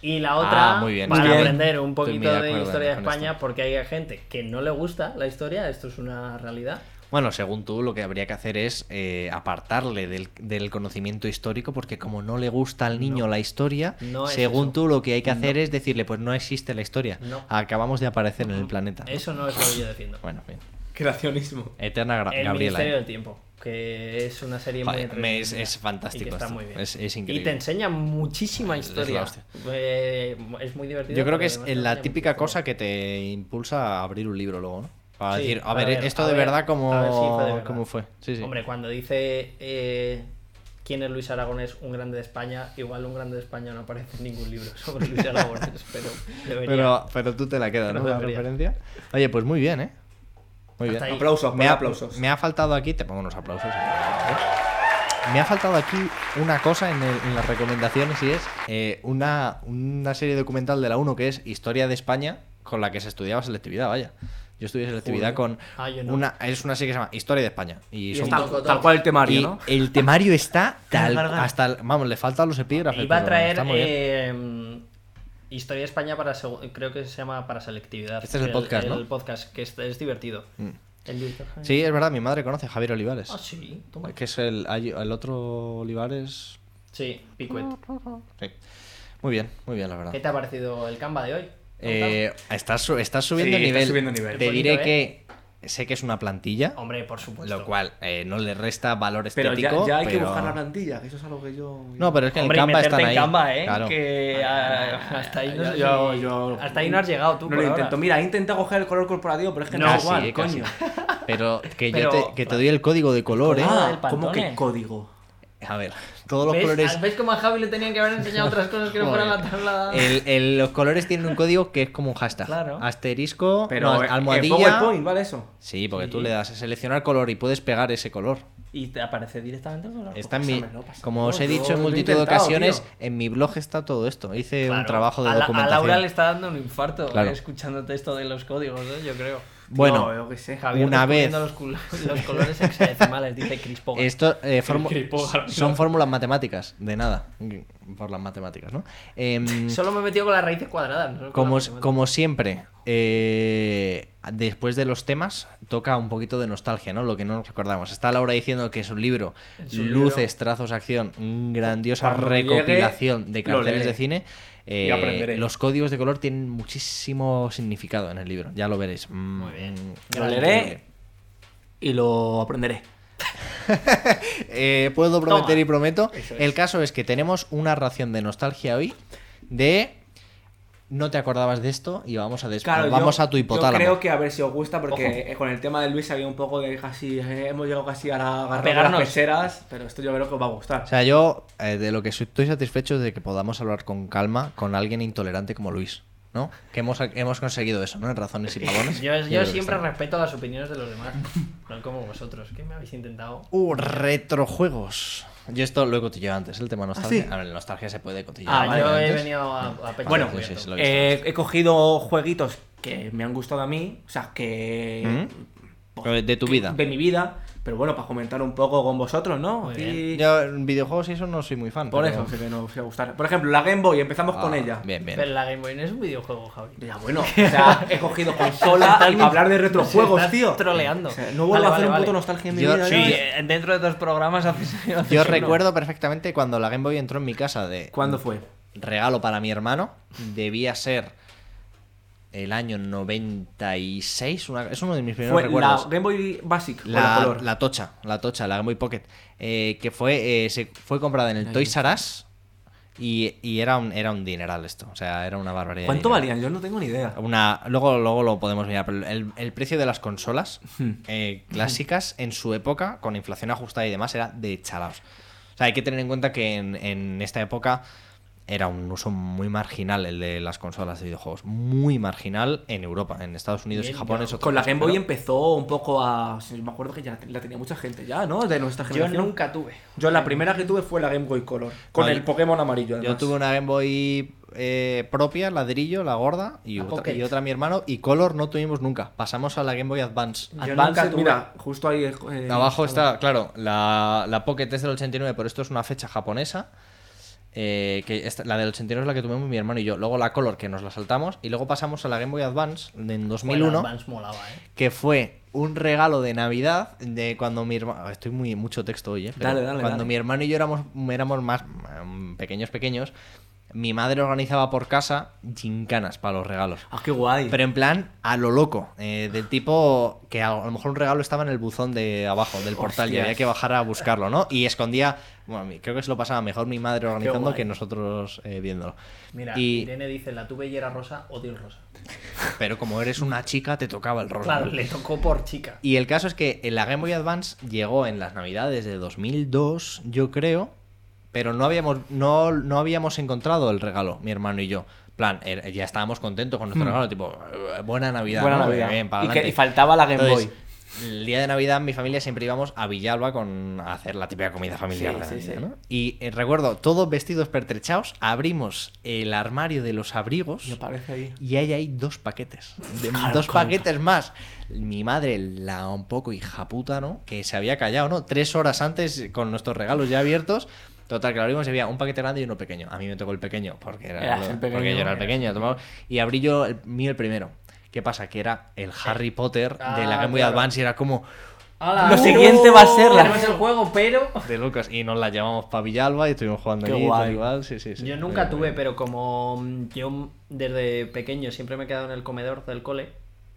Y la otra,
Ah, muy bien,
para
muy bien.
aprender un
Estoy muy
poquito
de
de,
acuerdo
historia de
con
España,
esto.
porque hay gente que no le gusta la historia, esto es una realidad.
Bueno, según tú, lo que habría que hacer es eh, apartarle del, del conocimiento histórico, porque como no le gusta al niño la historia,
No es
según
eso.
tú, lo que hay que hacer es decirle, pues no existe la historia.
No.
Acabamos de aparecer en el planeta. ¿no?
Eso no es lo que yo defiendo.
Bueno, bien.
Creacionismo.
Eterna Gra-
El
Gabriela.
Ministerio
¿eh?
del Tiempo, que es una serie
Joder,
muy
me- es,
entretenida
es fantástico.
y que está
esto.
muy bien.
Es, es
Y te
increíble.
enseña muchísima
Es la
historia.
hostia.
Eh, es muy divertido.
Yo creo que
pero
es
además te
la
enseña
típica
muchísima
cosa que te impulsa a abrir un libro luego, ¿no? Para
Sí,
decir, a
a
ver,
ver,
esto
a
de
ver,
verdad, ¿cómo,
a ver si fue de verdad.
cómo fue? Sí, sí.
Hombre, cuando dice eh, quién es Luis Aragonés, un grande de España, igual un grande de España no aparece en ningún libro sobre Luis Aragonés, pero debería.
Pero, pero tú te la quedas,
Pero
¿no? La
debería.
referencia. Oye, pues muy bien, ¿eh? Muy bien.
Hasta ahí.
Aplausos,
Pues Me
me
ha,
aplausos.
me ha faltado aquí, te pongo unos aplausos. ¿eh? Me ha faltado aquí una cosa en, el- en las recomendaciones y es eh, una, una serie documental de la 1 que es Historia de España con la que se estudiaba selectividad, vaya. Yo estudié selectividad con
Ah, yo no.
una es una serie que se llama Historia de España y,
Y
son-
está tal cual el temario,
y
¿no?
el temario está tal
Gargar.
hasta el- vamos, le faltan los epígrafes.
Iba a
pero
traer
está muy bien.
eh, Historia de España para segu- creo que se llama para selectividad.
Este es el podcast, ¿no? Mm.
El podcast, que es, es divertido. El director-
Sí, es verdad, mi madre conoce a Javier Olivares.
Ah, sí, toma.
Que es el, hay- el otro Olivares.
Sí, Picuet.
Sí. Muy bien, muy bien, la verdad.
¿Qué te ha parecido el Canva de hoy?
Eh, estás, su- estás subiendo
Sí,
el
está
nivel.
subiendo el nivel.
Te
Qué
diré
bonito,
que sé que es una plantilla,
Hombre, por supuesto.
lo cual eh, no le resta valor
Pero
estético.
ya, ya hay que
pero-
buscar la plantilla, que eso es algo que yo.
No, pero es que
Hombre, y
en Canva
meterte
están
en
ahí.
Canva, ¿eh?
Claro.
Que ah, hasta ahí no,
Yo-
sé
yo-
si-
yo-
hasta ahí no has llegado tú.
No
por
lo
ahora.
intento. Mira, he intentado coger el color corporativo, pero es que no, Ah,
No,
es igual,
casi, casi.
coño.
Pero que yo
Pero-
te, que te doy el código de color, ¿eh?
Ah,
Ah, ¿cómo
Pantone.
que código?
A ver, todos los
¿Ves?
colores.
¿Ves cómo a Javi le tenían que haber enseñado otras cosas que no fueran la tabla?
el- el- los colores tienen un código que es como un hashtag.
Claro.
Asterisco,
Pero eh,
no,
en- en
almohadilla.
PowerPoint, ¿vale eso?
Sí, porque tú le das a seleccionar color y puedes pegar ese color.
Y te aparece directamente el color.
Está en mi,
pásamelo, pásamelo.
como os he
Yo
dicho
lo
en
he
multitud de
intentado,
ocasiones,
tío.
en mi blog está todo esto. Hice un
Claro.
trabajo de
a, la- a
documentación.
Laura le está dando un infarto
Claro.
eh, escuchándote esto de los códigos, ¿eh? yo creo.
Bueno,
No, yo qué sé.
Javier
Una
descubriendo
vez.
Los, cul- los colores hexadecimales, dice Crispo.
Esto eh, formu-
Cripógamo.
son fórmulas matemáticas, de nada, por las matemáticas, ¿no? Em,
Solo me he metido con las raíces cuadradas. no con
como,
las matemáticas.
como siempre, eh, después de los temas toca un poquito de nostalgia, ¿no? Lo que no nos recordamos. Está Laura diciendo que es un libro, Luces, Trazos, Acción, mm, grandiosa
Cuando
recopilación
llegue,
de
lo
carteles
leeré.
de cine. Eh,
Y aprenderé.
los códigos de color tienen muchísimo significado en el libro, ya lo veréis. Mm, Muy bien.
Lo leeré y lo aprenderé.
Eh, puedo prometer
Toma.
y prometo. El caso es que tenemos una ración de nostalgia hoy de no te acordabas de esto y vamos a des-
Claro,
vamos
yo-
a tu
Yo
hipotálamo.
creo que a ver si os gusta, porque eh, con el tema de Luis había un poco de casi. eh, hemos llegado casi a la garra de las
pegarnos.
pecheras, pero esto yo creo que os va a gustar.
O sea, yo eh, de lo que soy- estoy satisfecho es de que podamos hablar con calma con alguien intolerante como Luis, ¿no? Que hemos, hemos conseguido eso, ¿no? En razones y pavones.
Yo, yo
creo que
siempre
está.
respeto las opiniones de los demás. No como vosotros, que me habéis intentado.
Uh, retrojuegos. Yo esto lo he cotillado antes, ¿eh? el tema
¿Ah,
nostalgia. A ver, la nostalgia se puede cotillar.
Ah,
antes.
yo he venido a, a pecho
Bueno,
descubierto.
sí, sí, pues lo he visto.
Eh, he cogido jueguitos que me han gustado a mí, o sea, que.
¿Mm? De tu vida.
De mi vida, pero bueno, para comentar un poco con vosotros, ¿no?
Muy
Y
Yo en videojuegos y eso no soy muy fan.
Por
pero-
eso sé que no os va a gustar. Por ejemplo, la Game Boy, empezamos
Ah,
con ella.
Bien, bien.
Pero la Game Boy no es un videojuego, Javi.
Ya, bueno, o sea, he cogido consola y para hablar de retrojuegos,
Estás
tío.
troleando.
O sea, no vuelvo
Vale,
a hacer
vale,
un
vale.
puto nostalgia en mi
Yo-
vida.
sí,
¿no?
yo-
eh, dentro de dos programas haces. haces
Yo
uno.
recuerdo perfectamente cuando la Game Boy entró en mi casa de
¿Cuándo fue?
regalo para mi hermano. Debía ser el año 96. una- es uno de mis primeros
Fue
recuerdos.
la Game Boy Basic, la,
La,
color.
la tocha, la tocha, la Game Boy Pocket. eh, que fue, eh, se, fue comprada en el Toys R Us y, y era, un, era un dineral esto. O sea, era una barbaridad. de
¿Cuánto
dinero.
valían? Yo no tengo ni idea.
Una, luego, luego lo podemos mirar, pero el, el precio de las consolas
Hmm.
eh, clásicas en su época, con inflación ajustada y demás, era de chalaos. O sea, hay que tener en cuenta que en, en esta época era un uso muy marginal el de las consolas de videojuegos. Muy marginal en Europa, en Estados Unidos y
Bien,
Japón
yo-
es otra
Con la
cosa,
Game Boy
pero-
empezó un poco a... sí, Me acuerdo que ya la tenía mucha gente ya, ¿no? De nuestra
Yo
generación.
nunca tuve.
Yo la primera que tuve fue la Game Boy Color. Con
No,
el
yo-
Pokémon amarillo,
Yo
además.
tuve una Game Boy eh, propia, ladrillo, la gorda, y
La
otra,
Pocket.
y otra mi hermano, y Color no tuvimos nunca. Pasamos a la Game Boy Advance.
yo
Advance,
nunca tuve.
mira, justo ahí... eh,
Abajo está, claro, la, la Pocket es del 89, pero esto es una fecha japonesa. eh, que esta- la del 89 es la que tuvimos mi hermano y yo. Luego la Color, que nos la saltamos. Y luego pasamos a la Game Boy Advance de- en
Bueno,
2001,
Advance molaba, ¿eh?
que fue un regalo de Navidad de cuando mi hermano... Estoy muy mucho texto hoy, ¿eh? Pero
Dale, dale,
cuando
dale.
mi hermano y yo éramos, éramos más mm, pequeños, pequeños, mi madre organizaba por casa gincanas para los regalos.
Ah, qué guay.
Pero en plan, a lo loco. eh, del tipo que a, a lo mejor un regalo estaba en el buzón de abajo, del portal, y
Hostias.
había que bajar a buscarlo, ¿no? Y escondía. Bueno, mi- creo que se lo pasaba mejor mi madre organizando
guay.
que nosotros eh, viéndolo.
Mira,
y,
Irene dice, la tuve y era rosa, odio el rosa.
pero como eres una chica, te tocaba el rol.
Claro, le tocó por chica.
Y el caso es que en la Game Boy Advance llegó en las navidades de 2002, yo creo, pero no habíamos, no, no habíamos encontrado el regalo, mi hermano y yo. plan, er- ya estábamos contentos con nuestro regalo, tipo, eh, buena Navidad.
Mm. Buena
¿no?
Navidad.
Bien, para
y, que-
adelante.
y faltaba la Game
Entonces,
Boy.
El día de Navidad, mi familia siempre íbamos a Villalba con a hacer la típica comida familiar. de
Sí, sí,
Navidad,
sí.
¿no? Y eh, recuerdo, todos vestidos pertrechados, abrimos el armario de los abrigos.
Me parece ahí.
Y hay ahí dos paquetes. De- dos paquetes más. Mi madre, la un poco hija puta, ¿no? Que se había callado, ¿no? Tres horas antes con nuestros regalos ya abiertos. Total, que lo abrimos y había un paquete grande y uno pequeño. A mí me tocó el pequeño, porque, era,
Eras el
porque
pequeño.
yo era el pequeño. tomaba- Y abrí yo el mío el primero. ¿Qué pasa? Que era el Harry Potter de la
Ah,
Game Boy
claro.
Advance y era como
¡Hala!
Lo siguiente va a ser la-
uh, Tenemos el juego, pero...
de locos. Y nos la llevamos para Villalba y estuvimos jugando
Qué
allí. y tal,
guay.
igual. Sí, sí, sí.
Yo nunca
Muy
tuve,
bien.
pero como mm, yo mm, desde pequeño siempre me he quedado en el comedor del cole,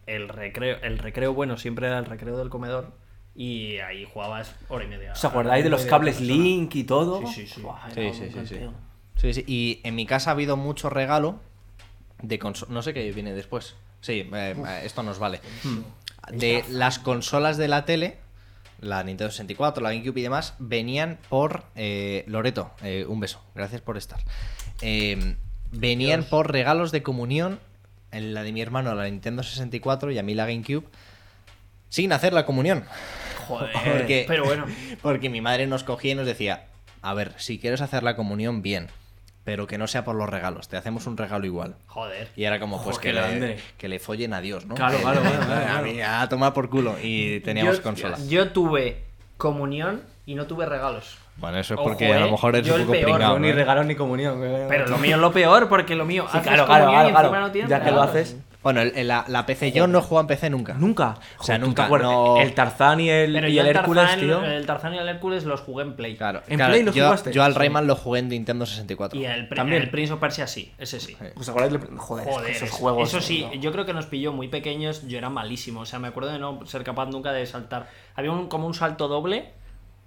el recreo, el recreo bueno siempre era el recreo del comedor y ahí jugabas hora y media.
¿Os acordáis de los
Hora y media
cables
por persona.
Link y todo?
Sí, sí, sí.
Buah,
Sí,
era
sí,
un
sí, sí.
canteo.
Sí, sí, Y en mi casa ha habido mucho regalo de consolas. No sé qué viene después. Sí, eh, esto nos vale. Hmm. De las consolas de la tele, la Nintendo 64, la GameCube y demás, venían por. eh, Loreto, eh, un beso. Gracias por estar. Eh, venían por regalos de comunión. En la de mi hermano, la Nintendo 64 y a mí la GameCube. Sin hacer la comunión.
Joder,
Porque-
pero bueno.
Porque mi madre nos cogía y nos decía, a ver, si quieres hacer la comunión, bien, pero que no sea por los regalos, te hacemos un regalo igual.
Joder.
Y era como, pues
Ojo,
que
qué
le,
grande.
que le follen a Dios, ¿no?
Claro,
Que-
claro, claro, claro,
A mí, a tomar por culo. Y teníamos
yo,
consola.
Yo tuve comunión y no tuve regalos.
Bueno, eso es
Ojo,
porque a
eh,
lo mejor eres
yo
un
el
poco
peor,
pringado.
Yo ni
¿eh?
regalo ni comunión.
Pero lo mío es lo peor, porque lo mío.
Sí,
haces
claro, claro,
comunión y
claro, claro.
encima no tienes
ya que lo
regalos.
haces.
Bueno, el- el- la, la PC yo no jugaba en PC nunca.
Nunca.
O sea,
Joder, ¿tú
nunca,
te acuerdas?
no-
El Tarzán y el,
Pero
y
yo
el Hércules,
Tarzán,
tío.
El Tarzán y el Hércules los jugué en Play.
Claro,
¿En
claro,
Play lo
yo,
jugaste?
yo al
Sí.
Rayman lo jugué en Nintendo 64.
Y el, pre-
También.
el Prince of Persia sí, ese sí.
Pues, ¿Os acordáis del- Joder, es que
Joder,
esos
eso-
juegos.
eso sí,
no.
yo creo que nos pilló muy pequeños, yo era malísimo, o sea, me acuerdo de no ser capaz nunca de saltar. Había un, como un salto doble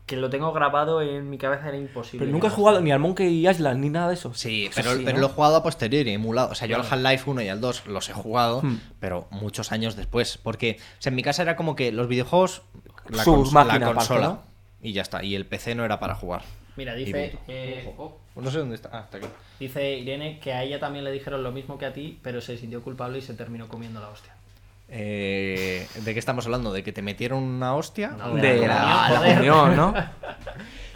que lo tengo grabado en mi cabeza, era imposible.
Pero nunca has jugado ni al Monkey Island ni nada de eso.
Sí,
Eso
pero,
sí,
pero
¿no?
lo he jugado a posteriori, emulado. O sea, yo al Half-Life 1 y al 2 los he jugado, pero muchos años después. Porque, o sea, en mi casa era como que los videojuegos, la,
Su
cons- la
máquina aparte,
consola,
¿no?
y ya está. Y el PC no era para jugar.
Mira,
Y
dice,
punto.
eh, oh,
No sé dónde está. Ah, está aquí.
dice Irene que a ella también le dijeron lo mismo que a ti, pero se sintió culpable y se terminó comiendo la hostia.
Eh, ¿De qué estamos hablando? ¿De que te metieron una hostia?
No,
¿O
De la,
la
la
comunión, joder.
comunión, ¿no?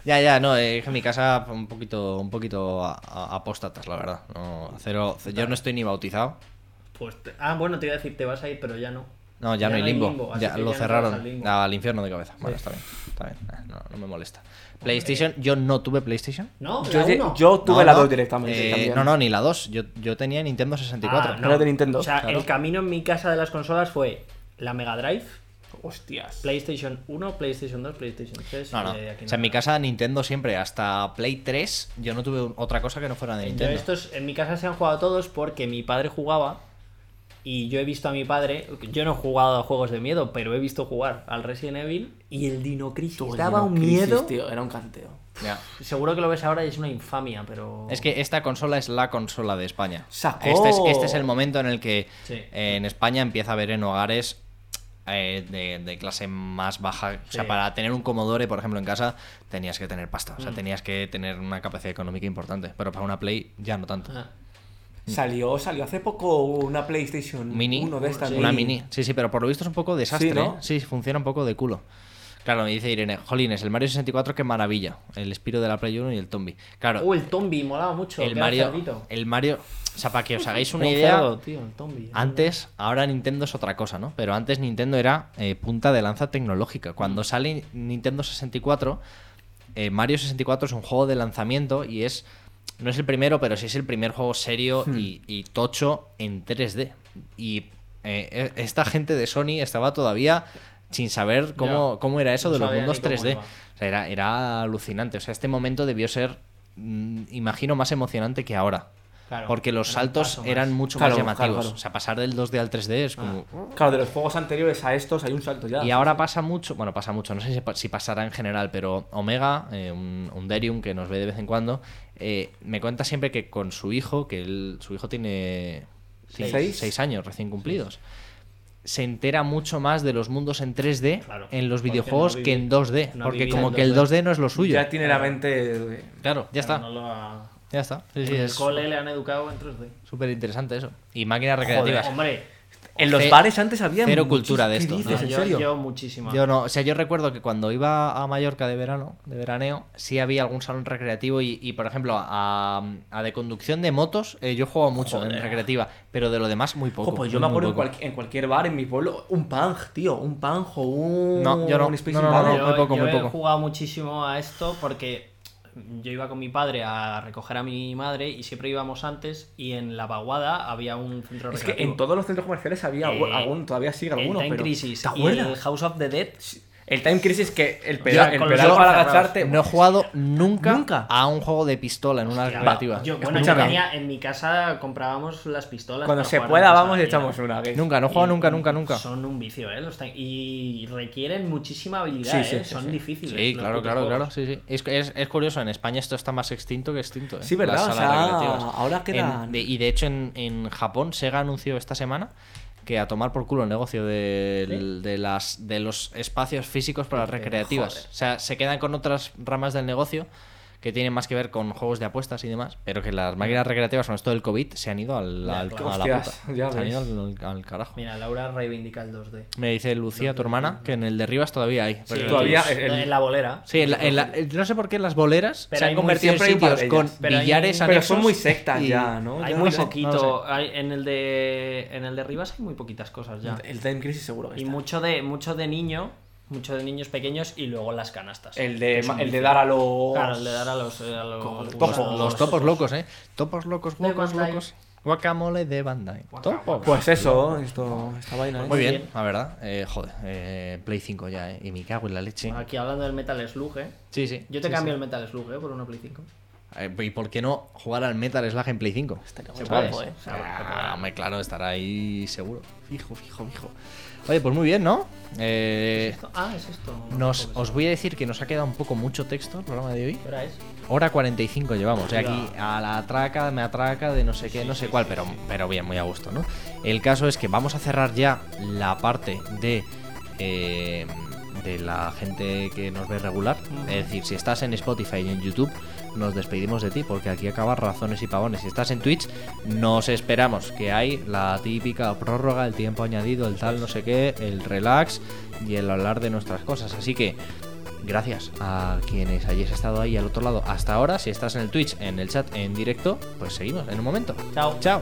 Ya, ya, no, eh, que en mi casa un poquito, un poquito a- a- apóstatas, la verdad. No, cero, yo no estoy ni bautizado.
Pues te- ah, bueno, te iba a decir, te vas a ir, pero ya no.
No, ya, no hay limbo.
así
ya
que
lo
ya no
cerraron
vas al limbo.
Ah, al infierno de cabeza. Bueno, está bien. Está bien. Ah, No, no me molesta. PlayStation, yo no tuve PlayStation.
¿No?
Yo,
¿La
lle-
uno?
yo tuve
No,
la
no.
2 directamente.
Eh,
también.
no, no, ni la 2. Yo, yo tenía Nintendo 64.
Ah,
no. Era de Nintendo,
O sea,
claro.
el camino en mi casa de las consolas fue la Mega Drive,
Hostias.
PlayStation 1, PlayStation 2, PlayStation 3.
No, no.
eh, aquí
O sea, en mi casa Nintendo siempre, hasta Play 3, yo no tuve un- otra cosa que no fuera de
Yo
Nintendo.
estos en mi casa se han jugado todos porque mi padre jugaba y yo he visto a mi padre, yo no he jugado a juegos de miedo, pero he visto jugar al Resident Evil y el Dino Crisis
Tú,
daba
Dino
un
Crisis,
miedo.
tío, era un canteo.
Ya.
Seguro que lo ves ahora y es una infamia,
Oh.
pero
Es que esta consola es la consola de España.
Sacó.
Este es, este es el momento en el que
Sí.
eh, en España empieza a haber en hogares eh, de, de clase más baja. O sea,
Sí.
para tener un Commodore, por ejemplo, en casa, tenías que tener pasta. O
Mm.
sea, tenías que tener una capacidad económica importante. Pero para una Play ya no tanto.
Ah,
Salió, salió hace poco una PlayStation
Mini.
uno de estas.
Una mini. Sí, sí, pero por lo visto es un poco desastre.
Sí, ¿no?
¿eh? Sí, funciona un poco de culo. Claro, me dice Irene, jolines, el Mario 64, qué maravilla. El Spiro de la Play 1 y el Tombi. Claro,
Uh, el Tombi molaba mucho. que
el
era
Mario.
cerdito.
El Mario. O sea, para que os hagáis una
Era un
idea.
cerdo, tío, el eh. Tombi.
Antes, ahora Nintendo es otra cosa, ¿no? Pero antes Nintendo era eh, punta de lanza tecnológica.
Mm.
Cuando sale Nintendo 64, eh, Mario 64 es un juego de lanzamiento y es. No es el primero, pero sí es el primer juego serio
Hmm.
y, y tocho en 3D. Y eh, e- esta gente de Sony estaba todavía sin saber cómo,
Ya.
cómo era eso
No
de los
sabía ni
mundos
cómo
3D.
iba.
O sea, era, era alucinante. O sea, este momento debió ser, mm, imagino, más emocionante que ahora.
Claro,
porque los
era un
saltos
paso más.
eran mucho
Claro,
más
claro,
llamativos.
claro.
O sea, pasar del 2D al 3D es como...
Claro, de los juegos anteriores a estos hay un salto
Ah.
ya.
Y ahora pasa mucho, bueno, pasa mucho, no sé si pa- si pasará en general, pero Omega, eh, un, un Derium que nos ve de vez en cuando, eh, me cuenta siempre que con su hijo, que él, su hijo tiene
Seis.
seis, seis años recién cumplidos, se entera mucho más de los mundos en 3D
Claro,
en los
porque
videojuegos
no vive-
que en 2D,
no
porque
vivía
como
en
que el
2D.
2D no es lo suyo.
Ya tiene la mente. de-
Claro, ya está,
No lo ha-
ya está. Sí, sí,
en el
es
cole le han educado en 3D.
súper interesante eso. Y máquinas
Joder,
recreativas.
hombre.
En los
Ce-
bares antes había.
cero
muchis-
cultura de
¿qué
esto, ¿no?
dices,
no,
en
yo,
serio?
yo muchísimo.
Yo no, o sea, yo recuerdo que cuando iba a Mallorca de verano, de veraneo, sí había algún salón recreativo y, y, por ejemplo, a, a de conducción de motos eh, yo jugaba mucho en recreativa, pero de lo demás muy poco.
Jo, pues yo
muy,
me
muy
acuerdo en,
poco.
cualqui- en cualquier bar en mi pueblo, un pang, tío, un pang o un.
No, yo no.
un Space
No, no, no,
Invader.
no. muy poco,
yo
muy
he
poco.
jugado muchísimo a esto porque yo iba con mi padre a recoger a mi madre y siempre íbamos antes y en la vaguada había un centro
Es que
recreativo.
en todos los centros comerciales había
Eh,
algún, todavía sigue
El
alguno.
Time
pero,
Crisis
¿Te
y el
acuerdas?
House of the Dead
El Time Crisis que el
Ya,
pedal, el
con los
pedal
ojos
para
cerrados.
agacharte.
No he jugado nunca,
pues, Nunca.
a un juego de pistola en una recreativa.
Yo, bueno, yo
Escúchame.
tenía en mi casa comprábamos las pistolas.
Cuando
para
se
jugar
pueda
en casa,
vamos y
tío.
echamos una. que-
Nunca, no he jugado nunca, nunca, nunca.
Son un vicio, ¿eh? Los tank- y requieren muchísima habilidad,
Sí, sí,
¿eh?
sí,
son
sí.
difíciles.
Sí,
los
claro,
putos
claro,
juegos.
claro. Sí, sí. Es, es- es curioso, en España esto está más extinto que extinto. ¿eh?
Sí, ¿verdad?
Las
O
salas
sea,
recreativas.
ahora
En-
quedan-
de- y de hecho, en, en Japón, Sega anunció esta semana que a tomar por culo el negocio del- de, las, de los espacios físicos para las
Eh,
recreativas. O sea, se quedan con otras ramas del negocio que tienen más que ver con juegos de apuestas y demás, pero que las máquinas recreativas con esto del COVID se han ido al, al-
claro.
a la
Hostias,
puta.
ya
Se han
ves.
ido al, al carajo.
Mira, Laura reivindica el 2D.
Me dice Lucía, tu hermana, que en el de Rivas todavía hay.
Sí,
todavía
en-
el-
en la bolera.
Sí, en la- en la- en- no sé por qué las boleras
Pero
se
hay
han
muy-
convertido en
siempre hay un par
sitios
de
con
ellas.
Pero hay-
billares
pero
Pero
anexos.
son muy sectas
y-
ya, ¿no?
hay
Oh, Ya
muy
no sé.
poquito.
no lo
hay- en el de en el de Rivas hay muy poquitas cosas ya.
El Time Crisis seguro que
Y
está.
mucho de mucho de niño, mucho de niños pequeños y luego las canastas.
El de,
Es un
el de
vicio.
dar a los.
Claro, el de dar a los, eh, a los-
Con los
a
topos.
Los, los topos locos, ¿eh? Topos locos,
De
locos,
Bandai.
locos. Guacamole de Bandai. Topos.
Pues eso, esto, esta vaina. ¿eh?
muy bien, la verdad. Eh, joder, eh, Play 5 ya, ¿eh? Y me cago en la leche.
Aquí hablando del Metal Slug, ¿eh?
Sí, sí.
Ah, Yo te
sí,
cambio el Metal Slug, ¿eh? Por una Play 5.
sí. Eh, ¿Y por qué no jugar al Metal Slug en Play 5?
Se
¿Sabes?
puede, ¿eh?
Ah, hombre, claro, estará ahí seguro. Fijo, fijo, fijo. Oye, pues muy bien, ¿no? Eh,
Ah, es esto.
Nos, os voy a decir que nos ha quedado un poco mucho texto el programa de hoy.
¿Qué hora es?
Hora 45 llevamos. Y aquí a la atraca, me atraca, de no sé qué, no sé cuál, pero, pero bien, muy a gusto, ¿no? El caso es que vamos a cerrar ya la parte de. eh, de la gente que nos ve regular. Es decir, si estás en Spotify y en YouTube, nos despedimos de ti, porque aquí acaba razones y pavones. Si estás en Twitch, nos esperamos, que hay la típica prórroga, el tiempo añadido, el tal, no sé qué, el relax y el hablar de nuestras cosas. Así que gracias a quienes hayáis estado ahí al otro lado hasta ahora. Si estás en el Twitch, en el chat, en directo, pues seguimos en un momento.
Chao.
Chao.